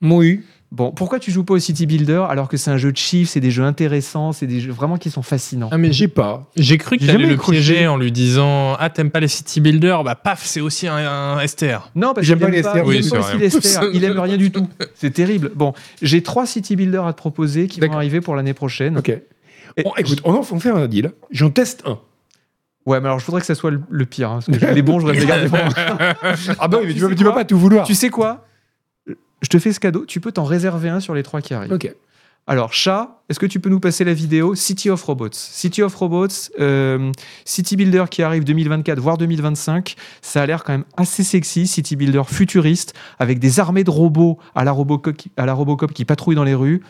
S2: Oui.
S1: Bon, pourquoi tu joues pas au City Builder alors que c'est un jeu de chiffres, c'est des jeux intéressants, c'est des jeux vraiment qui sont fascinants
S2: Ah, mais j'ai pas.
S3: J'ai cru
S2: J'ai
S3: qu'il allait
S2: jamais
S3: le
S2: accroché.
S3: piéger en lui disant Ah, t'aimes pas les city builders Bah, paf, c'est aussi un, un STR.
S1: Non, parce
S2: J'aime
S1: qu'il
S2: pas
S1: aime
S2: les
S1: pas,
S2: STR,
S1: il
S3: oui,
S1: aime
S3: c'est
S1: pas
S3: vrai.
S1: aussi les STR, il aime rien du tout. C'est terrible. Bon, j'ai trois City Builder à te proposer qui vont
S2: D'accord.
S1: arriver pour l'année prochaine.
S2: Ok. Bon, Oh, écoute, on en on fait un deal. J'en teste un.
S1: Ouais, mais alors je voudrais que ça soit le, le pire. hein, parce que les bons, je voudrais les garder pour moi.
S2: Ah, bah oui, mais
S1: tu
S2: tu, vas-
S1: sais
S2: tu vas
S1: quoi
S2: pas tout vouloir.
S1: Tu sais quoi Je te fais ce cadeau, tu peux t'en réserver un sur les trois qui arrivent.
S2: Ok.
S1: Alors, chat, est-ce que tu peux nous passer la vidéo City of Robots City of Robots, euh, City Builder qui arrive 2024, voire 2025. Ça a l'air quand même assez sexy, City Builder futuriste, avec des armées de robots à la Robocop, à la Robocop qui patrouillent dans les rues.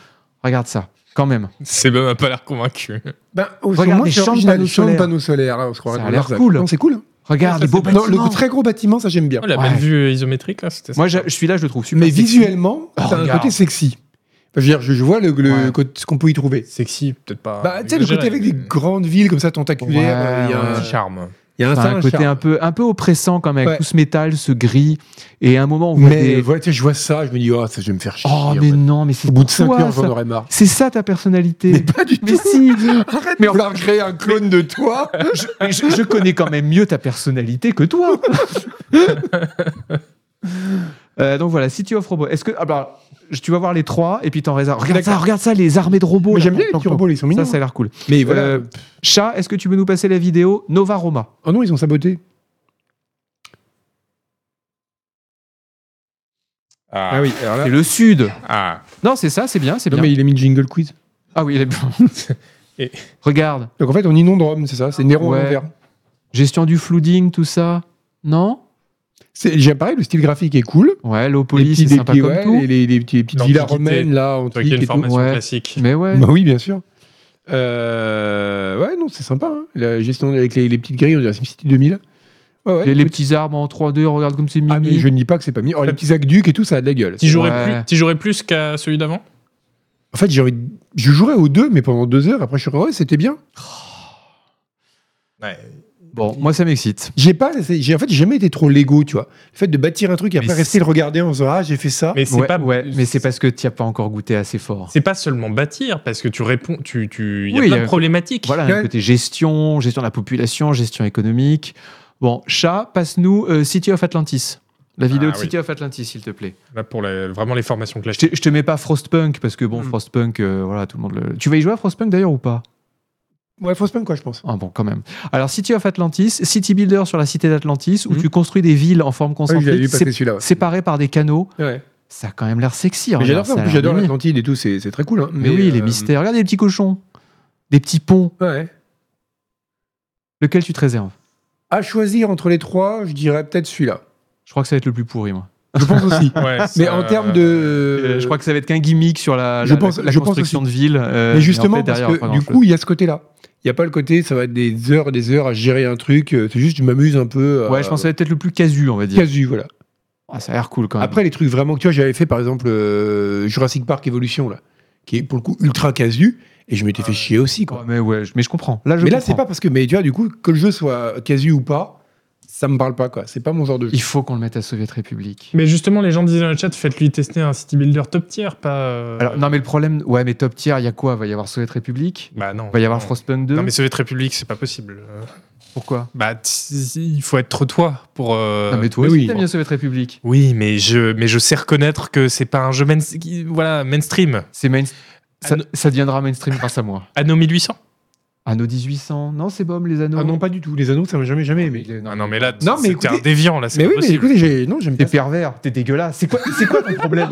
S1: Regarde ça, quand même.
S3: C'est même pas l'air convaincu.
S2: Ben, au
S1: Regarde
S2: moins,
S1: les
S2: c'est
S1: champs de
S2: original,
S1: panneaux
S2: champs de
S1: solaires.
S2: panneaux solaires. là, on se croirait
S1: Ça a
S2: dans
S1: l'air
S2: Larzac.
S1: cool.
S2: Non, c'est cool.
S1: Regarde les beaux
S2: Non,
S1: bâtiments.
S2: le très gros bâtiment, ça j'aime bien.
S3: Oh, la
S1: Ouais.
S3: belle vue isométrique là, c'était
S1: Moi, j'a- je suis là, je le trouve super.
S2: Mais
S1: sexy.
S2: visuellement,
S1: Oh,
S2: c'est un
S1: regarde.
S2: côté sexy. Enfin, je veux dire, je, je vois le, le-
S1: Ouais.
S2: côté- ce qu'on peut y trouver.
S3: sexy, peut-être pas.
S2: Bah, tu sais, le côté
S3: exagéré,
S2: avec
S3: mais-
S2: des grandes villes comme ça tentaculaires,
S1: Ouais,
S2: euh, il y a
S1: ouais.
S2: un-
S3: Un charme.
S2: il y a un,
S1: Enfin,
S2: certain
S1: un côté
S2: charme.
S1: un peu, un peu oppressant quand même, avec
S2: Ouais.
S1: tout ce métal, ce gris. Et à un moment, on voit
S2: Mais
S1: des-
S2: voilà, tu sais, je vois ça, je me dis, oh, ça, je vais me faire chier.
S1: Oh,
S2: en
S1: mais
S2: fait.
S1: non, mais c'est
S2: Au bout de 5
S1: toi,
S2: heures, j'en
S1: ça.
S2: aurais marre.
S1: C'est ça ta personnalité.
S2: Pas du
S1: Mais
S2: tout.
S1: si
S2: Arrête
S1: Mais
S2: de vouloir créer un clone de toi.
S1: Mais je, je connais quand même mieux ta personnalité que toi. Euh, donc voilà, si tu offres robot, est-ce que ah bah, je- tu vas voir les trois et puis t'en réserves. Regarde ça, regarde ça, les armées de robots.
S2: Moi,
S1: là,
S2: j'aime bien
S1: plan,
S2: les
S1: plan,
S2: petits
S1: plan.
S2: robots, ils sont mignons.
S1: Ça, ça a l'air cool.
S2: mais voilà.
S1: Euh, Chat, est-ce que tu veux nous passer la vidéo Nova Roma
S2: Oh non, ils ont saboté.
S3: Ah,
S2: Ah oui, alors là.
S1: C'est le Sud.
S3: Ah.
S1: Non, c'est ça, c'est bien, c'est
S2: Non,
S1: bien.
S2: mais il a mis le jingle quiz.
S1: Ah oui, il est-
S3: Et-
S1: regarde,
S2: Donc en fait, on inonde Rome, c'est ça C'est Néron
S1: Ouais.
S2: à l'envers.
S1: gestion du flooding, tout ça. Non
S2: C'est- J'ai pareil, le style graphique est cool.
S1: Ouais, l'eau
S2: Les
S1: police,
S2: petits,
S1: c'est
S2: des
S1: sympa
S2: petits-
S1: comme
S2: ouais,
S1: tout.
S2: les- les- les petits- les petites villas
S3: L'Antiquité.
S2: romaines, là,
S3: Toi qui as
S2: antiques
S3: une
S2: et tout.
S3: formation
S1: Ouais.
S3: classique.
S1: Mais ouais.
S2: Bah oui, bien sûr. Euh, ouais, non, c'est sympa. hein. La gestion avec les, les petites grilles, on dirait SimCity 2000. Ouais, ouais.
S1: les, les petits arbres en 3D, regarde comme c'est mimi.
S2: Ah, mais je ne dis pas que c'est pas mis. Oh, les petits aqueducs et tout, ça a de la gueule.
S3: T'y jouerais,
S1: Ouais.
S3: plus, t'y jouerais plus qu'à celui d'avant
S2: En fait, j'ai envie de- je jouerais aux deux, mais pendant deux heures. Après, je suis ouais, c'était bien.
S3: Ouais.
S1: Bon, moi ça m'excite.
S2: J'ai pas, c'est- j'ai en fait j'ai jamais été trop Lego, tu vois. Le fait de bâtir un truc et
S3: Mais
S2: après
S3: c'est-
S2: rester le regarder en disant ah j'ai fait ça.
S3: Mais c'est
S1: Ouais,
S3: pas.
S1: ouais, mais c'est parce que tu as pas encore goûté assez fort.
S3: C'est pas seulement bâtir, parce que tu réponds. Tu, tu... Il y a
S1: Oui,
S3: plein
S2: euh,
S1: il y
S3: de
S1: a-
S3: problématiques.
S1: Voilà,
S2: Ouais.
S1: le côté gestion, gestion de la population, gestion économique. Bon, chat, passe-nous euh, City of Atlantis. La vidéo
S3: Ah
S1: de
S3: oui.
S1: City of Atlantis, s'il te plaît.
S3: Là, pour la- vraiment les formations
S1: Je
S3: classiques.
S1: te, je te mets pas Frostpunk, parce que bon,
S3: Mm.
S1: Frostpunk, euh, voilà, tout le monde le... Tu vas y jouer à Frostpunk d'ailleurs ou pas
S2: Ouais, faut se plaindre quoi, je pense.
S1: Ah bon, quand même. Alors, City of Atlantis, City Builder sur la cité d'Atlantis, où
S2: Mm.
S1: tu construis des villes en forme
S2: Ah oui, j'avais vu
S1: concentrique, sé-
S2: passer celui-là. ouais.
S1: séparées par des canaux.
S2: Ouais.
S1: Ça a quand même l'air sexy. hein,
S2: Mais
S1: regarde,
S2: j'adore ça. En
S1: a
S2: plus,
S1: l'air
S2: j'adore
S1: mignon.
S2: l'Atlantide et tout, c'est c'est très cool. hein.
S1: Mais, oui, les
S2: euh,
S1: mystères. Regarde les petits cochons, des petits ponts.
S2: Ouais.
S1: Lequel tu hein. te réserves
S2: À choisir entre les trois, je dirais peut-être celui-là.
S1: Je crois que ça va être le plus pourri, moi.
S2: Je pense aussi.
S3: Ouais,
S2: mais
S3: ça-
S2: en termes de,
S1: Euh, je crois que ça va être qu'un gimmick sur la, la-
S2: Je pense-
S1: la- la
S2: je pense
S1: construction de ville. euh,
S2: mais
S1: en
S2: justement,
S1: fait, derrière,
S2: parce
S1: pas
S2: que du
S1: grand-chose.
S2: coup, il y a ce côté-là. Il n'y a pas le côté, ça va être des heures et des heures à gérer un truc. euh, C'est juste, je m'amuse un peu. euh,
S1: ouais, je pense que ça va être peut-être le plus casu, on va dire.
S2: Casu, voilà.
S1: Ah, ça a l'air cool quand même.
S2: Après, les trucs vraiment que tu vois, j'avais fait par exemple euh, Jurassic Park Evolution, là, qui est pour le coup ultra casu. Et je m'étais fait chier aussi, quoi.
S1: Ah Ouais, mais ouais, je- mais je comprends. Là, je
S2: mais là,
S1: comprends.
S2: c'est pas parce que. Mais tu vois, du coup, que le jeu soit casu ou pas, ça me parle pas, quoi. C'est pas mon genre de jeu.
S1: Il faut qu'on le mette à Soviet République.
S3: Mais justement, les gens disaient dans le chat, faites-lui tester un city builder top tier, pas. euh,
S1: Alors, non, mais le problème, ouais, mais top tier, il y a quoi Il va y avoir Soviet République
S3: bah non.
S1: Il va y avoir
S3: non.
S1: Frostpunk 2
S3: Non, mais Soviet République, c'est pas possible. Euh,
S1: Pourquoi
S3: Bah, t- il faut être toi pour. euh,
S1: Non, mais toi
S2: mais
S1: aussi,
S2: oui.
S1: t'aimes bien Soviet République.
S3: Oui, mais je, mais je sais reconnaître que c'est pas un jeu main, qui- voilà, mainstream.
S1: C'est main- Ça,
S3: Anno-
S1: ça deviendra mainstream grâce à moi.
S3: Anno 1800.
S1: Anneaux 1800, non, c'est bom, les anneaux.
S2: Ah non, pas du tout. Les anneaux, ça m'a jamais, jamais aimé.
S1: Il est-
S3: Non,
S1: non,
S3: Ah non, mais là,
S2: Non, mais
S3: c'était
S2: écoutez-
S3: un déviant, là, c'est
S2: Mais
S3: pas
S2: oui, mais
S3: possible.
S2: écoutez, j'ai- non, j'aime
S1: T'es
S2: pas.
S1: pervers, t'es dégueulasse. C'est quoi, c'est quoi ton problème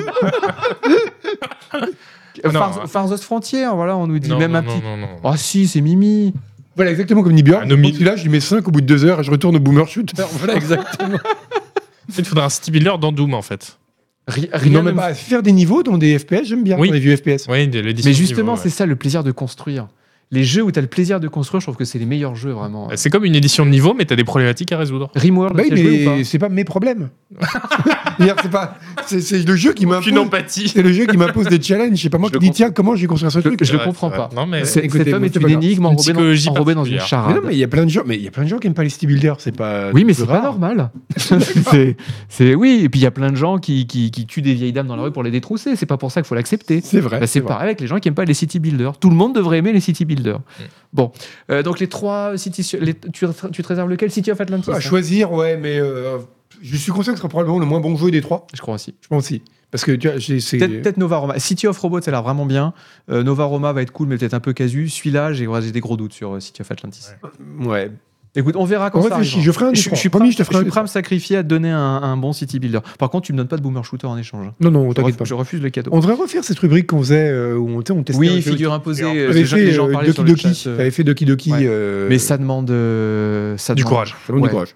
S3: Non,
S1: Farz-
S3: hein.
S1: Euh, Farzos Frontières, voilà, on nous dit
S3: Non,
S1: même
S3: non,
S1: un
S3: non,
S1: petit.
S3: non, non.
S1: Ah si, c'est Mimi.
S2: Voilà, exactement comme Nibior.
S3: Un homi-
S2: Celui-là, je lui mets 5 au bout de 2 heures et je retourne au boomer shooter. Voilà, exactement.
S3: En fait, il faudrait un city builder dans Doom, en fait.
S1: Ri-
S2: non,
S1: rien ne
S2: mais pas faire des niveaux dans des FPS, j'aime bien.
S3: Oui.
S2: Dans les vieux FPS.
S3: Oui, le- le dispositif,
S1: Mais justement,
S3: ouais.
S1: c'est ça le plaisir de construire. Les jeux où t'as le plaisir de construire, je trouve que c'est les meilleurs jeux vraiment.
S3: C'est comme une édition de niveau, mais t'as des problématiques à résoudre.
S1: Rimworld,
S2: Bah oui,
S1: t'y as joué ou pas
S2: mais c'est pas mes problèmes. C'est-à-dire, c'est pas. C'est c'est le jeu qui m'impose.
S3: Aucune empathie.
S2: C'est le jeu qui m'impose des challenges. C'est pas moi
S1: Je
S2: qui dis
S1: comprends.
S2: tiens comment je vais construire ce truc. Ah,
S1: je le
S3: Ouais,
S1: comprends
S3: ouais.
S1: pas.
S3: Non, mais.
S1: C'est-
S2: écoutez,
S1: Cet homme
S2: moi,
S1: est
S2: c'est
S1: une
S2: pas grave.
S1: énigme
S3: Une
S1: enrobée dans,
S3: psychologie
S1: enrobée dans une
S3: particulière.
S2: Mais
S1: charade.
S2: non, mais il y a plein de gens. Mais il y a plein de gens qui aiment pas les city builders. C'est pas.
S1: Oui, mais
S2: plus
S1: c'est pas
S2: rare.
S1: normal. c'est, c'est- oui, et puis il y a plein de gens qui, qui, qui tuent des vieilles dames dans la rue pour les détrousser. C'est pas pour ça qu'il faut l'accepter.
S2: C'est vrai.
S1: Bah, c'est
S2: vrai.
S1: pareil avec les gens qui aiment pas les city builders. Tout le monde devrait aimer les city builders.
S2: Mm.
S1: Bon, Euh, donc les trois city, les- tu, tu te réserves lequel City of Atlantis.
S2: À
S1: hein
S2: choisir, ouais, mais euh, je suis conscient que ce sera probablement le moins bon jeu des trois.
S1: je crois aussi.
S2: Je pense aussi. Parce que tu vois, j'ai- c'est.
S1: Peut-être peut-être Nova Roma. City of Robots, ça a l'air vraiment bien. Euh, Nova Roma va être cool, mais peut-être un peu casu. Celui-là, j'ai ouais, j'ai des gros doutes sur euh, City of Atlantis.
S2: Ouais.
S1: Écoute, on verra quand
S2: On
S1: ça
S2: réfléchit.
S1: arrivera.
S2: Je ferai un des
S1: je,
S2: trois.
S1: je suis
S2: Promis,
S1: prêt-
S2: je te ferai
S1: je
S2: un
S1: suis
S2: des
S1: prêt à me sacrifier à te donner un, un bon city builder. Par contre, tu me donnes pas de boomer shooter en échange.
S2: Non, non,
S1: Je,
S2: t'inquiète
S1: ref-
S2: pas.
S1: je refuse le cadeau.
S2: On devrait refaire cette rubrique qu'on faisait euh, où on, tu sais, on testait. un
S1: Oui,
S2: jeu.
S1: figure imposée.
S3: Et en
S1: euh,
S2: T'avais
S1: les gens- les
S2: fait
S1: gens
S2: euh,
S1: parlaient
S2: Doki
S1: sur le
S2: Doki.
S1: chat. euh,
S2: T'avais fait Doki Doki.
S1: Ouais.
S2: euh,
S1: Mais ça demande euh, ça
S3: Du
S1: demande-
S3: courage.
S2: ça demande
S1: ouais.
S2: du courage.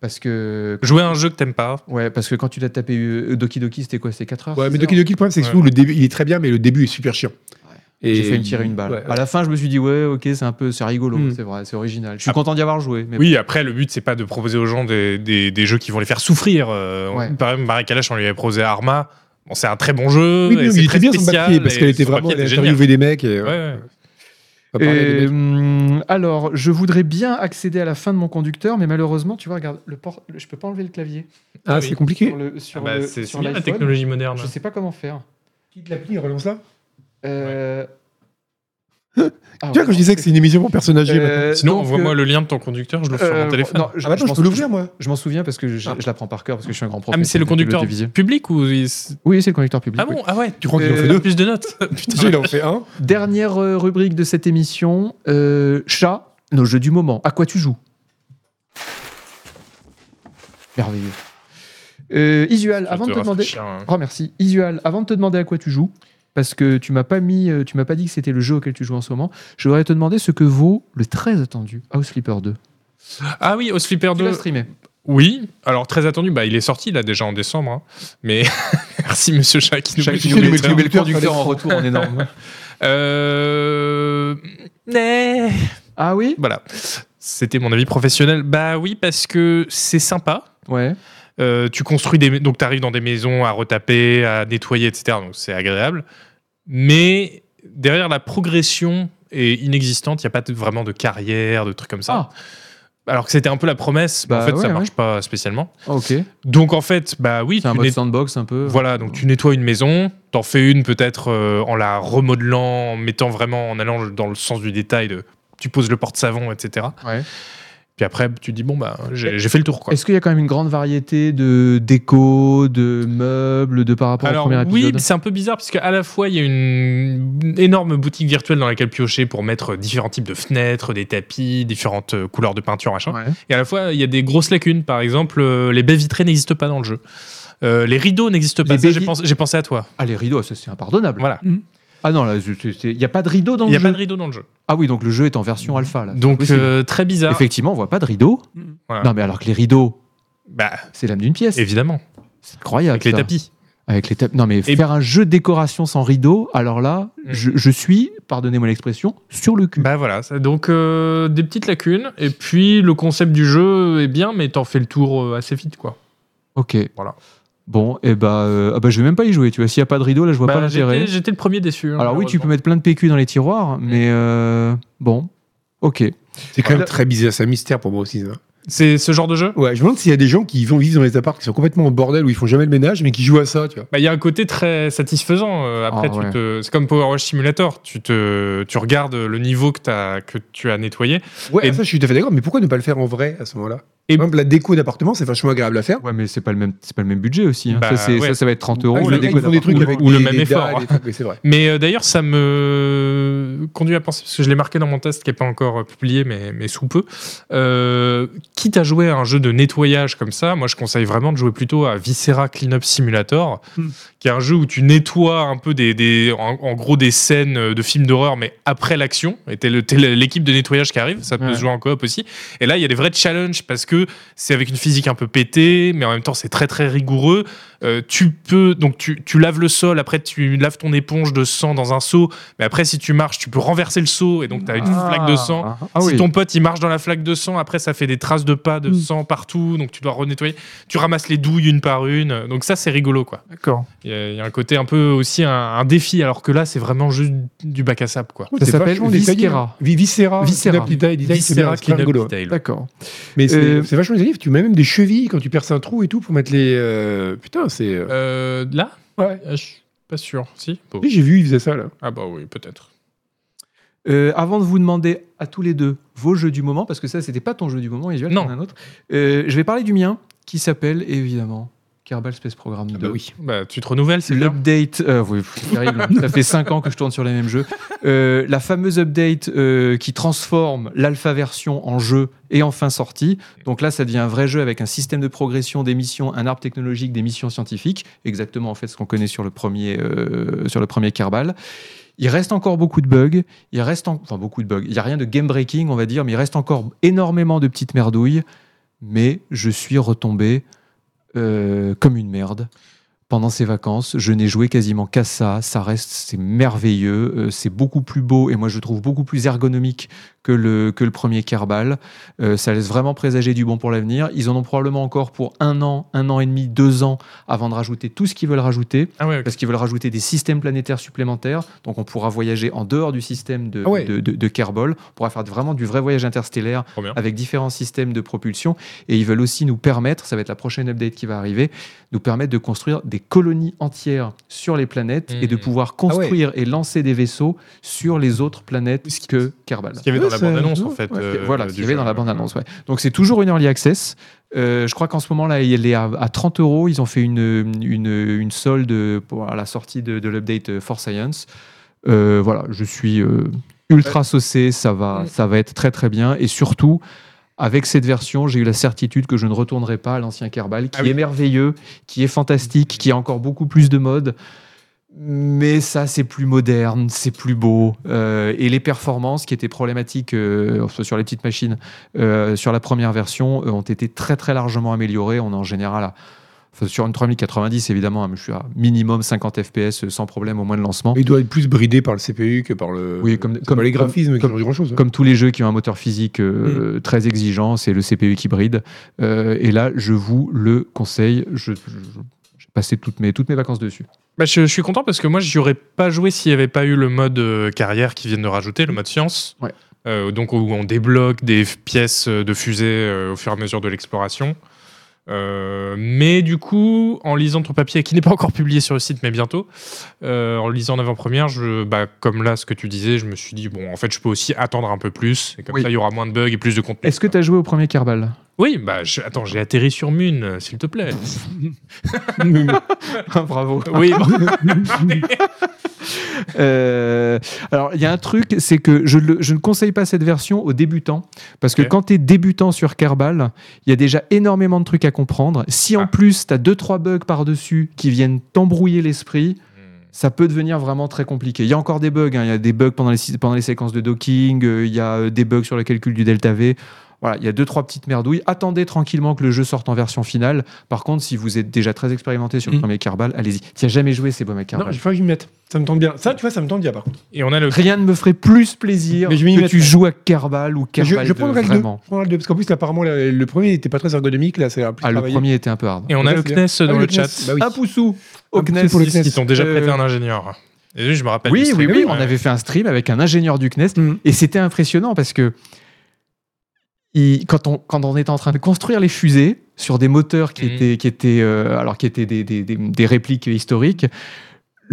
S1: Parce que
S3: Jouer à un jeu que t'aimes pas.
S1: ouais, parce que quand tu l'as tapé euh, Doki Doki, c'était quoi C'était 4 heures
S2: Ouais, mais
S1: six
S2: Doki
S1: heures
S2: Doki, le problème, c'est que
S3: Ouais.
S2: surtout, le début, il est très bien, mais le début est super chiant. Et
S1: J'ai fait me tirer une balle.
S2: Ouais, ouais.
S1: À la fin, je me suis dit ouais, ok, c'est un peu, c'est rigolo,
S2: Hmm.
S1: c'est vrai, c'est original. Je suis
S3: Ah.
S1: content d'y avoir joué. Mais
S3: Oui, après, le but, c'est pas de proposer aux gens des, des- des jeux qui vont les faire souffrir. Euh, on-
S1: Ouais.
S3: Par exemple, Marie Kalash, on lui avait proposé Arma. Bon, c'est un très bon jeu.
S2: Oui,
S3: et
S2: mais
S3: c'est
S2: il
S3: très
S2: était bien son
S3: spécial,
S2: papier, parce
S3: et
S2: qu'elle était
S3: son
S2: vraiment.
S3: papier
S2: Elle
S3: était génial. Ah
S2: interviewait des mecs. Et, euh,
S3: Ouais, ouais.
S2: on va parler
S1: Et,
S2: des mecs.
S1: hum, alors, je voudrais bien accéder à la fin de mon conducteur, mais malheureusement, tu vois, regarde, le port, le- je peux pas enlever le clavier
S2: Ah,
S3: oui.
S2: c'est compliqué.
S1: sur le sur
S3: Ah bah,
S1: le-
S3: c'est
S1: sur
S3: c'est bien la
S1: l'iPhone.
S3: technologie hein. moderne.
S1: Je sais pas comment faire.
S2: Quitte l'appli, relance là.
S1: Euh, ah
S2: Tu vois,
S1: ouais,
S2: quand je disais que c'est une émission pour personnes âgées. maintenant.
S1: Euh,
S3: Sinon,
S1: donc,
S3: envoie-moi le lien de ton conducteur, je l'ouvre sur
S1: euh,
S3: mon téléphone.
S1: non, je,
S2: Ah, bah
S1: je
S2: attends,
S1: Ah.
S2: je peux
S1: m'en-
S2: l'ouvrir, moi.
S1: je m'en souviens parce que je, je la prends par cœur parce que je suis un grand prof.
S3: Ah, mais c'est le conducteur public ou. il-
S1: Oui, c'est le conducteur public.
S3: Ah
S1: oui.
S3: bon Ah ouais
S2: Tu crois qu'il en
S1: Euh,
S2: fait deux
S3: Plus de notes.
S2: Déjà, il en fait un.
S1: Dernière euh, rubrique de cette émission euh, chat, nos jeux du moment. À quoi tu joues Merveilleux. Euh, Isual, avant de te demander. Oh merci. Isual, avant de te demander à quoi tu joues, parce que tu m'as pas mis, euh, tu m'as pas dit que c'était le jeu auquel tu joues en ce moment, je voudrais te demander ce que vaut le très attendu House Flipper 2.
S3: Ah oui, au Sleeper
S1: Tu
S3: 2.
S1: l'as streamé.
S3: Oui, alors très attendu, bah, il est sorti là déjà en décembre. hein. Mais merci Monsieur Chat qui nous
S2: Chat
S3: met
S2: qui
S3: sur
S2: nous
S3: les
S2: met
S3: trains.
S2: sur les-
S1: conducteur en retour en énorme.
S3: Euh... mais-
S1: ah oui
S3: Voilà, c'était mon avis professionnel. Bah oui, parce que c'est sympa.
S1: Ouais.
S3: Euh, tu construis des... Donc tu arrives dans des maisons à retaper, à nettoyer, etc. Donc c'est agréable. Mais derrière la progression est inexistante, il n'y a pas de- vraiment de carrière, de trucs comme ça. Alors que c'était un peu la promesse, mais
S1: Ah. Bah
S3: en fait ça
S1: ouais,
S3: marche pas spécialement.
S1: Ok. C'est
S3: Donc en fait, bah oui,
S1: un
S3: tu
S1: mode
S3: n'es-
S1: sandbox un peu.
S3: Voilà, donc tu nettoies une maison, t'en fais une peut-être euh, en la remodelant, en mettant vraiment, en allant dans le sens du détail de tu poses le porte-savon, etc.
S1: Ouais.
S3: Puis après, tu te dis bon bah j'ai j'ai fait le tour quoi.
S1: Est-ce qu'il y a quand même une grande variété de déco, de meubles, de par rapport au
S3: Alors
S1: premier
S3: oui,
S1: épisode
S3: mais c'est un peu bizarre parce qu'à la fois il y a une une énorme boutique virtuelle dans laquelle piocher pour mettre différents types de fenêtres, des tapis, différentes euh, couleurs de peinture, machin.
S1: Ouais.
S3: Et à la fois il y a des grosses lacunes. Par exemple, euh, les baies vitrées n'existent pas dans le jeu. Euh, les rideaux n'existent pas.
S1: Les
S3: Ça,
S1: baies
S3: J'ai
S1: vi-
S3: pensé, j'ai pensé à toi.
S1: Ah les rideaux, ça c'est impardonnable.
S3: Voilà.
S1: Ah non, là, il n'y a pas de rideau dans
S3: Il
S1: le
S3: n'y a
S1: jeu.
S3: pas de rideau dans le jeu.
S1: Ah oui, donc le jeu est en version alpha. Là.
S3: Donc
S1: Possible.
S3: euh, très bizarre.
S1: effectivement, on voit pas de rideau.
S3: Voilà.
S1: Non mais alors que les rideaux,
S3: Bah,
S1: c'est l'âme d'une pièce.
S3: évidemment,
S1: C'est incroyable.
S3: avec les
S1: ça.
S3: tapis.
S1: Avec les tapis. Non mais
S3: Et-
S1: faire un jeu de décoration sans rideau, alors là,
S3: Mm.
S1: je, je suis, pardonnez-moi l'expression, sur le cul.
S3: Bah voilà, ça- donc euh, des petites lacunes, et puis le concept du jeu est bien, mais t'en fais le tour euh, assez vite, quoi.
S1: ok.
S3: voilà.
S1: Bon, et bah, euh, ah bah je vais même pas y jouer, tu vois. S'il n'y a pas de rideau, là, je vois
S4: Bah,
S1: pas l'intérêt.
S4: j'étais, j'étais le premier déçu. hein,
S1: Alors oui, tu peux
S4: malheureusement.
S1: mettre plein de PQ dans les tiroirs, mais euh, bon, ok.
S2: C'est
S1: Ah,
S2: quand même très bizarre, c'est un mystère pour moi aussi. ça.
S3: C'est ce genre de jeu
S2: Ouais, je me demande s'il y a des gens qui vont vivre dans les apparts qui sont complètement au bordel où ils font jamais le ménage mais qui jouent à ça, tu vois.
S3: Bah, Il y a un côté très satisfaisant. euh, après,
S1: Ah,
S3: tu
S1: ouais.
S3: te... c'est comme Power Wash Simulator. Tu, te... tu regardes le niveau que, t'as- que tu as nettoyé.
S2: Ouais,
S3: Et-
S2: ça je suis tout à fait d'accord, mais pourquoi ne pas le faire en vrai à ce moment-là
S3: Et-
S2: Et même la déco d'appartement, c'est vachement agréable à faire.
S1: Ouais, mais c'est pas le même, c'est pas le même budget aussi. hein. ça,
S3: Bah,
S1: c'est-
S3: ouais.
S1: ça, ça va être 30 euros.
S2: Ah, ils
S1: la
S2: font-
S1: déco
S2: ils font des trucs
S1: d'appartement.
S2: avec
S3: Ou le
S2: des-
S3: même
S2: des
S3: effort,
S2: dalles,
S3: hein.
S2: des trucs, mais c'est vrai.
S3: Mais euh, d'ailleurs, ça me conduit à penser, parce que je l'ai marqué dans mon test qui n'est pas encore euh, publié, mais, mais sous peu. euh, quitte à jouer à un jeu de nettoyage comme ça, moi je conseille vraiment de jouer plutôt à Viscera Cleanup Simulator,
S1: Hmm.
S3: qui est un jeu où tu nettoies un peu des, des- en, en gros des scènes de films d'horreur, mais après l'action. Et t'es le- t'es l'équipe de nettoyage qui arrive, ça peut
S1: Ouais.
S3: se jouer en coop aussi. Et là, il y a des vrais challenges parce que c'est avec une physique un peu pétée, mais en même temps, c'est très très rigoureux. Euh, tu peux donc tu, tu laves le sol, après tu laves ton éponge de sang dans un seau, mais après si tu marches, tu peux renverser le seau et donc tu as une flaque de sang.
S1: Ah, ah
S3: si
S1: oui.
S3: ton pote il marche dans la flaque de sang, après ça fait des traces de pas de
S1: Mm.
S3: sang partout, donc tu dois renettoyer. Tu ramasses les douilles une par une, donc ça c'est rigolo quoi.
S4: D'accord.
S3: Il y, a- il y a un côté un peu aussi un, un défi, alors que là c'est vraiment juste du bac à sable quoi.
S1: Ça
S2: C'est
S1: s'appelle
S2: vachement détaillé,
S1: Viscera.
S2: hein. Vi- Viscera.
S1: Ah, Viscera.
S2: Kidnap Detail, Detail, c'est bien,
S3: Viscera
S2: c'est très
S3: Cleanup
S2: rigolo.
S3: Detail.
S1: D'accord.
S2: Mais c'est
S1: Euh,
S2: c'est vachement détaillé. Tu mets même des chevilles quand tu perces un trou et tout pour mettre les. euh, Putain, c'est. euh,
S3: Euh, là,
S2: Ouais.
S3: Euh, je suis pas sûr. Si Bon.
S2: Oui, J'ai vu, ils faisaient ça là.
S3: Ah bah oui, peut-être.
S1: Euh, avant de vous demander à tous les deux vos jeux du moment, parce que ça, c'était pas ton jeu du moment, Isuel,
S3: Non.
S1: t'en as un autre. euh, je vais parler du mien, qui s'appelle évidemment Kerbal Space Program 2.
S2: oui.
S3: Bah, tu te renouvelles, c'est bien.
S1: L'update, euh, oui, pff, c'est terrible, hein. ça fait 5 ans que je tourne sur les mêmes jeux. Euh, la fameuse update euh, qui transforme l'alpha version en jeu est enfin sortie. Donc là, ça devient un vrai jeu avec un système de progression des missions, un arbre technologique des missions scientifiques, exactement en fait ce qu'on connaît sur le premier, euh, sur le premier Kerbal. Il reste encore beaucoup de bugs, il reste en- enfin beaucoup de bugs, il n'y a rien de game breaking on va dire, mais il reste encore énormément de petites merdouilles, mais je suis retombé euh, comme une merde pendant ces vacances. Je n'ai joué quasiment qu'à ça. Ça reste, c'est merveilleux. euh, c'est beaucoup plus beau et moi je le trouve beaucoup plus ergonomique que le, que le premier Kerbal. Euh, ça laisse vraiment présager du bon pour l'avenir. Ils en ont probablement encore pour un an, un an et demi, deux ans avant de rajouter tout ce qu'ils veulent rajouter
S3: Ah ouais, ok.
S1: parce qu'ils veulent rajouter des systèmes planétaires supplémentaires. Donc on pourra voyager en dehors du système de,
S2: Ah ouais.
S1: de, de- de Kerbal. On pourra faire vraiment du vrai voyage interstellaire
S3: Trop bien.
S1: avec différents systèmes de propulsion. Et ils veulent aussi nous permettre, ça va être la prochaine update qui va arriver, nous permettre de construire des colonies entières sur les planètes et de
S3: Mhm.
S1: pouvoir
S2: ouais.
S1: construire et lancer des vaisseaux sur les autres planètes
S3: Ce qui-
S1: que Kerbal.
S3: Ce qu'il y avait
S2: Ouais,
S3: dans la
S2: ça-
S3: bande-annonce, en
S2: ouais,
S3: fait.
S2: ouais,
S3: euh,
S1: voilà,
S3: du
S1: ce qu'il y avait
S3: jeu.
S1: dans la bande-annonce. ouais. Donc c'est toujours une early access. Euh, je crois qu'en ce moment-là, il est à, à 30 euros. Ils ont fait une, une, une solde pour, à la sortie de, de l'update euh, For Science. Euh, voilà, je suis euh, ultra saucé. Ça va, ça va être très très bien. Et surtout, avec cette version, j'ai eu la certitude que je ne retournerai pas à l'ancien Kerbal, qui
S3: Ah oui.
S1: est merveilleux, qui est fantastique, qui a encore beaucoup plus de modes. Mais ça, c'est plus moderne, c'est plus beau. Euh, et les performances qui étaient problématiques euh, sur les petites machines euh, sur la première version euh, ont été très très largement améliorées. On est en général à- enfin, sur une 3090 évidemment, hein, mais je suis à minimum 50 FPS euh, sans problème au moins de lancement.
S2: Il doit être plus bridé par le CPU que par le.
S1: Oui, comme-
S2: c'est
S1: comme-
S2: pas les
S1: comme-
S2: graphismes
S1: comme-
S2: qui changent grand chose. hein.
S1: Comme tous les jeux qui ont un moteur physique euh, très exigeant, c'est le CPU qui bride. Euh, et là, je vous le conseille. Je- je- J'ai passé toutes mes, toutes mes vacances dessus.
S3: Bah, je, je suis content parce que moi, j'y aurais pas joué s'il n'y avait pas eu le mode euh, carrière qu'ils viennent de rajouter, le mode science.
S1: Ouais.
S3: Euh, donc, où on débloque des f- pièces euh, de fusée euh, au fur et à mesure de l'exploration. Euh, mais du coup, en lisant ton papier, qui n'est pas encore publié sur le site, mais bientôt, euh, en le lisant en avant-première, je, bah, comme là, ce que tu disais, je me suis dit, bon, en fait, je peux aussi attendre un peu plus. Et comme
S1: Oui.
S3: ça, il y aura moins de bugs et plus de contenu.
S1: Est-ce que tu as joué au premier Kerbal
S3: Oui, bah, je- attends, j'ai atterri sur Mune, euh, s'il te plaît.
S1: Ah, Bravo.
S3: oui, bon,
S1: Euh, alors, il y a un truc, c'est que je, le- je ne conseille pas cette version aux débutants. Parce que
S3: Ok.
S1: quand tu es débutant sur Kerbal, il y a déjà énormément de trucs à comprendre. Si en
S3: Ah.
S1: plus, tu as 2-3 bugs par-dessus qui viennent t'embrouiller l'esprit,
S3: Hmm.
S1: ça peut devenir vraiment très compliqué. Il y a encore des bugs. hein. Il y a des bugs pendant les, si- pendant les séquences de docking. euh, il y a euh, des bugs sur le calcul du delta V. Voilà, il y a deux, trois petites merdouilles. Attendez tranquillement que le jeu sorte en version finale. Par contre, si vous êtes déjà très expérimenté sur le
S2: Mm.
S1: premier Carbal, allez-y. Tu as jamais joué, c'est beau, mec
S2: Non, il faut que je m'y mette. Ça me tente bien. Ça, tu vois, ça me tente bien par contre.
S3: Et on a le
S1: Rien ne me ferait plus plaisir
S2: Mais je vais m'y
S1: que
S2: mettre.
S1: tu joues à Carbal ou
S2: Je,
S1: Carbal
S2: je
S1: 2,
S2: prendrai le 2.
S1: vraiment.
S2: Je prendrai le 2. Parce qu'en plus, là, apparemment, le, le premier n'était pas très ergonomique. Là, ça a plus
S1: Ah, le
S2: travaillé.
S1: premier était un peu hard.
S3: et on
S2: Ah,
S3: a
S2: ça,
S3: le
S2: c'est bien.
S3: CNES dans
S2: Ah oui,
S3: le
S2: le
S3: chat.
S2: CNES. Bah oui.
S1: Un poussou au
S2: Un poussou
S1: CNES.
S2: pour le CNES.
S3: Ils t'ont déjà
S1: Euh,
S3: prêté un ingénieur. Et je me rappelle. du
S1: Oui, oui,
S3: stream,
S1: oui,
S3: ouais.
S1: on avait fait un stream avec un ingénieur du CNES
S2: Mm.
S1: et c'était impressionnant parce que il- quand, on, quand on était en train de construire les fusées sur des moteurs qui
S3: Mhm.
S1: étaient, qui étaient, euh, alors qui étaient des, des- des- des répliques historiques,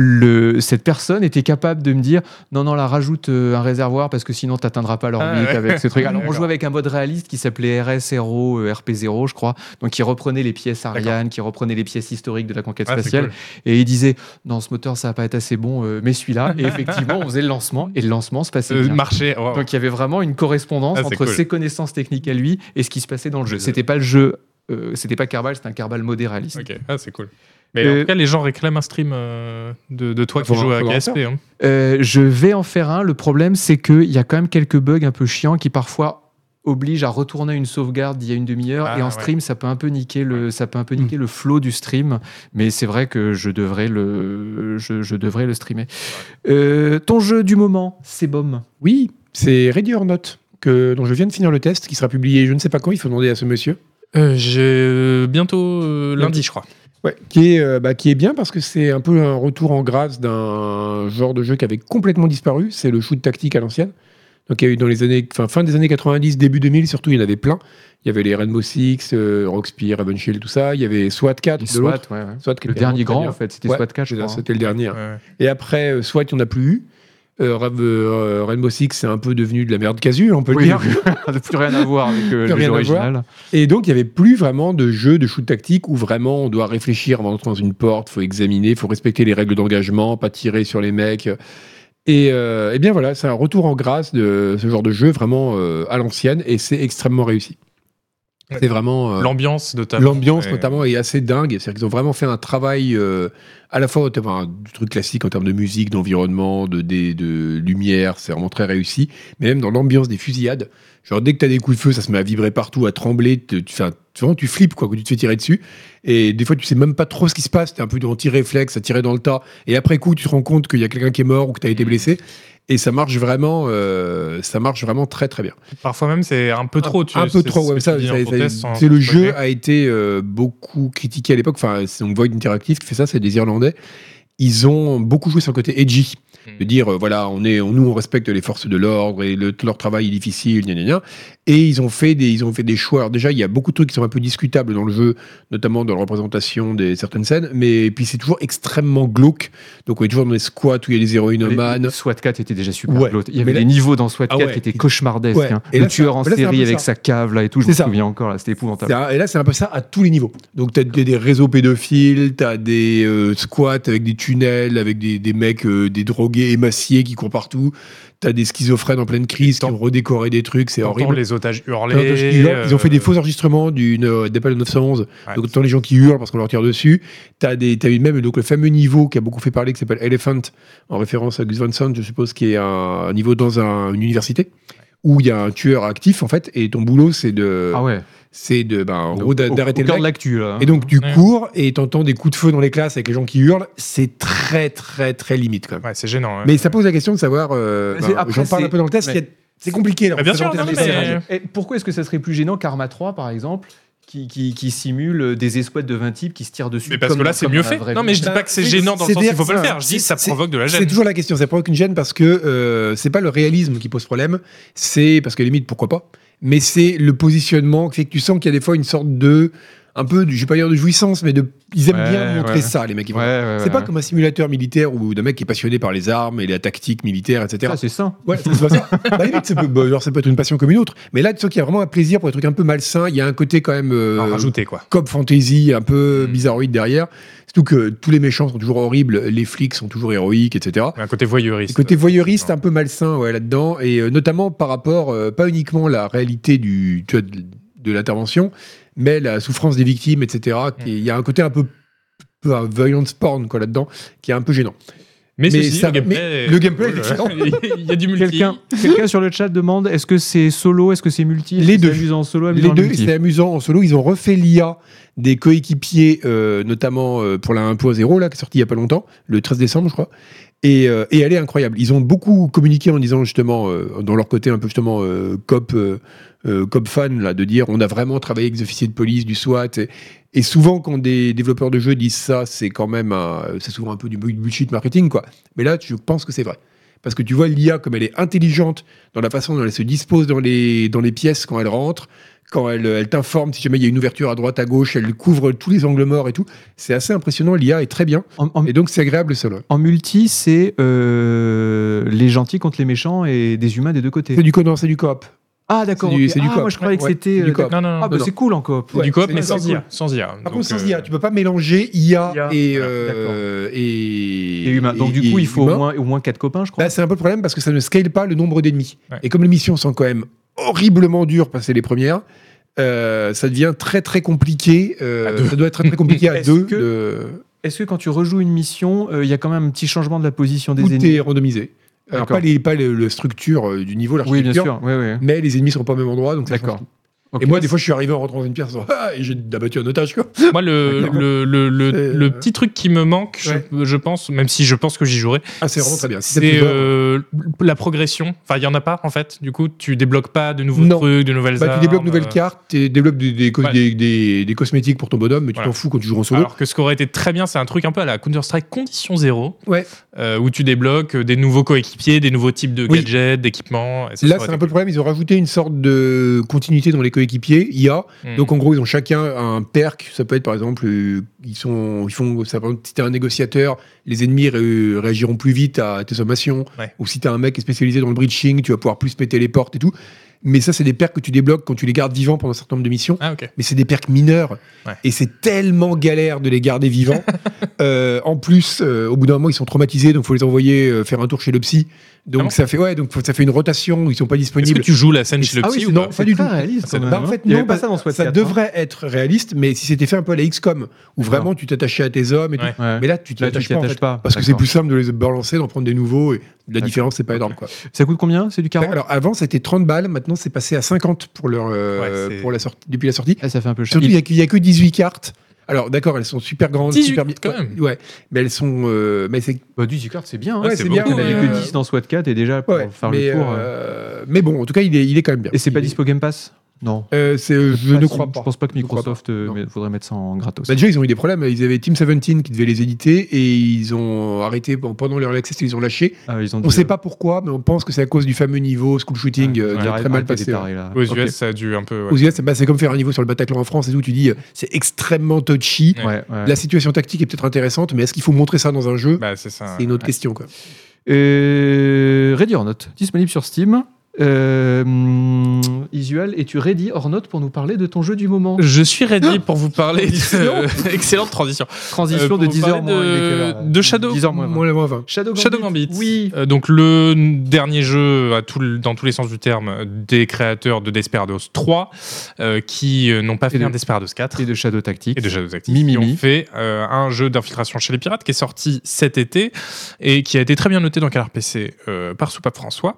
S1: le, cette personne était capable de me dire non, non, là, rajoute euh, un réservoir parce que sinon, tu n'atteindras pas leur
S3: Ah,
S1: orbite
S3: ouais.
S1: avec ce truc. Alors, on
S3: D'accord.
S1: jouait avec un mode réaliste qui s'appelait RS0, euh, RP0, je crois, donc qui reprenait les pièces Ariane, qui reprenait les pièces historiques de la conquête
S3: Ah, c'est
S1: spatiale.
S3: cool.
S1: Et il disait non, ce moteur, ça va pas être assez bon, euh, mais celui-là. Et effectivement, on faisait le lancement et le lancement se passait
S3: Euh,
S1: bien.
S3: marché. wow.
S1: Donc il y avait vraiment une correspondance
S3: Ah, c'est
S1: entre
S3: cool.
S1: ses connaissances techniques à lui et ce qui se passait dans le jeu.
S3: Je-
S1: C'était pas le jeu, euh, c'était pas Carbal, c'était un Carbal modé réaliste.
S3: Ok, ah, c'est cool. Mais
S1: Euh,
S3: en tout cas, les gens réclament un stream euh, de, de toi qui
S2: Faudra-
S3: joues à
S2: faudra
S3: KSP. hein.
S1: Euh, je vais en faire un. Le problème, c'est qu'il y a quand même quelques bugs un peu chiants qui parfois obligent à retourner une sauvegarde d'il y a une demi-heure
S3: Ah,
S1: et en
S3: ouais.
S1: stream ça peut un peu niquer le ça peut un peu niquer
S2: Hmm.
S1: le flow du stream mais c'est vrai que je devrais le je, je devrais le streamer Euh, ton jeu du moment c'est bomb
S2: Oui, c'est Ready or Not, que, dont je viens de finir le test, qui sera publié je ne sais pas quand. Il faut demander à ce monsieur.
S3: Euh, J'ai euh, bientôt euh, lundi, je crois.
S2: Ouais, qui est, euh, bah, qui est bien parce que c'est un peu un retour en grâce d'un genre de jeu qui avait complètement disparu. C'est le shoot tactique à l'ancienne. Donc il y a eu dans les années, enfin, fin des années 90, début 2000 surtout, il y en avait plein. Il y avait les Rainbow Six, euh, Rockspire, Raven Shield, tout ça. Il y avait SWAT 4, de l'autre.
S1: ouais, ouais.
S2: SWAT qui
S1: le
S2: était
S1: dernier
S2: vraiment très
S1: grand
S2: bien.
S1: en fait c'était
S2: Ouais,
S1: SWAT 4 je
S2: C'est
S1: crois
S2: ça,
S1: hein.
S2: C'était le dernier.
S3: Ouais.
S2: Et après, euh, SWAT, il n'y en a plus eu. Euh, Rav- euh, Rainbow Six, c'est un peu devenu de la merde casu, on peut
S1: Oui,
S2: le dire.
S1: plus, plus rien à voir avec euh,
S2: Plus
S1: le
S2: rien
S1: jeu
S2: à
S1: original.
S2: Et donc, il n'y avait plus vraiment de jeu de shoot tactique où vraiment on doit réfléchir avant d'entrer dans une porte, faut examiner, faut respecter les règles d'engagement, pas tirer sur les mecs. Et, euh, eh bien voilà, c'est un retour en grâce de ce genre de jeu vraiment euh, à l'ancienne et c'est extrêmement réussi. C'est vraiment. euh,
S3: L'ambiance de ta.
S2: L'ambiance
S3: Ouais.
S2: notamment est assez dingue, c'est-à-dire qu'ils ont vraiment fait un travail euh, à la fois au terme- enfin, du truc classique en termes de musique, d'environnement, de, des- de lumière, c'est vraiment très réussi, mais même dans l'ambiance des fusillades, genre dès que t'as des coups de feu, ça se met à vibrer partout, à trembler, te- tu, enfin, tu, vraiment, tu flippes quoi, que tu te fais tirer dessus, et des fois tu sais même pas trop ce qui se passe, t'es un peu dans anti-réflexe, à tirer dans le tas, et après coup tu te rends compte qu'il y a quelqu'un qui est mort ou que t'as été blessé, et ça marche vraiment, euh, ça marche vraiment très très bien.
S3: Parfois même, c'est un peu trop. Tu
S2: Un peu
S3: c'est
S2: trop,
S3: ce que
S2: ouais,
S3: tu
S2: ça,
S3: dis
S2: ça-
S3: en
S2: ça-
S3: contest, sans-
S2: c'est
S3: sans
S2: le
S3: spoiler.
S2: jeu a été euh, beaucoup critiqué à l'époque. Enfin, c'est donc Void Interactive qui fait ça, c'est des Irlandais. Ils ont beaucoup joué sur le côté edgy, de
S3: Mm.
S2: dire euh, voilà, on est, on, nous on respecte les forces de l'ordre et le, leur travail est difficile, gna, gna, gna. Et ils ont fait des, ils ont fait des choix. Alors déjà, il y a beaucoup de trucs qui sont un peu discutables dans le jeu, notamment dans la représentation des certaines scènes. Mais puis c'est toujours extrêmement glauque. Donc on est toujours dans les squats où il y a des
S1: Les-
S2: héroïnomanes.
S1: SWAT 4 était déjà super.
S2: Ouais.
S1: glauque. Il y avait
S2: Mais là-
S1: des niveaux dans SWAT
S2: Ah
S1: 4
S2: ouais.
S1: qui étaient cauchemardesques.
S2: Ouais.
S1: hein.
S2: Et
S1: Le
S2: là,
S1: tueur
S2: c'est-
S1: en
S2: là, c'est un
S1: série
S2: peu
S1: avec
S2: ça.
S1: sa cave là et tout, je
S2: C'est
S1: me
S2: ça.
S1: souviens encore là, c'était épouvantable.
S2: C'est un- et là, c'est un peu ça à tous les niveaux. Donc, tu as des, des réseaux pédophiles, tu as des euh, squats avec des tunnels, avec des, des mecs, euh, des drogués émaciés qui courent partout. Tu as des schizophrènes en pleine crise qui ont redécoré des trucs, c'est
S3: T'entends
S2: ah, horrible.
S3: les otages hurler.
S2: Plein de choses qui hurlent. Ils ont fait des
S3: euh,
S2: faux enregistrements d'une euh, d'appel au 911.
S3: ouais.
S2: donc, t'entends les gens qui hurlent parce qu'on leur tire dessus. T'as des, t'as eu même donc le fameux niveau qui a beaucoup fait parler, qui s'appelle Elephant, en référence à Gus Van Sant, je suppose, qui est un, un niveau dans un- une université où il y a un tueur actif en fait, et ton boulot c'est de
S1: Ah ouais.
S2: c'est de ben, en
S1: Au-
S2: gros d'a-
S1: au-
S2: d'arrêter
S1: au
S2: le
S1: cœur de
S2: mec.
S1: l'actu là.
S2: Et donc tu
S3: Ouais.
S2: cours et t'entends des coups de feu dans les classes avec les gens qui hurlent, c'est très très très limite quand même.
S3: Ouais, c'est gênant. hein.
S2: Mais ça pose la question de savoir. euh,
S1: Mais c'est-
S2: ben,
S1: après,
S2: J'en parle
S1: c'est-
S2: un peu dans le test.
S1: Ouais.
S2: il y a- C'est compliqué. Là,
S3: Bah, bien sûr,
S2: représenter
S3: non,
S2: les
S3: mais-
S2: personnages.
S1: Et pourquoi est-ce que ça serait plus gênant qu'Arma 3 par exemple qui, qui, qui simule des escouades de 20 types qui se tirent dessus
S3: Mais parce
S1: comme
S3: que là,
S1: dans-
S3: c'est
S1: comme
S3: mieux
S1: dans la
S3: fait.
S1: vraie
S3: Non,
S1: vie.
S3: mais je dis pas que c'est gênant dans le sens qu'il faut pas le faire. Je dis que ça
S2: C'est-
S3: provoque de la
S2: C'est
S3: gêne.
S2: toujours la question. Ça provoque une gêne parce que euh, c'est pas le réalisme qui pose problème. C'est parce que limite pourquoi pas. Mais c'est le positionnement qui fait que tu sens qu'il y a des fois une sorte de un peu, du- je vais pas dire de jouissance, mais de ils aiment
S1: Ouais,
S2: bien montrer
S1: ouais.
S2: ça les mecs. qui
S1: Ouais,
S2: font ça.
S1: ouais,
S2: C'est
S1: ouais,
S2: pas
S1: ouais.
S2: comme un simulateur militaire où d'un mec qui est passionné par les armes et la tactique militaire, etc.
S1: ça, c'est sain.
S2: Ouais, c'est pas ça. Bah, limite, ça peut, bah, genre, ça peut être une passion comme une autre. Mais là, tu sens qu'il y a vraiment un plaisir pour des trucs un peu malsains. Il y a un côté quand même euh,
S3: En rajouter, quoi.
S2: cop fantasy, un peu
S3: Mm.
S2: bizarroïde derrière. Surtout que tous les méchants sont toujours horribles, les flics sont toujours héroïques, etc.
S3: Un côté
S2: Le
S3: voyeuriste.
S2: côté voyeuriste un peu malsain ouais, là-dedans, et euh, notamment par rapport, euh, pas uniquement la réalité du, tu vois, de, de l'intervention, mais la souffrance des victimes, etc. qui- Il y a un côté un peu, peu un violence porn quoi, là-dedans, qui est un peu gênant.
S3: Mais,
S2: Mais
S3: ceci dit,
S2: ça-
S3: le gameplay,
S2: mais
S3: est
S2: le gameplay est
S3: cool.
S2: excellent.
S3: Il y a du multi.
S1: Quelqu'un quelqu'un sur le chat demande est-ce que c'est solo, est-ce que c'est multi est-ce
S2: Les
S1: que
S2: deux.
S1: c'est amusant en solo,
S2: Les
S1: amusant en
S2: deux,
S1: multi
S2: c'est amusant en solo. Ils ont refait l'IA des coéquipiers, euh, notamment euh, pour la 1.0, là, qui est sortie il n'y a pas longtemps, le 13 décembre, je crois. Et, euh, et elle est incroyable. Ils ont beaucoup communiqué en disant justement, euh, dans leur côté un peu justement euh, cop, euh, euh, cop fan, là, de dire on a vraiment travaillé avec les officiers de police, du SWAT. Et, et souvent, quand des développeurs de jeux disent ça, c'est quand même un- c'est souvent un peu du bullshit marketing, quoi. Mais là, je pense que c'est vrai. Parce que tu vois, l'IA, comme elle est intelligente dans la façon dont elle se dispose dans les, dans les pièces quand elle rentre, quand elle, elle t'informe si jamais il y a une ouverture à droite, à gauche, elle couvre tous les angles morts et tout. C'est assez impressionnant, l'IA est très bien.
S1: En- en-
S2: Et donc c'est agréable seul.
S1: En multi, c'est euh, les gentils contre les méchants et des humains des deux côtés.
S2: C'est du co, non, c'est du coop.
S1: Ah d'accord.
S2: c'est du-
S1: ok.
S2: c'est du
S1: ah,
S2: coop.
S1: moi je croyais que
S2: Ouais,
S1: c'était
S2: c'est du
S1: euh,
S2: coop.
S3: Non, non, non.
S1: Ah bah
S2: non.
S1: c'est cool en coop.
S2: Ouais,
S3: du coop,
S2: c'est-
S3: mais
S2: c'est
S3: sans
S2: cool.
S3: IA. Sans IA.
S2: Par
S3: Donc,
S2: contre, Ah, sans
S3: euh,
S2: IA, tu peux pas mélanger IA,
S4: IA.
S2: et,
S3: Voilà,
S2: euh, et,
S1: Ah, Et humain. Donc
S2: et-
S1: du coup,
S2: et
S1: il faut
S2: humain.
S1: au moins, au moins quatre copains, je crois.
S2: Bah, c'est un peu le problème parce que ça ne scale pas le nombre d'ennemis.
S3: Ouais.
S2: Et comme les missions sont quand même horriblement dures, passer les premières, euh, ça devient très très compliqué. euh,
S3: À deux.
S2: Ça doit être très très compliqué à
S1: Est-ce
S2: deux
S1: que-
S2: de
S1: Est-ce que quand tu rejoues une mission, euh, il y a quand même un petit changement de la position des
S2: tout
S1: ennemis
S2: est randomisé. Alors
S1: D'accord.
S2: pas, les, pas le, le structure euh, du niveau,
S1: Oui, bien
S2: l'architecture,
S1: sûr. Oui, oui.
S2: mais les ennemis sont pas au même endroit, donc ça change
S1: D'accord.
S2: tout.
S1: Ok.
S2: Et moi, des fois, je suis arrivé en rentrant dans une pièce, ah, et j'ai abattu un otage, quoi.
S3: Moi, le,
S2: D'accord.
S3: le, le, le-
S2: C'est,
S3: le
S2: euh,
S3: petit truc qui me manque, je- je, pense, même si je pense que j'y jouerai,
S2: Ah, c'est vraiment très bien. Si ça te
S3: c'est
S2: fait peur,
S3: euh, la progression. Enfin, il n'y en a pas, en fait. Du coup, tu débloques pas de nouveaux
S2: Non.
S3: trucs, de nouvelles
S2: bah, tu développes
S3: armes,
S2: nouvelles
S3: euh,
S2: cartes, tu développes des, des, cos-
S3: Ouais.
S2: des, des- des cosmétiques pour ton bonhomme, mais tu
S3: Voilà.
S2: t'en fous quand tu joues en solo.
S3: Alors que ce qui aurait été très bien, c'est un truc un peu à la Counter-Strike Condition Zéro,
S2: Ouais.
S3: euh, où tu débloques euh, des nouveaux coéquipiers, des nouveaux types de
S2: Oui.
S3: gadgets, d'équipements. et ça, ça
S2: Là,
S3: aurait
S2: c'est
S3: été
S2: un peu le problème. Ils ont rajouté une sorte de continuité dans les coéquipiers, IA.
S3: Hmm.
S2: Donc, en gros, ils ont chacun un perk. Ça peut être, par exemple, euh, ils, sont, ils font. Ça, par exemple, si t'es un négociateur, les ennemis ré- réagiront plus vite à tes sommations.
S3: Ouais.
S2: Ou si t'es un mec qui est spécialisé dans le breaching, tu vas pouvoir plus péter les portes et tout. Mais ça, c'est des perks que tu débloques quand tu les gardes vivants pendant un certain nombre de missions.
S3: Ah, ok.
S2: mais c'est des perks mineurs.
S3: Ouais.
S2: Et c'est tellement galère de les garder vivants. Euh, en plus, euh, au bout d'un moment, ils sont traumatisés, donc faut les envoyer euh, faire un tour chez le psy. Donc
S3: Ah bon
S2: ça fait ouais, donc faut- ça fait une rotation. où Ils sont pas
S3: Est-ce que
S2: disponibles.
S3: tu joues la scène chez le
S2: Ah
S3: psy
S2: oui,
S3: ou
S2: non,
S3: pas
S2: pas du tout.
S1: très réaliste, quand
S2: Bah,
S1: même,
S2: en
S1: hein.
S2: fait,
S1: Il y
S2: non,
S1: avait pas
S2: bah,
S1: ça dans SWAT
S2: ça
S1: 4, hein.
S2: devrait être réaliste, mais si c'était fait un peu à la XCOM, où vraiment tu t'attachais à tes hommes et tout.
S3: Ouais.
S1: Ouais.
S2: Mais là, tu
S1: Là, tu
S2: t'attaches
S1: t'y
S2: pas, en
S1: attaches
S2: fait,
S1: pas.
S2: parce que c'est
S1: D'accord.
S2: plus simple de les balancer, d'en prendre des nouveaux. Et la
S1: D'accord.
S2: différence, c'est pas énorme quoi.
S1: Ça coûte combien C'est du 40
S2: Alors avant, c'était 30 balles, maintenant c'est passé à 50 pour leur euh,
S3: Ouais, c'est-
S2: pour la sortie depuis la sortie.
S1: Ah, Ça fait un peu cher.
S2: Surtout, il n'y a, que- il y a que 18 cartes. Alors, d'accord, elles sont super grandes,
S3: 18
S2: super bien.
S3: quand
S2: ouais,
S3: même.
S2: Ouais, mais elles sont. euh, mais c'est.
S1: Bah, 18 cartes, c'est bien. hein.
S2: ouais,
S3: c'est
S2: c'est bien.
S1: Il n'y
S3: beaucoup,
S1: en
S2: mais, euh,
S1: avait
S3: ouais.
S1: que 10 dans SWAT 4 et déjà pour
S2: ouais,
S1: faire
S2: mais,
S1: le tour. euh.
S2: euh, mais bon, en tout cas, il est, il est quand même bien.
S1: Et c'est pas
S2: Il est-
S1: dispo Game Pass Non.
S2: Euh, c'est- euh, je
S1: Ah,
S2: ne
S1: si,
S2: crois pas.
S1: Je pense pas que
S2: Je crois
S1: Microsoft euh,
S2: Non.
S1: mais- voudrait mettre ça en gratos.
S2: Bah, déjà, ils ont eu des problèmes. Ils avaient Team 17 qui devait les éditer et ils ont arrêté bon, pendant leur access, ils ont lâché.
S1: Ah, ils ont
S2: On ne sait pas pourquoi, mais on pense que c'est à cause du fameux niveau school shooting euh, qui a très mal passé.
S1: hein.
S2: ouais.
S3: Aux US, ça a dû un peu. ouais.
S2: Aux US, c'est bah, c'est comme faire un niveau sur le Bataclan en France et tout. Tu dis, euh, c'est extrêmement touchy.
S1: Ouais, ouais.
S2: La situation tactique est peut-être intéressante, mais est-ce qu'il faut montrer ça dans un jeu
S3: Bah, c'est ça.
S2: C'est une autre question. Quoi.
S1: Euh, Ready or Not, disponible sur Steam. Euh, hum, Isuel, es-tu ready or not pour nous parler de ton jeu du moment
S3: Euh, Je suis
S2: Ah
S3: ready pour vous parler. de-
S1: Transition.
S3: Excellente transition. Euh,
S1: Transition
S3: pour
S1: de
S3: vous
S1: 10h
S3: parler
S1: moins. il est quelle heure, là
S3: de- de Shadow.
S1: 10h moins. vingt.
S2: Moins la moins 20.
S1: Shadow Gambit.
S3: Shadow Gambit.
S1: Oui.
S3: Euh, donc le n- dernier jeu à tout le- dans tous les sens du terme des créateurs de Desperados 3 euh, qui euh, n'ont pas fait
S1: de-
S3: un Desperados 4
S1: Et de Shadow Tactics.
S3: et de Shadow Tactics
S1: Mi, mi,
S3: qui ont
S1: mi.
S3: fait euh, un jeu d'infiltration chez les pirates qui est sorti cet été et qui a été très bien noté dans Canard PC euh, par Soupape François.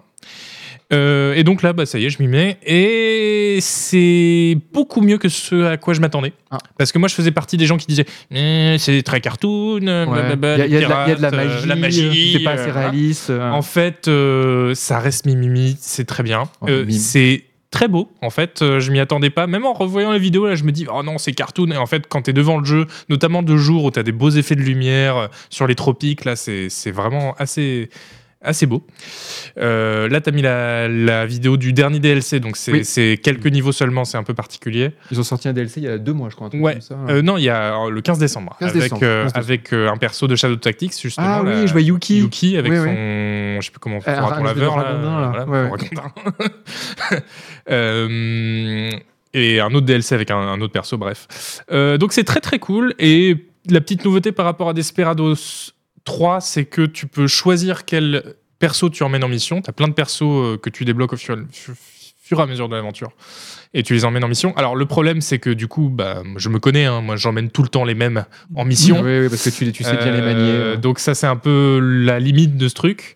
S3: Euh, et donc là, bah, ça y est, je m'y mets. Et c'est beaucoup mieux que ce à quoi je m'attendais.
S1: Ah.
S3: Parce que moi, je faisais partie des gens qui disaient Eh, c'est très cartoon,
S1: Ouais. Il
S3: blablabla,
S1: y a- il y, a de la- il y a de la
S3: les pirates,
S1: magie,
S3: euh, la magie,
S1: euh, qui n'est pas assez
S3: euh, voilà.
S1: réaliste. euh,
S3: En fait, euh, ça reste mimimi, c'est très bien.
S1: Oh,
S3: Euh,
S1: mime.
S3: c'est très beau. En fait, euh, je m'y attendais pas. Même en revoyant les vidéos, là, je me dis, oh non, c'est cartoon. Et en fait, quand t'es devant le jeu, notamment de jour où t'as des beaux effets de lumière euh, sur les tropiques, là, c'est c'est vraiment assez assez beau. Euh, là, t'as mis la, la vidéo du dernier DLC, donc c'est
S1: Oui.
S3: c'est quelques niveaux seulement, c'est un peu particulier.
S1: Ils ont sorti un DLC il y a deux mois, je crois. un truc
S3: Ouais.
S1: comme ça.
S3: Euh, non, il y a euh, le 15 décembre,
S1: 15
S3: avec,
S1: décembre,
S3: euh,
S1: 15 décembre.
S3: avec euh, un perso de Shadow Tactics, justement.
S1: ah
S3: la-
S1: oui, je vois Yuki.
S3: Yuki avec
S1: Oui,
S3: son.
S1: oui.
S3: Je sais plus comment on
S1: Euh,
S3: fera
S1: Aramis
S3: ton
S1: de
S3: laveur. Là,
S1: Dragondin, là.
S3: voilà,
S1: Ouais,
S3: pour Dragondin. Euh, et un autre DLC avec un, un autre perso, bref. Euh, donc c'est très très cool. Et la petite nouveauté par rapport à Desperados 3, c'est que tu peux choisir quel perso tu emmènes en mission. Tu as plein de persos euh, que tu débloques au fur, fur- fur et à mesure de l'aventure. Et tu les emmènes en mission. Alors le problème, c'est que du coup, bah, je me connais, hein, moi j'emmène tout le temps les mêmes en mission.
S1: Oui, oui, parce que tu, tu sais bien les manier.
S3: Euh,
S1: euh.
S3: Donc ça, c'est un peu la limite de ce truc.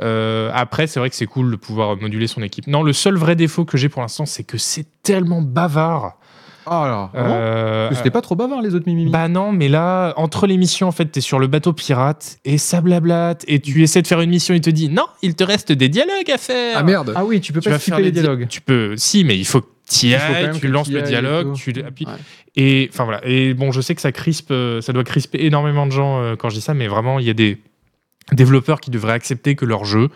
S3: Euh, après, c'est vrai que c'est cool de pouvoir moduler son équipe. Non, le seul vrai défaut que j'ai pour l'instant, c'est que c'est tellement bavard.
S1: Ah là. vraiment
S3: Euh,
S1: Parce que C'était pas trop bavard, les autres mimimi.
S3: bah non, mais là, entre les missions, en fait, t'es sur le bateau pirate et ça blablate et tu essaies de faire une mission, il te dit non, il te reste des dialogues à faire.
S2: Ah merde
S1: ah oui, tu peux
S3: tu
S1: pas
S3: vas faire
S1: skipper les dialogues.
S3: Tu peux, si, mais il faut que t'y
S1: Il faut quand
S3: ailles,
S1: même
S3: tu
S1: que
S3: lances
S1: t'y
S3: le
S1: ailles et
S3: dialogue,
S1: tout.
S3: tu appuies.
S1: Ouais.
S3: Et enfin voilà. Et bon, je sais que ça crispe, euh, ça doit crisper énormément de gens euh, quand je dis ça, mais vraiment, il y a des développeurs qui devraient accepter que leur jeu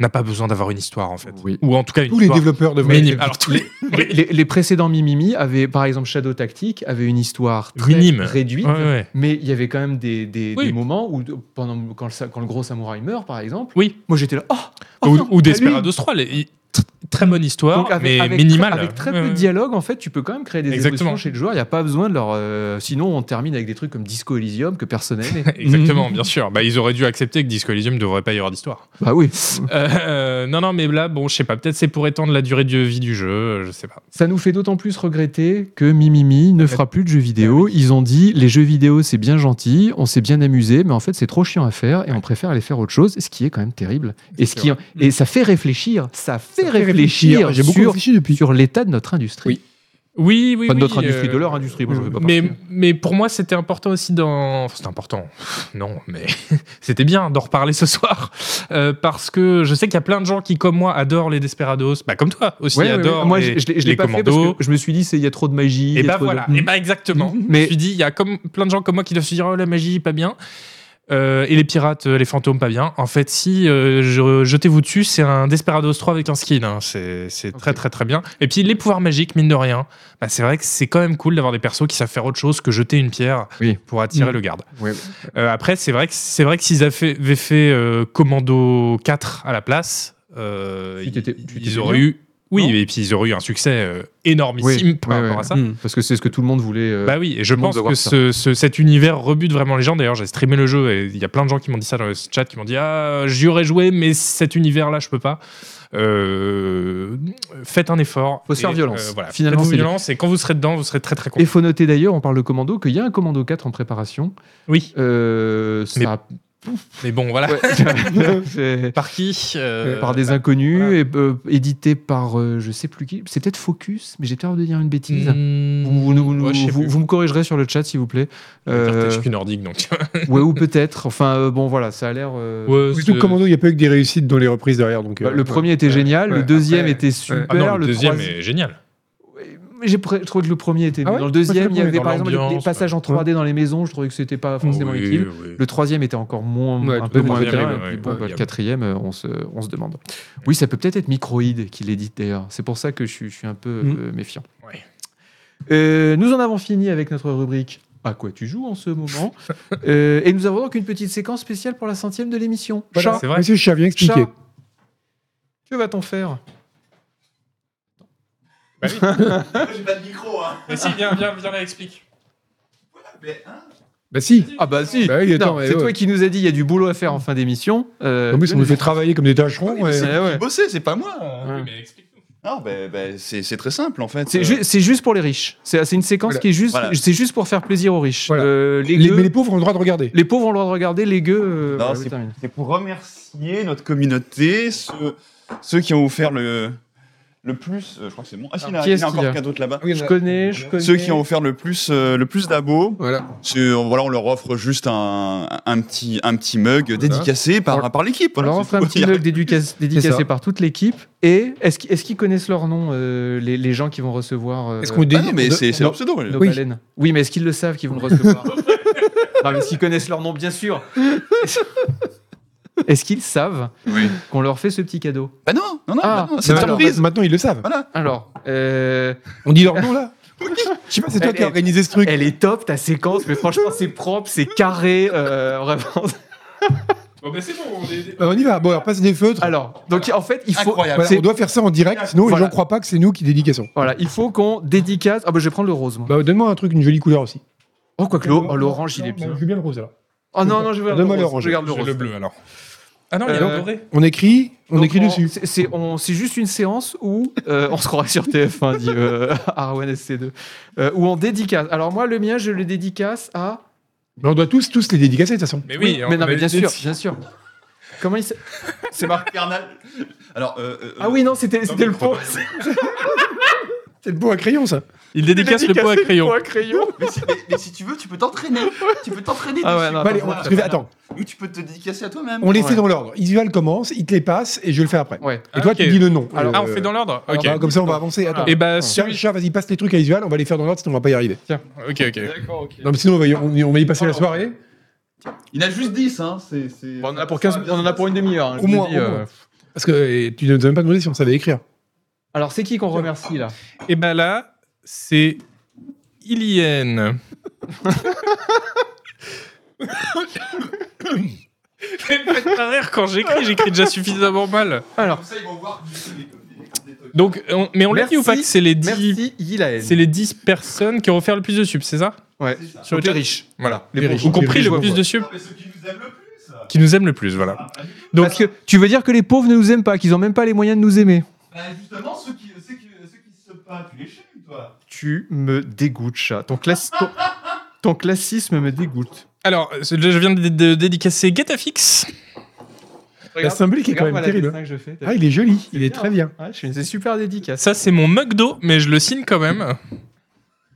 S3: n'a pas besoin d'avoir une histoire en fait,
S1: Oui.
S3: ou en tout cas une
S2: Tous les
S3: histoire
S2: développeurs devraient.
S3: minime. Alors tous les
S1: Les, les- les précédents Mimimi avaient, par exemple, Shadow Tactics avait une histoire très
S3: Minime.
S1: réduite,
S3: Ouais, ouais.
S1: mais il y avait quand même des, des-
S3: Oui.
S1: des moments où, pendant, quand, le, sa- quand le gros samouraï meurt, par exemple,
S3: Oui.
S1: moi j'étais là, oh, oh
S3: ou,
S1: non,
S3: ou
S1: t'as lu
S3: Desperados 3, les- i- tr- très bonne histoire,
S1: Donc, avec-
S3: mais
S1: avec
S3: minimale.
S1: Très, avec très
S3: Ouais,
S1: peu de
S3: ouais.
S1: dialogue, en fait, tu peux quand même créer des
S3: Exactement.
S1: émotions chez le joueur. Il n'y a pas besoin de leur. euh, sinon, on termine avec des trucs comme Disco Elysium que personne n'aimait. Mhm.
S3: Exactement, bien sûr. Bah, ils auraient dû accepter que Disco Elysium ne devrait pas y avoir d'histoire.
S1: bah oui.
S3: Euh, euh, non, non, mais là, bon, je sais pas. Peut-être c'est pour étendre la durée de vie du jeu, euh, je sais pas.
S1: Ça nous fait d'autant plus regretter que Mimimi ne fera plus de jeux vidéo. Ils ont dit les jeux vidéo, c'est bien gentil, on s'est bien amusé, mais en fait, c'est trop chiant à faire et on préfère aller faire autre chose, ce qui est quand même terrible. Et, ce qui, et ça fait réfléchir, ça fait réfléchir,
S2: J'ai beaucoup
S1: sur,
S2: réfléchi depuis.
S1: sur l'état de notre industrie.
S3: Oui, oui,
S1: Pas de
S3: oui,
S1: notre industrie,
S3: euh,
S1: de leur industrie. Moi, je veux pas
S3: mais,
S1: partir.
S3: mais pour moi, c'était important aussi dans. Enfin, c'était important. Non, mais c'était bien d'en reparler ce soir. euh, parce que je sais qu'il y a plein de gens qui, comme moi, adorent les Desperados. Bah, comme toi aussi,
S1: Ouais, ouais, ouais.
S3: adorent
S1: Moi,
S3: les,
S1: je, je l'ai- je
S3: les
S1: l'ai pas fait parce
S3: commandos.
S1: que je me suis dit, c'est- il y a trop de magie. il y
S3: Et
S1: a
S3: bah
S1: trop de- Mm.
S3: voilà, et bah exactement.
S1: Mais-
S3: Je me suis dit, il y a comme plein de gens comme moi qui doivent se dire oh, la magie, pas bien. Euh, et les pirates, euh, les fantômes, pas bien. En fait, si euh, je- jetez-vous dessus, c'est un Desperados 3 avec un skin. hein. C'est c'est très,
S1: Ok.
S3: très, très bien. Et puis, les pouvoirs magiques, mine de rien, bah, c'est vrai que c'est quand même cool d'avoir des persos qui savent faire autre chose que jeter une pierre
S1: Oui. Mm.
S3: pour attirer le garde.
S1: Ouais.
S3: Euh, après, c'est vrai que c'est vrai que s'ils avaient fait, avaient fait, euh, Commando 4 à la place, euh,
S1: Tu t'étais-
S3: ils,
S1: tu
S3: ils
S1: t'étais
S3: auraient
S1: bien.
S3: eu. Oui,
S1: Non
S3: et puis ils auraient eu un succès euh, énormissime
S1: Oui,
S3: par
S1: ouais,
S3: rapport
S1: ouais.
S3: à ça.
S1: Parce que c'est ce que tout le monde voulait. euh,
S3: Bah oui, et je
S1: tout le monde
S3: pense
S1: doit
S3: que
S1: voir ça.
S3: ce, ce- cet univers rebute vraiment les gens. D'ailleurs, j'ai streamé le jeu et il y a plein de gens qui m'ont dit ça dans le chat, qui m'ont dit Ah, j'y aurais joué, mais cet univers-là, je peux pas. Euh, faites un effort.
S1: Faut se faire
S3: Et,
S1: violence.
S3: euh, voilà.
S1: Finalement,
S3: Faites-vous
S1: c'est-
S3: violence et quand vous serez dedans, vous serez très très
S1: Et
S3: content.
S1: faut noter d'ailleurs, on parle de commando, qu'il y a un commando 4 en préparation.
S3: Oui,
S1: Euh,
S3: Mais-
S1: ça
S3: mais bon, voilà.
S1: Ouais. C'est-
S3: Par qui euh,
S1: par des inconnus, et, euh, édité par euh, je sais plus qui, c'est peut-être Focus, mais j'ai peur de dire une bêtise.
S3: Mmh,
S1: Vous, nous- nous-
S3: ouais, je sais
S1: vous-
S3: plus.
S1: vous me corrigerez sur le chat s'il vous plaît.
S3: Je
S1: Euh,
S3: suis nordique donc.
S1: ouais, ou peut-être. Enfin euh, bon voilà, ça a l'air. euh,
S3: Ouais,
S2: Surtout
S3: c'est-
S2: que Commando, il n'y a pas eu que des réussites dans les reprises derrière. Donc,
S1: bah,
S2: euh,
S1: le premier était
S2: ouais,
S1: génial,
S2: ouais,
S1: le deuxième
S2: après,
S1: était super,
S2: ouais.
S3: Ah non,
S1: le,
S3: le deuxième
S1: troisième.
S3: est génial.
S1: Mais J'ai pr- trouvé que le premier était.
S2: Ah ouais
S1: dans le
S2: Moi,
S1: deuxième,
S2: je
S1: il y
S2: le
S1: avait
S3: prends
S1: par
S3: dans
S1: exemple des- des
S3: l'ambiance,
S1: passages en 3D dans les maisons. Je trouvais que c'était pas forcément
S3: Oui,
S1: utile.
S3: oui.
S1: Le troisième était encore moins,
S2: Ouais,
S1: un
S2: tout à
S1: peu
S2: fait.
S1: moins
S2: Quatrième,
S1: bien. et
S3: ouais,
S1: puis bon,
S3: ouais,
S1: bah, le
S3: bien.
S1: quatrième, euh, on se, on se demande. Oui, ça peut peut-être être Microïd qui l'édite d'ailleurs. C'est pour ça que je, suis- je suis un peu
S2: Mm.
S1: euh, méfiant.
S3: Ouais.
S1: Euh, nous en avons fini avec notre rubrique À quoi tu joues en ce moment Euh, Et nous avons donc une petite séquence spéciale pour la centième de l'émission.
S2: Voilà,
S1: Chat,
S3: c'est vrai.
S2: Monsieur Chat, viens expliquer.
S1: chat, que va-t-on faire
S5: J'ai pas de micro, hein.
S3: Mais si, viens, viens, viens, là, explique.
S5: Mais, hein
S2: Bah si
S1: Ah bah si
S2: Bah oui, attends,
S1: Non,
S2: mais
S1: C'est
S2: ouais.
S1: toi qui nous as dit il y a du boulot à faire en fin d'émission. Euh,
S2: En plus, on nous fait travailler comme des tâcherons. ouais.
S1: Ouais, ouais.
S5: Bosser, c'est pas moi.
S1: Ouais.
S3: mais explique-nous.
S5: Non, ben, ben, c'est c'est très simple en fait.
S1: C'est
S5: Euh,
S1: ju- c'est juste pour les riches. C'est c'est une séquence
S2: Voilà.
S1: qui est juste,
S5: Voilà.
S1: c'est juste pour faire plaisir aux riches.
S2: Voilà.
S1: Euh, les
S2: Les-
S1: gueux-
S2: Mais les pauvres ont le droit de regarder.
S1: Les pauvres ont le droit de regarder, les gueux. euh,
S5: Non,
S1: voilà,
S5: c'est-
S1: je termine.
S5: C'est pour remercier notre communauté, ceux, ceux qui ont offert le, le plus. euh, je crois que c'est bon. Ah, si, il y en a-
S1: qui
S5: il
S1: est-ce
S5: y en a
S1: qu'il y
S5: encore
S1: a
S5: qu'un d'autre là-bas.
S1: Je connais, je connais.
S5: Ceux qui ont offert le plus, euh, le plus d'abos,
S2: Voilà.
S5: c'est- on- voilà, on leur offre juste un, un petit, un petit mug dédicacé par, par l'équipe. voilà,
S1: Alors, on
S5: c'est
S1: fera un
S5: tout.
S1: petit mug dédicace- dédicacé
S2: ça.
S1: par toute l'équipe. Et est-ce qu'ils est-ce qu'ils connaissent leur nom, euh, les, les gens qui vont recevoir euh,
S2: Est-ce qu'on
S5: Ah non,
S2: dédie-
S5: mais
S2: on-
S5: c'est c'est
S2: non.
S5: leur pseudo. voilà.
S1: nos
S2: Oui.
S1: baleines Oui, mais est-ce qu'ils le savent qu'ils vont le recevoir Non, mais s'ils connaissent leur nom, bien sûr. Est-ce qu'ils savent
S5: Oui.
S1: qu'on leur fait ce petit cadeau
S5: Bah non, non, non,
S1: Ah,
S5: bah non, c'est une
S1: alors,
S5: surprise.
S2: Maintenant, ils le savent.
S1: Alors, euh,
S2: On dit leur nom là Je sais pas, c'est toi
S1: Elle
S2: qui as
S1: est-
S2: organisé ce truc.
S1: elle est top ta séquence, mais franchement, c'est propre, c'est carré, euh, vraiment.
S3: Bon, bah, c'est bon, on est.
S2: Bah, on y va. Bon, alors passe des feutres.
S1: Alors, donc en fait, il faut,
S5: Incroyable.
S2: Voilà,
S1: c'est-
S2: on doit faire ça en direct, sinon
S1: Voilà.
S2: les gens croient pas que c'est nous qui dédicassons.
S1: Voilà, il faut qu'on dédicace. Ah bah je vais prendre le rose moi.
S2: Bah, donne-moi un truc, une jolie couleur aussi.
S1: Oh quoi que l'o- oh, l'orange il est
S2: Non, bah,
S1: bien.
S2: Je veux bien le rose alors.
S1: Oh non non je veux
S2: Donne-moi
S1: le rose.
S2: l'orange.
S1: Je garde le
S3: J'ai
S1: rose.
S3: le bleu alors. Ah non, il y a
S1: Euh,
S3: doré.
S2: On écrit, on
S1: Donc,
S2: écrit dessus.
S1: c'est- C'est on- c'est juste une séance où euh, on se croirait sur TF1, dit euh, Arwen SC2, euh, où on dédicace. Alors moi, le mien, je le dédicace à.
S2: Mais on doit tous, tous les dédicacer de toute façon.
S3: Mais oui, on
S1: mais non,
S3: avait
S1: mais bien
S3: dit-
S1: sûr, bien sûr. Comment il s-
S5: C'est Marc Carnal. Alors, euh, euh,
S1: Ah oui, non, c'était c'était le pot.
S2: C'est le beau à crayon, ça.
S3: Il dédicace le pot à crayon.
S5: mais, si, mais- mais si tu veux, tu peux t'entraîner. tu peux t'entraîner.
S1: Ah ouais, non,
S5: dessus. Bah,
S2: Bon, allez, on-
S1: voilà,
S2: parce que- attends,
S5: Ou tu peux te dédicacer à toi-même.
S2: on les fait
S1: Ouais.
S2: dans l'ordre. Isual commence, il te les passe et je le fais après.
S1: Ouais.
S2: Et toi,
S3: Ah,
S2: tu
S3: ok.
S2: dis le nom.
S3: Alors,
S2: Euh,
S3: ah, on fait dans l'ordre
S2: alors,
S3: Ok.
S2: bah, comme ça, on va avancer. Attends.
S3: Et bah,
S2: Tiens,
S3: celui.
S2: Richard, vas-y, passe les trucs à Isual, on va les faire dans l'ordre, sinon on va pas y arriver.
S3: Ok, ok.
S1: D'accord, ok.
S2: Non, mais sinon, on va y, on y- on va y passer la soirée.
S5: Il y en a juste 10, hein. c'est- c'est-
S1: on, en a pour 15 on en a pour une demi-heure. hein, je
S2: Au
S1: vous
S2: moins,
S1: dis,
S2: au
S1: euh.
S2: moins. Parce que et tu ne nous as même pas demandé si on savait écrire.
S1: Alors, c'est qui qu'on remercie là
S3: Et bah là, c'est. Ilienne. Mais me faites pas rire quand j'écris, j'écris déjà suffisamment mal.
S5: Comme ça, ils vont voir. des- des- des-
S3: Donc, on- mais on l'a dit ou pas que c'est les 10
S1: Merci, Yilaen.
S3: c'est les 10 personnes qui ont offert le plus de subs, c'est ça
S1: Ouais.
S5: C'est ça.
S3: Sur le
S1: les
S3: chat.
S1: riches.
S3: Voilà.
S2: Les
S3: Les
S2: riches,
S3: Ou
S2: les
S3: compris
S2: riches,
S3: le
S2: ouais.
S3: plus de subs
S5: Non, mais ceux qui nous aiment le plus.
S3: qui nous aiment le plus, voilà.
S1: Donc, Parce que tu veux dire que les pauvres ne nous aiment pas, qu'ils ont même pas les moyens de nous aimer
S5: Bah, justement, ceux qui, ceux, qui, ceux qui se pas, tu les chaînes, toi.
S1: Tu me dégoûtes, chat. Ton, classi- ton- ton classisme me dégoûte.
S3: Alors, c'est- je viens de, de dédicacer Getafix.
S1: Bah,
S2: La symbolique est quand même
S1: Regarde-moi la
S2: terrible.
S1: dessin que je fais.
S2: Ah, il est joli, il
S1: bien.
S2: est
S1: hein.
S2: très bien.
S1: Ouais, je fais- c'est super dédicace.
S3: Ça, c'est mon mug d'eau, mais je le signe quand même.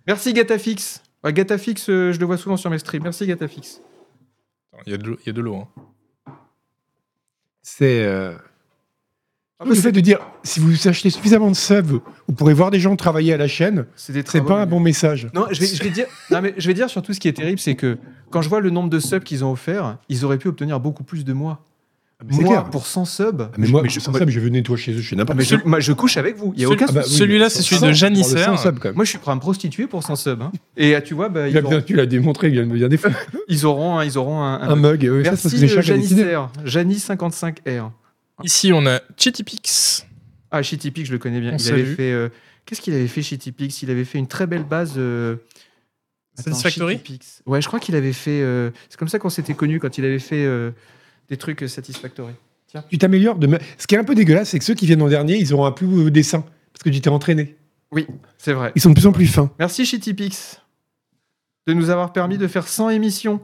S1: Merci Gatafix. Ouais, Gatafix, euh, je le vois souvent sur mes streams. Merci Gatafix.
S3: Il y a de l'eau- il y a de l'eau. hein.
S2: C'est. euh,
S1: Ah,
S2: le fait de dire, si vous achetez suffisamment de subs, vous pourrez voir des gens travailler à la chaîne,
S1: C'est des
S2: c'est
S1: travaux
S2: pas un
S1: manuels.
S2: bon message.
S1: Non, je vais, je vais dire. Non, mais je vais dire surtout ce qui est terrible, c'est que quand je vois le nombre de subs qu'ils ont offert, ils auraient pu obtenir beaucoup plus de moi.
S2: Ah, C'est
S1: moi
S2: clair.
S1: pour 100 subs.
S2: Ah, mais moi,
S1: mais
S2: je,
S1: je, Ah,
S2: sans sub, je venais toi chez eux, je suis n'importe
S1: mais je- moi, je couche avec vous. Il y a
S3: Celui-
S1: aucun.
S3: Ah bah, Celui-là, c'est celui de Janissaire.
S2: Sans sub, quand même.
S1: Moi, je suis prêt à me prostituer pour 100 subs. hein. Et ah, tu vois, bah,
S2: Il
S1: ils,
S2: a
S1: auront,
S2: bien, tu l'as démontré, il vient de me dire des fois.
S1: ils auront, un- ils auront un. un-
S2: Un mug, oui, Ah, ça, c'est parce que
S1: Ah, Merci
S2: j'ai
S1: euh,
S2: chacun
S1: Janice
S2: décidé.
S1: R. Janice 55R.
S3: Ici, on a Chitipix.
S1: Ah, Shitty Pix, je le connais bien.
S3: On
S1: il avait
S3: salue.
S1: fait. euh, Qu'est-ce qu'il avait fait, Shitty Pix Il avait fait une très belle base. euh, attends,
S3: Satisfactory
S1: Shitty Pix. Ouais, je crois qu'il avait fait. euh, C'est comme ça qu'on s'était connus quand il avait fait euh, des trucs euh, Satisfactory.
S2: Tu t'améliores. De... ma- Ce qui est un peu dégueulasse, c'est que ceux qui viennent en dernier, ils auront un plus beau dessin. Parce que tu t'es entraîné.
S1: C'est vrai.
S2: Ils sont de plus en plus fins.
S1: Merci Shitty Pix de nous avoir permis de faire 100 émissions.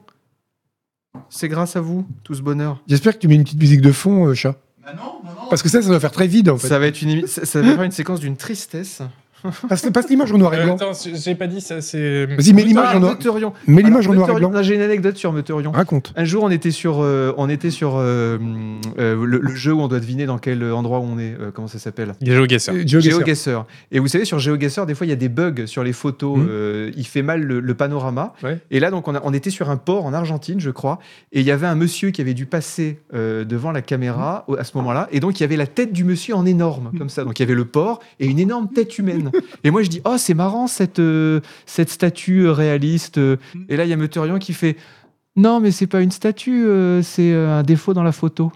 S1: C'est grâce à vous, tout ce bonheur.
S2: J'espère que tu mets une petite musique de fond, euh, chat.
S5: Bah non, non, non.
S2: Parce que ça, ça doit faire très vide, en fait.
S1: Ça va être une, émi- ça, ça va faire une séquence d'une tristesse.
S2: Passe, passe l'image en noir et
S3: Euh,
S2: blanc.
S3: attends, c'est- j'ai pas dit ça, c'est.
S2: Vas-y, mets l'image
S1: Ah,
S2: en noir,
S1: Meuterion.
S2: mets
S1: Alors,
S2: l'image en noir et
S1: Meuterion,
S2: blanc.
S1: non, J'ai une anecdote sur Meuterion.
S2: Raconte.
S1: Un jour, on était sur, euh, on était sur euh, hum, euh, le, le jeu où on doit deviner dans quel endroit on est. euh, comment ça s'appelle
S3: GeoGuessr.
S2: Euh, Joe Gesser.
S1: GeoGuessr. Et vous savez, sur GeoGuessr, des fois, il y a des bugs sur les photos.
S2: Mhm.
S1: euh, il fait mal le, le panorama.
S2: Ouais.
S1: Et là, donc, on, a- on était sur un port en Argentine, je crois. Et il y avait un monsieur qui avait dû passer euh, devant la caméra au- à ce moment-là. Et donc, il y avait la tête du monsieur en énorme, comme ça. Donc, il y avait le port et une énorme tête humaine. et moi, je dis, oh, c'est marrant, cette, euh, cette statue euh, réaliste. euh. Et là, il y a Meuterion qui fait, non, mais c'est pas une statue, euh, c'est euh, un défaut dans la photo.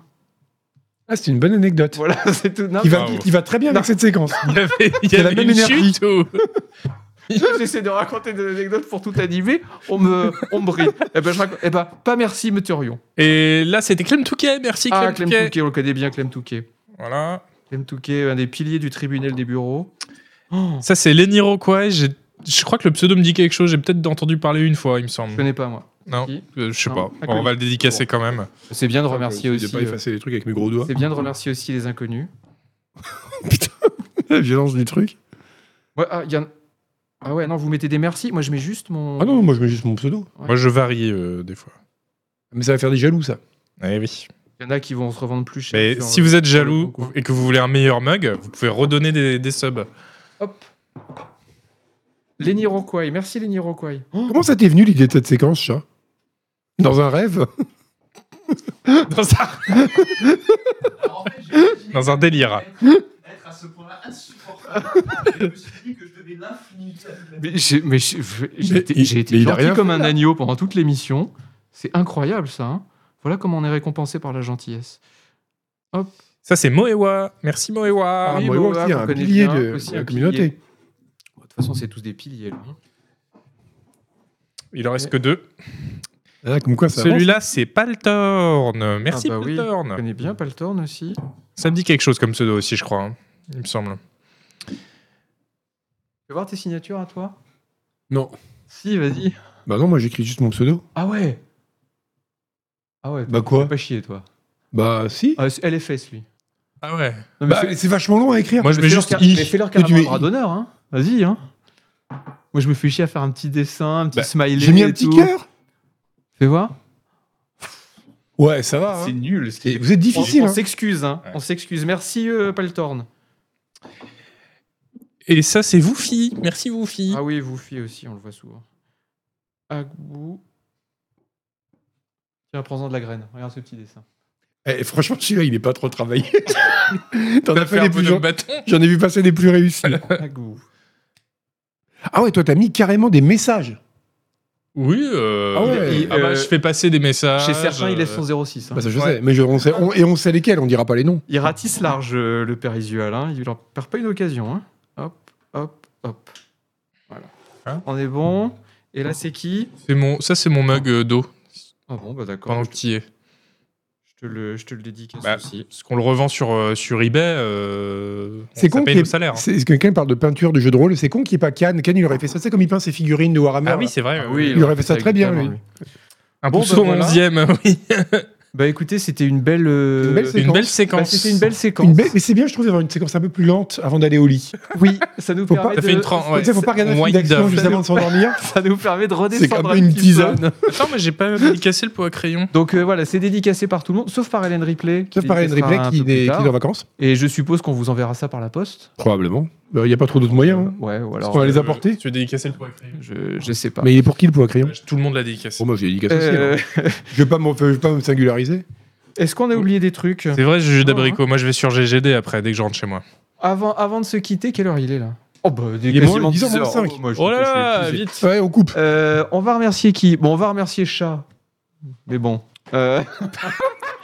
S2: Ah, c'est une bonne anecdote.
S1: Voilà, c'est tout. Non,
S2: Qui va,
S3: Bravo.
S2: qui va très bien
S1: Non.
S2: avec cette séquence.
S3: Il y avait, il y
S2: C'est la
S3: avait
S2: même
S3: une
S2: énergie.
S3: chute ou-
S1: J'essaie de raconter des anecdotes pour tout animer, on me, on me brille. Eh ben, je raconte- eh ben, pas merci, Meteorion.
S3: Et là, c'était Clem Touquet, merci Clem,
S1: Ah, Clem
S3: Touquet.
S1: Touquet, on le connaît bien, Clem Touquet.
S3: Voilà.
S1: Clem Touquet, un des piliers du tribunal des bureaux. Oh,
S3: Ça, c'est Lenny Rockway. j'ai- Je crois que le pseudo me dit quelque chose, j'ai peut-être entendu parler une fois, il me
S1: je
S3: semble.
S1: connais pas, moi.
S3: Non,
S1: Qui
S3: euh, je sais
S1: Non,
S3: pas.
S1: pas
S3: On
S1: connu.
S3: va le dédicacer quand même.
S1: C'est bien de remercier aussi. euh,
S2: les trucs avec mes gros doigts.
S1: C'est bien de remercier aussi les inconnus.
S2: La violence du truc.
S1: Ouais, ah, il y en- ah ouais, non, vous mettez des merci. Moi, je mets juste mon.
S2: Ah non, moi je mets juste mon pseudo.
S3: Moi, je varie euh, des fois.
S2: Mais ça va faire des jaloux, ça.
S3: Eh oui.
S1: Il y en a qui vont se revendre plus cher.
S3: Mais
S1: sur,
S3: si
S1: euh,
S3: vous êtes
S1: sur le
S3: jaloux
S1: bon coin.
S3: et que vous voulez un meilleur mug, vous pouvez redonner des, des subs.
S1: Hop. Lenny Rockway, merci Lenny Rockway.
S2: Comment ça t'est venu l'idée de cette séquence, chat Dans un rêve
S3: Dans un,
S5: Alors, en fait, j'ai imaginé
S3: dans un délire.
S5: être- Être à ce point-là insupportable. Et je me suis dit que je devais l'influencer.
S1: Mais j'ai mais j'ai- j'ai
S2: Mais
S1: été,
S2: il-
S1: j'ai été
S2: mais il a
S1: gentil
S2: rien
S1: comme un agneau pendant toute l'émission. C'est incroyable ça. hein. voilà comment on est récompensé par la gentillesse.
S3: Ça, c'est Moewa. Merci Moewa.
S1: Ah oui,
S2: moi,
S1: bon,
S2: aussi,
S1: là,
S2: un
S1: vous connaissez
S2: pilier
S1: bien,
S2: de
S1: aussi
S2: la
S1: un
S2: communauté.
S1: pilier. Bon, De toute façon, c'est tous des piliers. là, hein.
S3: Il en reste que deux.
S2: Ah, comme quoi ça avance.
S3: Celui-là, c'est Paltorn. Merci
S1: Ah bah oui. Je
S3: Paltorn.
S1: connais bien Paltorn aussi.
S3: Ça me dit quelque chose comme pseudo aussi, je crois. hein, Il me semble.
S1: Tu veux voir tes signatures à toi
S2: Non.
S1: Si, vas-y.
S2: Bah non, moi j'écris juste mon pseudo.
S1: Ah ouais Ah ouais,
S2: Bah quoi
S1: t'as pas chier toi.
S2: Bah si.
S1: Ah, c'est LFS lui.
S3: Ah ouais.
S1: Non, mais
S2: Bah,
S1: fais-
S2: c'est vachement long à écrire.
S3: Moi, je mets
S1: fais-leur
S3: juste
S1: car-
S3: I.
S1: mais fais-leur
S2: Que tu
S1: carrément un
S2: mets
S1: bras
S2: I.
S1: d'honneur, hein. Vas-y, hein. Moi, je me fais chier à faire un petit dessin, un petit
S3: Bah,
S1: smiley.
S2: J'ai mis un
S1: et
S2: petit
S1: tout.
S2: cœur.
S1: Fais voir.
S2: Ouais, ça va. hein.
S5: C'est nul. ce qui-
S2: Et Vous êtes
S1: On-
S2: difficile.
S1: On
S2: hein.
S1: s'excuse, hein.
S3: Ouais.
S1: On s'excuse. Merci, euh, Paltorn.
S3: Et ça, c'est vous, fille. Merci, vous, fille.
S1: Ah oui, vous fille aussi, on le voit souvent. Agbou. Tiens, prends-en de la graine. Regarde ce petit dessin.
S2: Eh, franchement, celui-là, il est pas trop travaillé. T'en as
S3: T'as fait
S2: fait
S3: un
S2: les
S3: peu
S2: plus.
S3: de
S2: gen-
S3: bâton.
S2: J'en ai vu passer des plus réussis.
S1: Agbou.
S2: Ah ouais, toi, t'as mis carrément des messages.
S3: Oui. euh,
S2: Ah ouais.
S3: il- ah bah,
S1: Euh,
S3: je fais passer des messages.
S1: Chez certains, il
S3: euh,
S1: laisse son 06. hein.
S2: Ah, Bah ça, je
S3: Ouais.
S2: sais. Mais je- on sait, on- et on sait lesquels. On dira pas les noms.
S1: Il ratisse large, euh, le périsual. hein. Il n'en perd pas une occasion. hein. Hop, hop, hop. Voilà.
S2: Ah.
S3: Hein
S1: on est bon. Et là, c'est qui
S3: c'est mon... Ça, c'est mon mug euh, d'eau.
S1: Ah bon, bah d'accord.
S3: Pendant que t'y es.
S1: Je te le, je te le dédicace
S3: Bah,
S1: aussi.
S3: Parce qu'on le revend sur, euh, sur eBay. euh,
S2: C'est
S3: on- ça
S2: con
S3: paye
S2: qu'il y
S3: nos
S2: ait-
S3: salaires. hein.
S2: C'est ce que quelqu'un parle de peinture, de jeu de rôle. C'est con qu'il n'y ait pas Cannes. Cannes, il aurait fait ça. C'est comme il peint ses figurines de Warhammer.
S3: Ah oui,
S2: là.
S3: c'est vrai. euh,
S2: il aurait fait ça très bien,
S1: évidemment,
S2: lui.
S3: Un
S1: Bon,
S3: bon,
S1: bah, voilà.
S3: 11e, oui.
S1: Bah écoutez, c'était une belle. euh,
S2: Une belle
S3: Une
S2: Séquence.
S3: belle
S1: bah,
S3: séquence.
S1: c'était une belle séquence.
S2: Une belle- mais c'est bien, je trouve, d'avoir une séquence un peu plus lente avant d'aller au lit.
S1: Oui, ça nous
S2: Faut
S1: permet
S2: pas-
S1: de.
S3: Ça fait une tran- ouais.
S2: Tu sais, faut pas regarder un film
S3: Wind
S2: d'action
S3: up.
S2: juste avant de s'endormir.
S1: Ça nous permet de
S2: C'est comme
S1: redescendre un
S2: une
S1: petit peu.
S2: tisane.
S3: Attends, mais j'ai pas dédicacé le pot à crayon.
S1: Donc euh, voilà, c'est dédicacé par tout le monde, sauf par Hélène Ripley. qui
S2: Sauf par Hélène
S1: dédicacera
S2: Ripley
S1: un
S2: qui
S1: peu plus
S2: est qui est
S1: tard.
S2: en vacances.
S1: Et je suppose qu'on vous enverra ça par la poste.
S2: Probablement. Bah, Il n'y a pas trop d'autres moyens. hein.
S1: Ouais, ou
S2: On
S1: alors.
S2: va les
S3: Euh,
S2: apporter.
S3: Tu veux dédicacer le pot à crayon
S1: Je, je sais pas.
S2: Mais il est pour qui le poids crayon
S3: Ouais, Tout le monde l'a dédicacé.
S2: Pour moi, j'ai dédicace aussi.
S1: Euh,
S2: alors. hein. Je vais pas m'en- je vais pas me singulariser.
S1: Est-ce qu'on a oublié des trucs
S3: C'est vrai, jus
S1: Ah,
S3: d'abricot. Moi, je vais sur GGD après, dès que je rentre chez moi.
S1: avant, avant de se quitter, quelle heure il est là Oh bah, des
S2: Il est moins 10h25.
S3: Oh là là, vite
S2: Ouais, on coupe.
S1: Euh, on va remercier qui Bon, on va remercier Chat. Mais bon. Euh,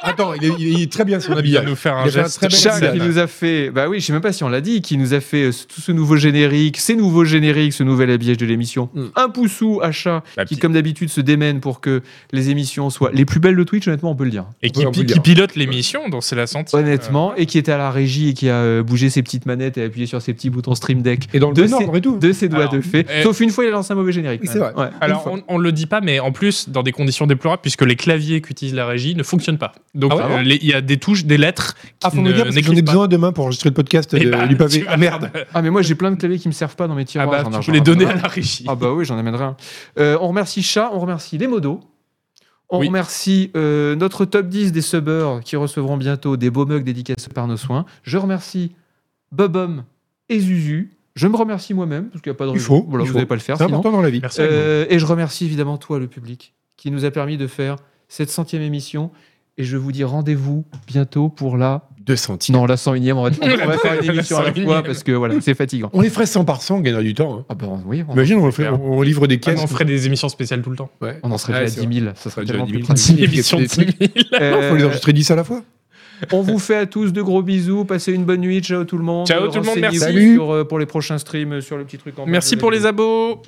S2: Attends, il est, il est très bien son
S3: Il va
S2: habillage.
S3: nous faire un
S2: Il a fait un
S3: geste.
S2: très bel
S1: Chat
S2: Scène.
S1: qui nous a fait, bah oui, je sais même pas si on l'a dit, qui nous a fait euh, ce- tout ce nouveau générique, ces nouveaux génériques, ce nouvel habillage de l'émission.
S2: Mm.
S1: Un poussou à Chat
S3: Bah,
S1: qui,
S3: pi-
S1: comme d'habitude, se démène pour que les émissions soient les plus belles de Twitch, honnêtement, on peut le dire.
S3: Et
S2: Ouais,
S3: qui,
S2: on peut
S3: pi-
S2: le
S3: qui
S2: dire.
S3: pilote l'émission, dont c'est la centième.
S1: Honnêtement, et qui était à la régie et qui a euh, bougé ses petites manettes et appuyé sur ses petits boutons stream deck
S2: Et dans le
S1: de,
S2: bon
S1: ses,
S2: ordre et tout.
S1: de ses doigts
S3: Alors,
S1: de fée.
S3: euh,
S1: Sauf une fois, il a lancé un mauvais générique.
S2: eh. Oui,
S1: quand
S2: c'est
S1: même. Ouais.
S3: Euh, Alors, on, on le dit pas, mais en plus, dans des conditions déplorables, puisque les claviers qu'utilise la régie ne fonctionnent pas. Donc,
S2: Ah ouais,
S3: euh,
S2: ah bon
S3: les- il y a des touches, des lettres qui
S2: Ah, faut me
S3: ne-
S2: le dire parce que j'en ai
S3: n'écrivent pas.
S2: besoin demain pour enregistrer le podcast
S3: Eh
S2: de-
S3: bah,
S2: du
S3: tu
S2: pavé.
S3: vas-
S2: Ah merde.
S1: Ah, mais moi, j'ai plein de claviers qui me servent pas dans mes
S3: Ah
S1: tiroirs.
S3: bah,
S1: j'en ai- j'en
S3: tu peux les
S1: ai-
S3: donner à la régie.
S1: Ah bah oui, j'en amènerai un. Euh, on remercie Chat, on remercie les modos. On
S3: Oui.
S1: remercie euh, notre top 10 des subbers qui recevront bientôt des beaux mugs dédicacés par nos soins. Je remercie Bobom et Zuzu. Je me remercie moi-même, parce qu'il n'y a pas de
S2: Il
S1: raison.
S2: faut,
S1: Voilà,
S2: il
S1: vous
S2: faut.
S1: n'allez pas le faire
S2: C'est
S1: sinon.
S2: important dans la vie.
S3: Merci.
S1: Euh, et je remercie évidemment toi, le public, qui nous a permis de faire cette centième émission. Et je vous dis rendez-vous bientôt pour la...
S2: 2 centimes.
S1: Non, la 101e, on va, on va faire une
S3: La
S1: émission à la
S3: 101e.
S1: fois, parce que voilà, c'est fatigant.
S2: On les ferait 100 par 100, on gagnerait du temps. hein.
S1: Ah ben oui, on,
S2: Imagine, on, le fait-
S3: clair.
S2: on livre des
S3: Ah, mais
S2: caisses.
S3: on ferait des émissions spéciales tout le temps.
S2: Ouais.
S1: on en serait
S2: Ouais,
S1: déjà
S2: c'est
S1: à 10 000, ça
S2: serait
S1: serait
S2: déjà
S1: tellement
S2: 10
S1: plus
S2: 000.
S1: pratique.
S2: Des
S3: Émission de
S2: trucs.
S3: 10 000.
S2: Faut les
S1: Euh,
S2: enregistrer 10 à la fois.
S1: On vous fait à tous de gros bisous. Passez une bonne nuit. Ciao tout le monde. Euh,
S3: Ciao tout le monde, merci.
S1: Renseignez-vous
S2: Salut.
S1: sur, euh, pour les prochains streams, euh, sur le petit truc en bas.
S3: Merci
S1: Je
S3: pour
S1: vais
S3: les abos.